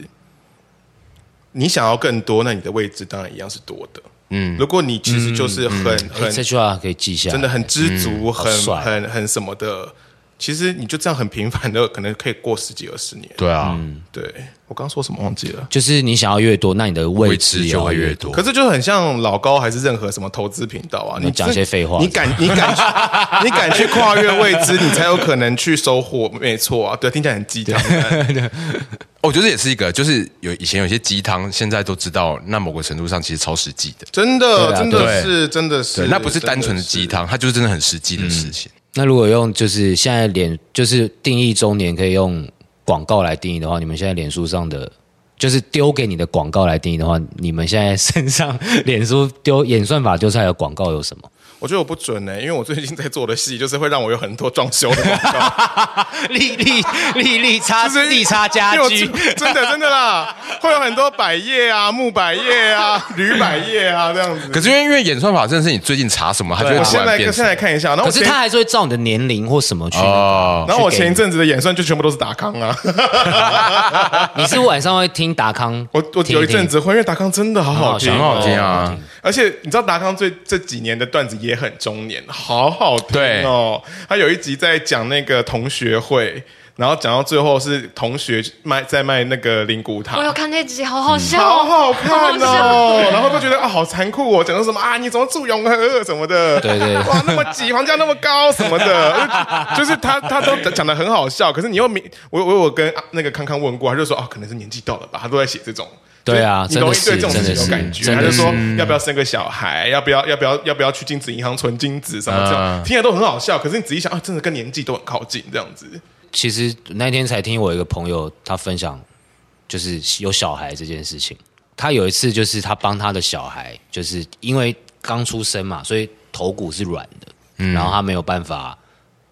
[SPEAKER 2] 你想要更多，那你的未知当然一样是多的。嗯，如果你其实就是很、
[SPEAKER 1] 哎
[SPEAKER 2] 很
[SPEAKER 1] 这句话可以记下来，
[SPEAKER 2] 真的很知足，很
[SPEAKER 1] 帅
[SPEAKER 2] 很很什么的，其实你就这样很平凡的，可能可以过十几二十年。
[SPEAKER 3] 对啊，
[SPEAKER 2] 对我刚说什么忘记了。
[SPEAKER 1] 就是你想要越多，那你的位
[SPEAKER 3] 位
[SPEAKER 1] 置
[SPEAKER 3] 置
[SPEAKER 1] 也
[SPEAKER 3] 就
[SPEAKER 1] 要
[SPEAKER 3] 会越
[SPEAKER 1] 越。
[SPEAKER 3] 多
[SPEAKER 2] 可。是就很像老高还是任何什么投资频道啊，你
[SPEAKER 1] 讲一些废话
[SPEAKER 2] 你敢你敢去你敢去跨越未知，你才有可能去收获，没错啊，对，听起来很鸡汤，
[SPEAKER 3] 哦我觉得也是一个，就是有以前有些鸡汤，现在都知道，那某个程度上其实超实际的。
[SPEAKER 2] 真的
[SPEAKER 1] 对啊
[SPEAKER 2] 真的
[SPEAKER 3] 对
[SPEAKER 2] 是真的是嗯
[SPEAKER 3] 对，，那不是单纯的
[SPEAKER 2] 真
[SPEAKER 3] 鸡汤，它就是真的很实际的事情。
[SPEAKER 1] 那如果用就是现在脸就是定义周年可以用广告来定义的话，你们现在脸书上的就是丢给你的广告来定义的话，你们现在身上脸书丢演算法丢出来的广告有什么？
[SPEAKER 2] 我觉得我不准欸呢、因为我最近在做的戏就是会让我有很多装修的广告，
[SPEAKER 1] 利利利利差
[SPEAKER 2] 就是
[SPEAKER 1] 利差
[SPEAKER 2] 因
[SPEAKER 1] 家
[SPEAKER 2] 为我
[SPEAKER 1] 居，
[SPEAKER 2] 真的真 的啦，会有很多百叶啊、木百叶啊、铝百叶啊这样子。
[SPEAKER 3] 可是因为因为演算法真的是你最近查什么，它就会
[SPEAKER 2] 我
[SPEAKER 3] 突
[SPEAKER 2] 现
[SPEAKER 3] 然
[SPEAKER 2] 在
[SPEAKER 3] 变
[SPEAKER 2] 现
[SPEAKER 3] 什么。
[SPEAKER 2] 在看一下，然后
[SPEAKER 1] 可
[SPEAKER 2] 我
[SPEAKER 1] 是
[SPEAKER 2] 前
[SPEAKER 1] 它还是会照你的年龄或什么去。
[SPEAKER 3] 哦，
[SPEAKER 2] 然后我前
[SPEAKER 1] 去给
[SPEAKER 2] 一阵子的演算就全部都是达康啊，
[SPEAKER 1] 你是晚上会听达康？
[SPEAKER 2] 我我有一阵子会，因为达康真的好哦好听，
[SPEAKER 1] 很
[SPEAKER 3] 很
[SPEAKER 1] 好
[SPEAKER 3] 好
[SPEAKER 1] 听
[SPEAKER 3] 听
[SPEAKER 1] 啊
[SPEAKER 3] 啊，
[SPEAKER 2] 而且你知道达康最这几年的段子也很中年，好好听哦。他有一集在讲那个同学会，然后讲到最后是同学卖在卖那个灵骨塔
[SPEAKER 5] 我，有看那集，好
[SPEAKER 1] 嗯
[SPEAKER 5] 好笑，哦
[SPEAKER 2] 好好看
[SPEAKER 5] 好 好
[SPEAKER 2] 哦，然后都觉得啊好残酷哦，讲到什么啊你怎么住永和什么的，
[SPEAKER 1] 对对
[SPEAKER 2] 哇那么挤，房价那么高什么的， 就是他他都讲的很好笑，可是你又明我我我跟啊那个康康问过，他就说啊可能是年纪到了吧，他都在写这种。
[SPEAKER 1] 对啊
[SPEAKER 2] 就是你容易对
[SPEAKER 1] 真
[SPEAKER 2] 这
[SPEAKER 1] 的
[SPEAKER 2] 种
[SPEAKER 1] 是
[SPEAKER 2] 事情
[SPEAKER 1] 真
[SPEAKER 2] 有
[SPEAKER 1] 的是
[SPEAKER 2] 感觉，
[SPEAKER 1] 真
[SPEAKER 2] 他
[SPEAKER 1] 的
[SPEAKER 2] 就是说要不要生个小孩，要不要要不要要不要去精子银行存精子什么这
[SPEAKER 3] 啊
[SPEAKER 1] 嗯
[SPEAKER 2] 种，听起来都很好笑。可是你仔细想啊，真的跟年纪都很靠近这样子。
[SPEAKER 1] 其实那天才听我一个朋友他分享，就是有小孩这件事情。他有一次就是他帮他的小孩，就是因为刚出生嘛，所以头骨是软的，然后他没有办法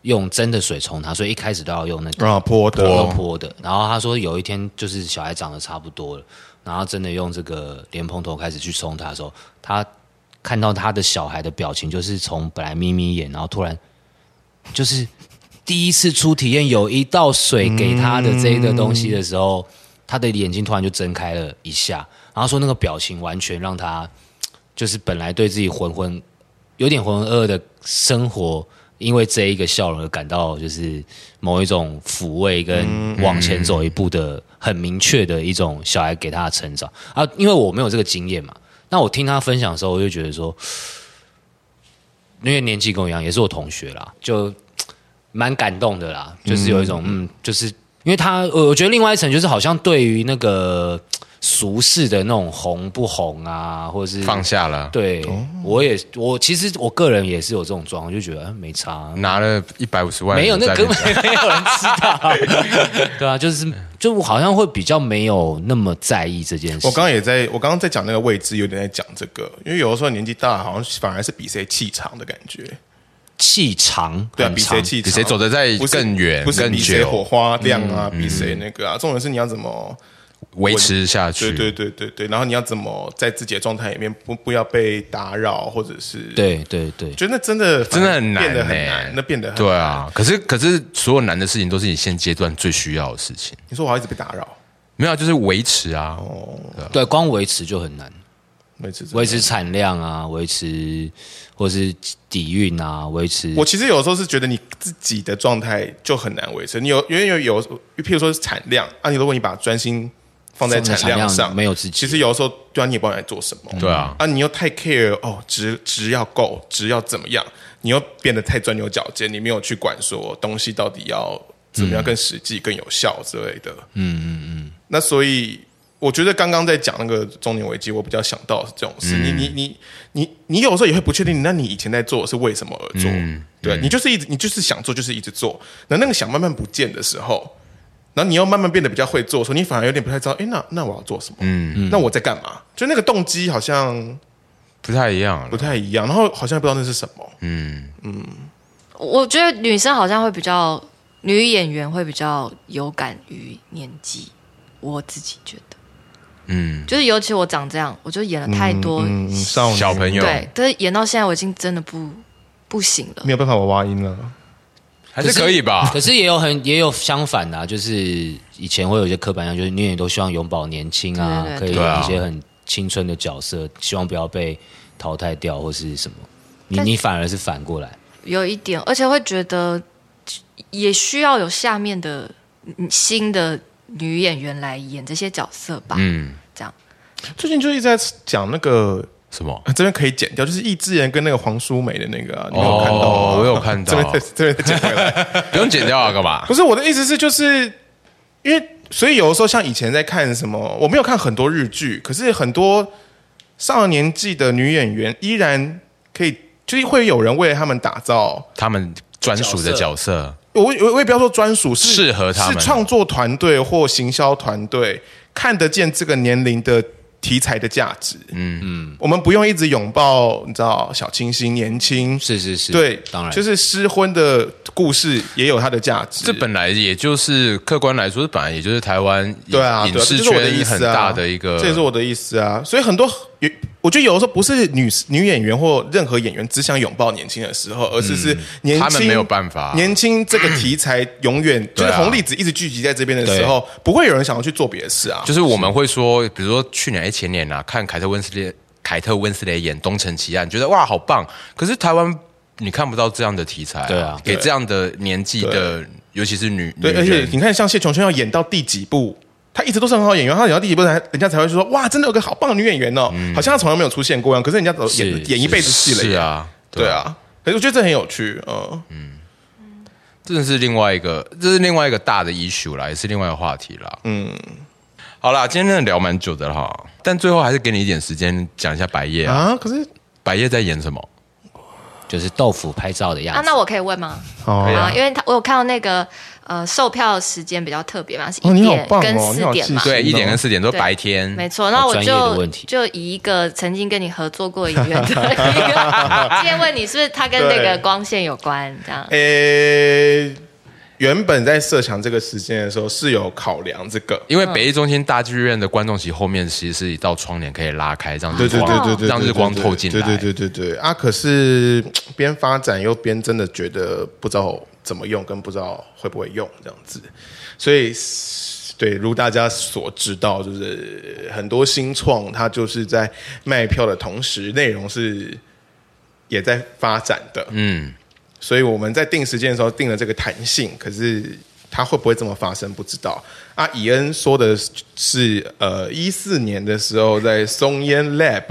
[SPEAKER 1] 用真的水冲它，所以一开始都要用那个
[SPEAKER 2] 啊，波
[SPEAKER 1] 泼泼的。然后他说有一天就是小孩长得差不多了，然后真的用这个莲蓬头开始去冲他的时候，他看到他的小孩的表情，就是从本来眯眯眼，然后突然就是第一次初体验有一道水给他的这个东西的时候，他的眼睛突然就睁开了一下，然后说那个表情完全让他就是本来对自己浑浑有点浑浑噩噩的生活，因为这一个笑容而感到就是某一种抚慰跟往前走一步的很明确的一种小孩给他的成长啊。因为我没有这个经验嘛，那我听他分享的时候，我就觉得说，因为年纪跟我一样，也是我同学啦，就蛮感动的啦，就是有一种嗯就是因为他我我觉得另外一层就是好像对于那个俗世的那种红不红啊，或者是
[SPEAKER 3] 放下了，
[SPEAKER 1] 对，
[SPEAKER 2] 哦
[SPEAKER 1] 我也我其实我个人也是有这种状况，就觉得、啊、没差啊、
[SPEAKER 3] 拿了一百五十万，
[SPEAKER 1] 没有那
[SPEAKER 3] 在
[SPEAKER 1] 根
[SPEAKER 3] 面前
[SPEAKER 1] 本没有人知道， 对啊，就是就我好像会比较没有那么在意这件事。
[SPEAKER 2] 我刚刚也在，我刚刚在讲那个位置，有点在讲这个，因为有的时候年纪大，好像反而是比谁气场的感觉，
[SPEAKER 1] 气长，
[SPEAKER 2] 对啊，
[SPEAKER 1] 很
[SPEAKER 2] 比谁
[SPEAKER 1] 长
[SPEAKER 2] 气
[SPEAKER 3] 比
[SPEAKER 2] 场，
[SPEAKER 3] 谁走得再
[SPEAKER 2] 不是
[SPEAKER 3] 更远
[SPEAKER 2] 不是
[SPEAKER 3] 更
[SPEAKER 2] 比谁
[SPEAKER 3] 久嗯
[SPEAKER 2] 火花亮啊，比谁那个啊，重点是你要怎么，
[SPEAKER 3] 维持下去，
[SPEAKER 2] 对对对对对，然后你要怎么在自己的状态里面不不要被打扰，或者是，
[SPEAKER 1] 对对对，
[SPEAKER 2] 觉得那真的
[SPEAKER 3] 真的很难、
[SPEAKER 2] 变
[SPEAKER 3] 欸，
[SPEAKER 2] 得很难，那变得很
[SPEAKER 3] 对
[SPEAKER 2] 难。
[SPEAKER 3] 啊。可是可是所有难的事情都是你现阶段最需要的事情，
[SPEAKER 2] 你说我要一直被打扰，
[SPEAKER 3] 没有啊就是维持啊。
[SPEAKER 2] 哦
[SPEAKER 1] 对，光维持就很难，
[SPEAKER 2] 每次真的
[SPEAKER 1] 维持产量啊，维持或是底蕴啊，维持
[SPEAKER 2] 我其实有时候是觉得你自己的状态就很难维持，你有因为有有，譬如说是产量啊，你如果你把专心放在产
[SPEAKER 1] 放
[SPEAKER 2] 量
[SPEAKER 1] 在产
[SPEAKER 2] 上，
[SPEAKER 1] 量没有自己
[SPEAKER 2] 其实有的时候对啊，你也不知道你在做什么，
[SPEAKER 3] 对啊
[SPEAKER 2] 啊，你又太 care 哦，值值要够，值要怎么样，你又变得太钻牛角尖，你没有去管说东西到底要怎么样更实际、更有效之类的，嗯嗯嗯嗯，那所以。我觉得刚刚在讲那个中年危机，我比较想到是这种事。你你你你你有时候也会不确定，那你以前在做是为什么而做？对、你就是一直你就是想做，就是一直做。那那个想慢慢不见的时候，然后你又慢慢变得比较会做的时候，你反而有点不太知道，哎，那那我要做什么？嗯，那我在干嘛？就那个动机好像
[SPEAKER 3] 不太一样
[SPEAKER 2] 不
[SPEAKER 3] 了。
[SPEAKER 2] 太一样，然后好像也不知道那是什么。
[SPEAKER 5] 我觉得女生好像会比较，女演员会比较有感于年纪，我自己觉得，
[SPEAKER 3] 嗯，
[SPEAKER 5] 就是尤其我长这样，我就演了太多，
[SPEAKER 2] 嗯少
[SPEAKER 3] 小朋友
[SPEAKER 5] 对，但是演到现在我已经真的不不行了
[SPEAKER 2] 没。有办法娃娃音了，
[SPEAKER 3] 还是可以吧
[SPEAKER 1] 可。是也有很也有相反的、啊，就是以前会有一些刻板印象，就是女演员都希望永葆年轻啊，
[SPEAKER 5] 对对
[SPEAKER 1] 可以有
[SPEAKER 3] 对啊
[SPEAKER 1] 一些很青春的角色，希望不要被淘汰掉或是什么。你
[SPEAKER 5] 但
[SPEAKER 1] 你反而是反过来，
[SPEAKER 5] 有一点，而且会觉得也需要有下面的嗯新的女演员来演这些角色吧。
[SPEAKER 1] 嗯，
[SPEAKER 5] 这样
[SPEAKER 2] 最近就一直在讲那个。
[SPEAKER 3] 什么？
[SPEAKER 2] 呃这边可以剪掉，就是易智言跟那个黄淑梅的那个、啊，你没有
[SPEAKER 3] 哦
[SPEAKER 2] 看到吗？
[SPEAKER 3] 我有看到
[SPEAKER 2] 这边再这边再剪 回来。
[SPEAKER 3] 不用剪掉啊，干嘛
[SPEAKER 2] 不？是我的意思是，就是因为所以有的时候像以前在看什么，我没有看很多日剧，可是很多上了年纪的女演员依然可以，就是会有人为他们打造。
[SPEAKER 3] 他们专属的角色，
[SPEAKER 2] 我我我也不要说专属，是
[SPEAKER 3] 适合他们
[SPEAKER 2] 是创作团队或行销团队看得见这个年龄的题材的价值。嗯嗯，我们不用一直拥抱，你知道小清新、年轻，
[SPEAKER 1] 是是是，
[SPEAKER 2] 对，
[SPEAKER 1] 当然
[SPEAKER 2] 就是失婚的故事也有它的价值。
[SPEAKER 3] 这本来也就是客观来说，这本来也就是台湾影
[SPEAKER 2] 对啊，
[SPEAKER 3] 影
[SPEAKER 2] 对啊，
[SPEAKER 3] 视
[SPEAKER 2] 这就是我的意
[SPEAKER 3] 圈
[SPEAKER 2] 思啊
[SPEAKER 3] 很大的一个，
[SPEAKER 2] 这也是我的意思啊。所以很多有，我觉得有的时候不是女女演员或任何演员只想拥抱年轻的时候，而是是年轻、
[SPEAKER 3] 嗯他们没有办法
[SPEAKER 2] 年轻这个题材 永远、就是
[SPEAKER 3] 对啊
[SPEAKER 2] 红利子一直聚集在这边的时候，不会有人想要去做别的事啊。
[SPEAKER 3] 就是我们会说，比如说去年哎前年啊，看凯特温斯雷凯特温斯雷演《东城奇案》，觉得哇好棒，可是台湾你看不到这样的题材、
[SPEAKER 1] 对啊
[SPEAKER 3] 给这样的年纪的，尤其是女
[SPEAKER 2] 对，
[SPEAKER 3] 女
[SPEAKER 2] 而且
[SPEAKER 3] 人
[SPEAKER 2] 你看，像谢琼琼要演到第几部，她一直都是很好演员，她演到第几部才人家才会说哇，真的有个好棒的女演员哦，好像她从来没有出现过一样。可是人家早演
[SPEAKER 1] 是
[SPEAKER 2] 演一辈子戏了
[SPEAKER 3] 嗯
[SPEAKER 2] 耶，
[SPEAKER 3] 是啊，
[SPEAKER 2] 对啊。可是我觉得这很有趣，嗯，
[SPEAKER 3] 这是另外一个，这是另外一个大的 issue 啦，也是另外一个话题啦。嗯，好啦，今天真的聊蛮久的了哈，但最后还是给你一点时间讲一下白夜啊，
[SPEAKER 2] 啊，可是
[SPEAKER 3] 白夜在演什么？
[SPEAKER 1] 就是豆腐拍照的样
[SPEAKER 5] 啊，
[SPEAKER 1] 子。
[SPEAKER 5] 那我可以问吗？
[SPEAKER 2] 哦
[SPEAKER 5] 啊，因为他我有看到那个呃售票时间比较特别嘛，是
[SPEAKER 2] 哦
[SPEAKER 5] 一
[SPEAKER 2] 你好
[SPEAKER 5] 点
[SPEAKER 2] 棒哦
[SPEAKER 5] 跟四
[SPEAKER 2] 你好
[SPEAKER 5] 点嘛
[SPEAKER 2] 细。心
[SPEAKER 3] 对，
[SPEAKER 2] 是
[SPEAKER 3] 一点
[SPEAKER 2] 哦
[SPEAKER 3] 跟四点都
[SPEAKER 5] 对
[SPEAKER 3] 白天，
[SPEAKER 5] 没错，那我
[SPEAKER 1] 专业的
[SPEAKER 5] 就
[SPEAKER 1] 问题
[SPEAKER 5] 就以一个曾经跟你合作过影院的一个，今天问你是不是它跟那个
[SPEAKER 2] 对
[SPEAKER 5] 光线有关？这样
[SPEAKER 2] 诶、原本在设想这个时间的时候是有考量这个，
[SPEAKER 3] 因为北艺中心大剧院的观众席后面其实是一道窗帘可以拉开，让日
[SPEAKER 2] 对对对
[SPEAKER 3] 光
[SPEAKER 2] 对对，
[SPEAKER 3] 让日光
[SPEAKER 2] 对对
[SPEAKER 3] 透进来。
[SPEAKER 2] 对对对对对啊！可是边发展又边真的觉得不知道怎么用，跟不知道会不会用这样子，所以对，如大家所知道，就是很多新创它就是在卖票的同时，内容是也在发展的，
[SPEAKER 3] 嗯，
[SPEAKER 2] 所以我们在定时间的时候定了这个弹性，可是它会不会这么发生不知道。啊，以恩说的是，呃，一四年的时候在松烟 Lab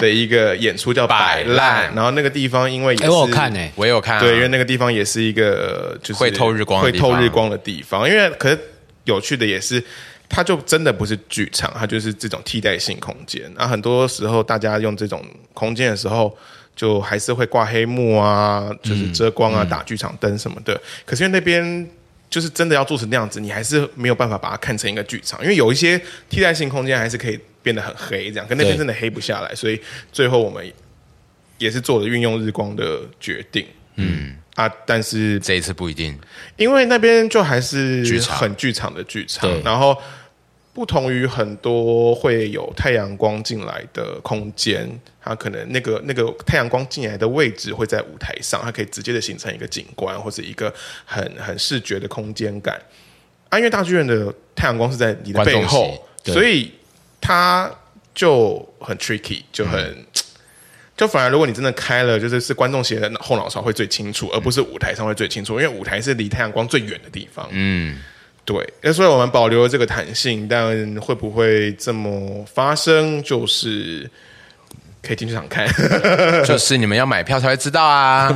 [SPEAKER 2] 的一个演出 叫
[SPEAKER 3] 摆
[SPEAKER 2] 摆
[SPEAKER 3] 烂
[SPEAKER 2] 烂，然后那个地方因为也是、
[SPEAKER 1] 哎，我有看呢，
[SPEAKER 3] 我有看、啊，
[SPEAKER 2] 对，因为那个地方也是一个呃就是
[SPEAKER 3] 会透日光的
[SPEAKER 2] 会
[SPEAKER 3] 地方
[SPEAKER 2] 透日光的地方。因为可是有趣的也是，它就真的不是剧场，它就是这种替代性空间。那、很多时候大家用这种空间的时候，就还是会挂黑幕啊，就是遮光
[SPEAKER 3] 嗯
[SPEAKER 2] 啊、打剧场灯什么的。可是因为那边。就是真的要做成那样子，你还是没有办法把它看成一个剧场，因为有一些替代性空间还是可以变得很黑，这样，可那边
[SPEAKER 1] 对
[SPEAKER 2] 真的黑不下来，所以最后我们也是做了运用日光的决定。嗯啊，但是
[SPEAKER 3] 这一次不一 定。
[SPEAKER 2] 因为那边就还是
[SPEAKER 3] 剧场
[SPEAKER 2] 很剧场的剧场
[SPEAKER 1] 对，
[SPEAKER 2] 然后不同于很多会有太阳光进来的空间，它可能那个那个太阳光进来的位置会在舞台上，它可以直接的形成一个景观或者一个很很视觉的空间感。啊，因为大剧院的太阳光是在你的
[SPEAKER 3] 观众
[SPEAKER 2] 背后，
[SPEAKER 1] 席对
[SPEAKER 2] 所以它就很 tricky，就很。就反而，如果你真的开了，就是是观众席的后脑勺会最清楚，而不是舞台上会最清楚，因为舞台是离太阳光最远的地方。
[SPEAKER 3] 嗯，
[SPEAKER 2] 对，那所以我们保留了这个弹性，但会不会这么发生，就是可以进剧场看，
[SPEAKER 3] 就是你们要买票才会知道啊。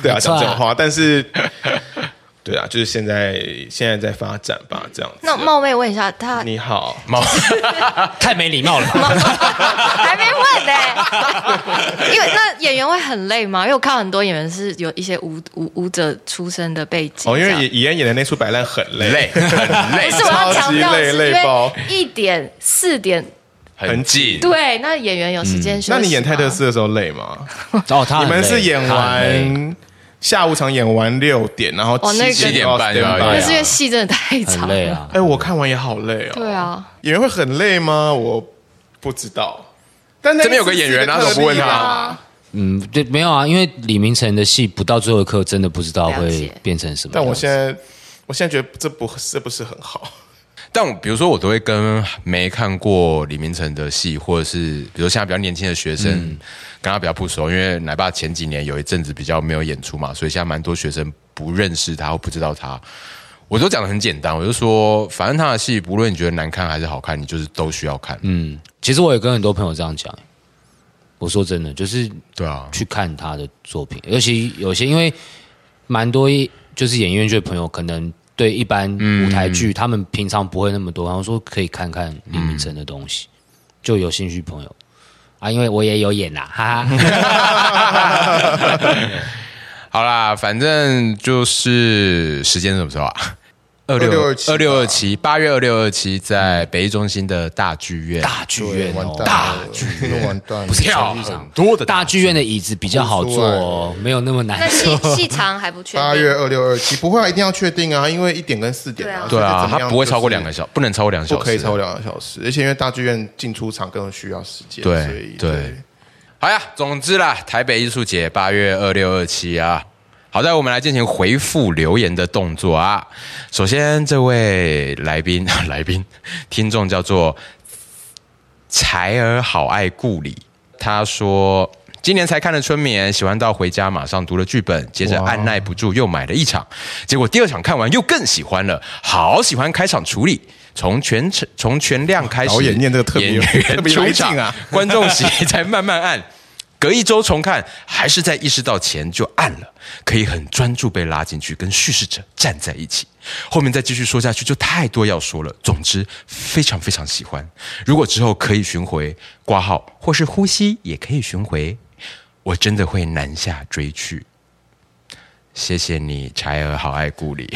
[SPEAKER 2] 对啊，
[SPEAKER 1] 错啊
[SPEAKER 2] 讲这种话，但是， 对啊，就是现在现在在发展吧，这样子。
[SPEAKER 5] 那冒昧问一下，他
[SPEAKER 2] 你好，
[SPEAKER 3] 猫，
[SPEAKER 1] 太没礼貌了吧？
[SPEAKER 5] 还没问呢、 因为那演员会很累吗？因为我看很多演员是有一些舞舞舞者出身的背景，
[SPEAKER 2] 哦，因
[SPEAKER 5] 这样
[SPEAKER 2] 为以以安演的那出摆烂很累，
[SPEAKER 3] 累，很累
[SPEAKER 5] 不，是我要强调的
[SPEAKER 2] 超
[SPEAKER 5] 是，
[SPEAKER 2] 级累
[SPEAKER 5] 因
[SPEAKER 2] 累爆
[SPEAKER 5] 为一点四点
[SPEAKER 3] 很近。
[SPEAKER 5] 对，那演员有时间休息吗、
[SPEAKER 2] 嗯那你演泰特斯的时候累吗？
[SPEAKER 1] 哦，他
[SPEAKER 2] 你
[SPEAKER 3] 啊
[SPEAKER 1] 很累
[SPEAKER 2] 们是演
[SPEAKER 1] 他很累啊
[SPEAKER 2] 完下午场演完六点，然后
[SPEAKER 5] 哦那个
[SPEAKER 2] 七
[SPEAKER 3] 7点半就要
[SPEAKER 2] 要
[SPEAKER 5] 可
[SPEAKER 3] 对
[SPEAKER 5] 是
[SPEAKER 3] 啊
[SPEAKER 5] 因为戏真的太
[SPEAKER 1] 很
[SPEAKER 5] 长
[SPEAKER 1] 累
[SPEAKER 5] 了。
[SPEAKER 1] 啊，
[SPEAKER 2] 哎，我看完也好累哦。
[SPEAKER 5] 对啊，
[SPEAKER 2] 演员会很累吗？我不知道。但那
[SPEAKER 3] 这边有个演员啊
[SPEAKER 2] 一次是
[SPEAKER 3] 怎么不问他
[SPEAKER 2] 特例啊
[SPEAKER 1] 嗯，对，没有啊，因为李明成的戏不到最后一刻，真的不知道
[SPEAKER 5] 了
[SPEAKER 1] 会
[SPEAKER 5] 解
[SPEAKER 1] 变成什么样子。
[SPEAKER 2] 但我现在，我现在觉得这不这不是很好。
[SPEAKER 3] 但我比如说，我都会跟没看过李明诚的戏，或者是比如现在比较年轻的学生，跟他比较不熟，因为奶爸前几年有一阵子比较没有演出嘛，所以现在蛮多学生不认识他或不知道他。我都讲的很简单，我就说，反正他的戏，不论你觉得难看还是好看，你就是都需要看。嗯，
[SPEAKER 1] 其实我也跟很多朋友这样讲，我说真的，就是
[SPEAKER 3] 对啊，
[SPEAKER 1] 去看他的作品，尤其有些因为蛮多一就是演艺圈的朋友，可能对一般舞台
[SPEAKER 3] 嗯
[SPEAKER 1] 剧、他们平常不会那么多，然后说可以看看李明诚的东西，就有兴趣朋友啊，因为我也有演啦，哈哈，
[SPEAKER 3] 好啦，反正就是时间是什么时候啊？二
[SPEAKER 2] 2627
[SPEAKER 3] 二六二七，八月二六二七，在北艺中心的大剧院。
[SPEAKER 1] 大剧院
[SPEAKER 6] 完
[SPEAKER 1] 哦，
[SPEAKER 6] 蛋
[SPEAKER 1] 大
[SPEAKER 6] 了，真的完蛋了，
[SPEAKER 1] 不是小剧场，多的大剧院的椅子比较好坐哦，没有那么
[SPEAKER 5] 那
[SPEAKER 1] 难
[SPEAKER 5] 戏
[SPEAKER 1] 坐。
[SPEAKER 5] 戏长还不确定。
[SPEAKER 6] 八月二六二七，不会啊，一定要
[SPEAKER 2] 确定啊，因为一点跟四点啊，
[SPEAKER 3] 对啊，
[SPEAKER 2] 所以怎么
[SPEAKER 3] 它
[SPEAKER 2] 样
[SPEAKER 3] 不会
[SPEAKER 2] 就是
[SPEAKER 3] 超过两个小时，不能超过两个小
[SPEAKER 2] 不
[SPEAKER 3] 时，
[SPEAKER 2] 可以超过。两个小时，而且因为大剧院进出场更需要时间，所
[SPEAKER 3] 对
[SPEAKER 2] 以
[SPEAKER 3] 对。好呀，总之啦，台北艺术节八月二六二七啊。好在我们来进行回复留言的动作啊。首先，这位来宾 来宾听众叫做柴儿好爱故里，他说今年才看了《春眠》，喜欢到回家马上读了剧本，接着按耐不住又买了一场，结果第二场看完又更喜欢了，好喜欢开场处理。从全程从全亮开始，
[SPEAKER 2] 导演念这个特别
[SPEAKER 3] 演员
[SPEAKER 2] 特别
[SPEAKER 3] 出
[SPEAKER 2] 来劲
[SPEAKER 3] 场
[SPEAKER 2] 啊
[SPEAKER 3] 观众席 才慢慢按。隔一周重看，还是在意识到前就按了，可以很专注被拉进去，跟叙事者站在一起。后面再继续说下去就太多要说了。总之，非常非常喜欢。如果之后可以巡回挂号，或是呼吸也可以巡回，我真的会南下追去。谢谢你，柴儿好爱故里。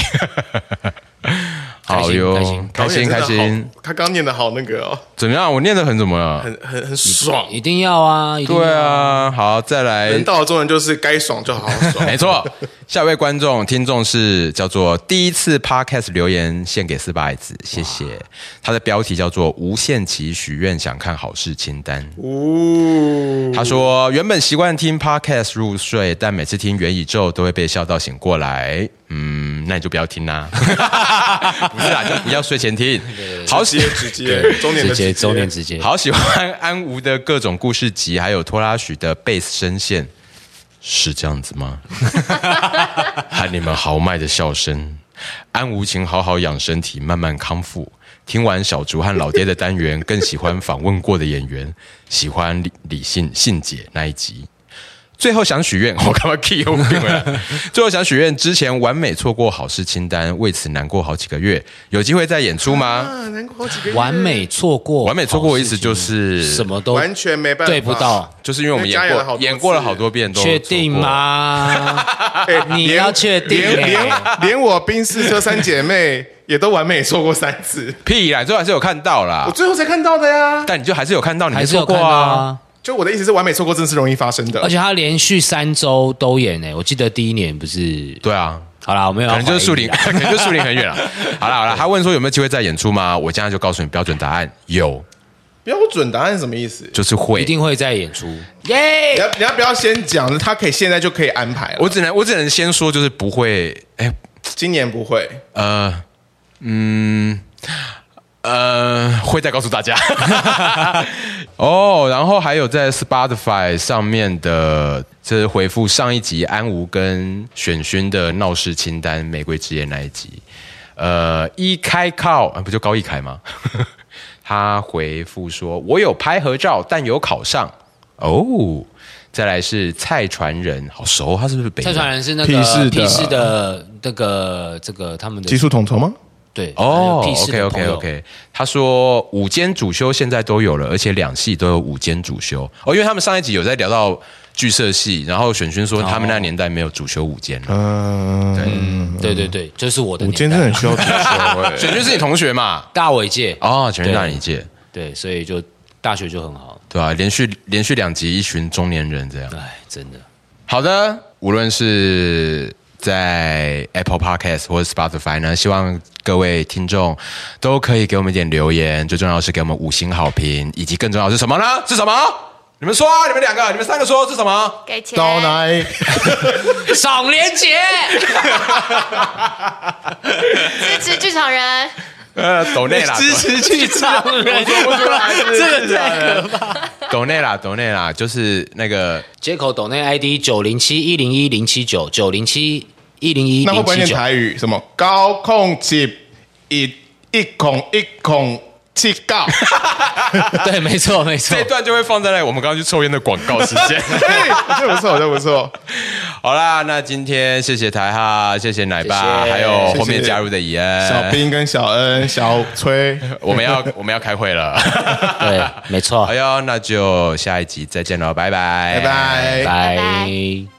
[SPEAKER 3] 好哟
[SPEAKER 1] 开心，
[SPEAKER 3] 开心开
[SPEAKER 2] 导演真的
[SPEAKER 3] 心
[SPEAKER 2] 好，，他刚念的好那个哦，
[SPEAKER 3] 怎么样？我念的很怎么了？
[SPEAKER 2] 很很很爽。
[SPEAKER 1] 一定要啊，一定要
[SPEAKER 3] 对，啊，好，再来。
[SPEAKER 2] 人到了中人就是该爽就好好爽，
[SPEAKER 1] 哎
[SPEAKER 3] 没错，下一位观众听众是叫做第一次 podcast 留言献给四八爱子，谢谢。他的标题叫做“无限期许愿想看好事清单”。
[SPEAKER 2] 哦
[SPEAKER 3] 他说原本习惯听 podcast 入睡，但每次听元宇宙都会被笑到醒过来。嗯，那你就不要听 啦、不是啦，就不要睡前听。好喜
[SPEAKER 2] 直接直接中年的
[SPEAKER 1] 直接
[SPEAKER 2] 直
[SPEAKER 1] 周年直接，
[SPEAKER 3] 好喜欢安吾的各种故事集，还有拖拉许的贝斯声线，是这样子吗？和你们豪迈的笑声，安吾请好好养身体，慢慢康复。听完小竹和老爹的单元，更喜欢访问过的演员， 喜欢李李信信姐那一集。最后想许愿，我干嘛 key 我病了？最后想许愿，之前完美错过好事清单，为此难过好几个月。有机会再演出吗？
[SPEAKER 2] 啊，难过好几个月，
[SPEAKER 1] 完美错过，
[SPEAKER 3] 完美错过的意思就是
[SPEAKER 1] 什么都
[SPEAKER 2] 完全没办法
[SPEAKER 1] 对不到，
[SPEAKER 3] 就是因为我们演
[SPEAKER 2] 因为家演了好
[SPEAKER 3] 过
[SPEAKER 2] 多次
[SPEAKER 3] 演过了好多遍，都
[SPEAKER 1] 确定
[SPEAKER 3] 错过？
[SPEAKER 1] 吗？
[SPEAKER 2] 哎
[SPEAKER 1] 啊你
[SPEAKER 2] 连
[SPEAKER 1] 要确定
[SPEAKER 2] 连
[SPEAKER 1] 欸
[SPEAKER 2] 连连我冰室车三姐妹也都完美错过三次，
[SPEAKER 3] 屁啦，最后还是有看到啦
[SPEAKER 2] 我，最后才看到的呀。
[SPEAKER 3] 但你就还是有看到，你没
[SPEAKER 1] 还是
[SPEAKER 3] 错
[SPEAKER 1] 有
[SPEAKER 3] 过
[SPEAKER 1] 看到
[SPEAKER 3] 啊。
[SPEAKER 1] 啊。
[SPEAKER 2] 就我的意思是，完美错过真是容易发生的
[SPEAKER 1] 而。且他连续三周都演欸诶、我记得第一年不是
[SPEAKER 3] 对啊，
[SPEAKER 1] 好啦，我没有
[SPEAKER 3] 可
[SPEAKER 1] 要
[SPEAKER 3] 能就是树
[SPEAKER 1] 怀疑
[SPEAKER 3] 林，
[SPEAKER 1] 啦
[SPEAKER 3] 可能就是树林很 远了。啊好啦好啦，他问说有没有机会再演出吗？我现在就告诉你标准答案，有，
[SPEAKER 2] 标准答案是什么意思？
[SPEAKER 3] 就是会
[SPEAKER 1] 一。定会再演出，哎
[SPEAKER 2] 你要你要不要先讲？他可以现在就可以安排了。
[SPEAKER 3] 我只能我只能先说，就是不会，哎，
[SPEAKER 2] 今年不会，
[SPEAKER 3] 呃，嗯，呃，会再告诉大家。 哦，然后还有在 Spotify 上面的，这是回复上一集安吾跟选勋的闹事清单《玫瑰之夜》那一集。呃，一开靠，啊、不就高一凯吗？ 他回复说：“我有拍合照，但有考上哦。”再来是蔡传人，好熟，他是不是北
[SPEAKER 1] 蔡
[SPEAKER 3] 人
[SPEAKER 1] 传人是那个
[SPEAKER 2] 屁事的
[SPEAKER 1] 屁事的那个这个他们的
[SPEAKER 2] 技术统筹吗？
[SPEAKER 1] 对
[SPEAKER 3] 哦
[SPEAKER 1] 屁事
[SPEAKER 3] ，OK
[SPEAKER 1] 的
[SPEAKER 3] OK
[SPEAKER 1] 朋友
[SPEAKER 3] OK，他说午间主修现在都有了，而且两系都有午间主修哦，因为他们上一集有在聊到剧社系，然后选勋说他们那年代没有主修午间了，。
[SPEAKER 2] 嗯，
[SPEAKER 1] 对对对，就是我的
[SPEAKER 2] 我
[SPEAKER 1] 年
[SPEAKER 2] 今天
[SPEAKER 1] 代
[SPEAKER 2] 真的很需要退休哎
[SPEAKER 3] 选勋是你同学嘛？
[SPEAKER 1] 大尾界
[SPEAKER 3] 哦，全是大你届，
[SPEAKER 1] 对，所以就大学就很好，
[SPEAKER 3] 对吧、连续连续两集，一群中年人这样。
[SPEAKER 1] 哎，真的
[SPEAKER 3] 好的，无论是在 Apple Podcast 或者 Spotify 呢，希望各位听众都可以给我们一点留言，最重要是给我们五星好评，以及更重要是什么呢？是什么？你们说啊，你们两个，你们三个说是什么？
[SPEAKER 5] 给钱，
[SPEAKER 6] 到来，
[SPEAKER 1] 赏连杰，
[SPEAKER 5] 支持剧场人，
[SPEAKER 3] 呃，抖内 啦，
[SPEAKER 1] 支持去唱人， 这个太可怕。
[SPEAKER 3] 抖内啦，抖内啦，就是那个
[SPEAKER 1] 接口抖内 ID 九零七一零一零七九九零七一零一
[SPEAKER 2] 那会
[SPEAKER 1] 零
[SPEAKER 2] 不会
[SPEAKER 1] 七
[SPEAKER 2] 念
[SPEAKER 1] 九。
[SPEAKER 2] 台语？什么高空起一一孔一孔气 告？
[SPEAKER 1] 对，没错，没错
[SPEAKER 3] 这一。段就会 放在那个我们刚刚去抽烟的广告时间。
[SPEAKER 2] 嘿我觉得不错，我觉得不错。
[SPEAKER 3] 好啦，那今天谢谢台哈，谢谢奶爸，
[SPEAKER 1] 谢谢
[SPEAKER 3] 还有后
[SPEAKER 2] 谢
[SPEAKER 3] 面
[SPEAKER 2] 谢
[SPEAKER 3] 加入的怡
[SPEAKER 2] 小
[SPEAKER 3] 恩。
[SPEAKER 2] 兵跟小恩、小崔，
[SPEAKER 3] 我们要我们要开会了。
[SPEAKER 1] 对，没错
[SPEAKER 3] 哎。呦，那就下一集再见喽，拜拜，
[SPEAKER 2] 拜拜。
[SPEAKER 1] 拜。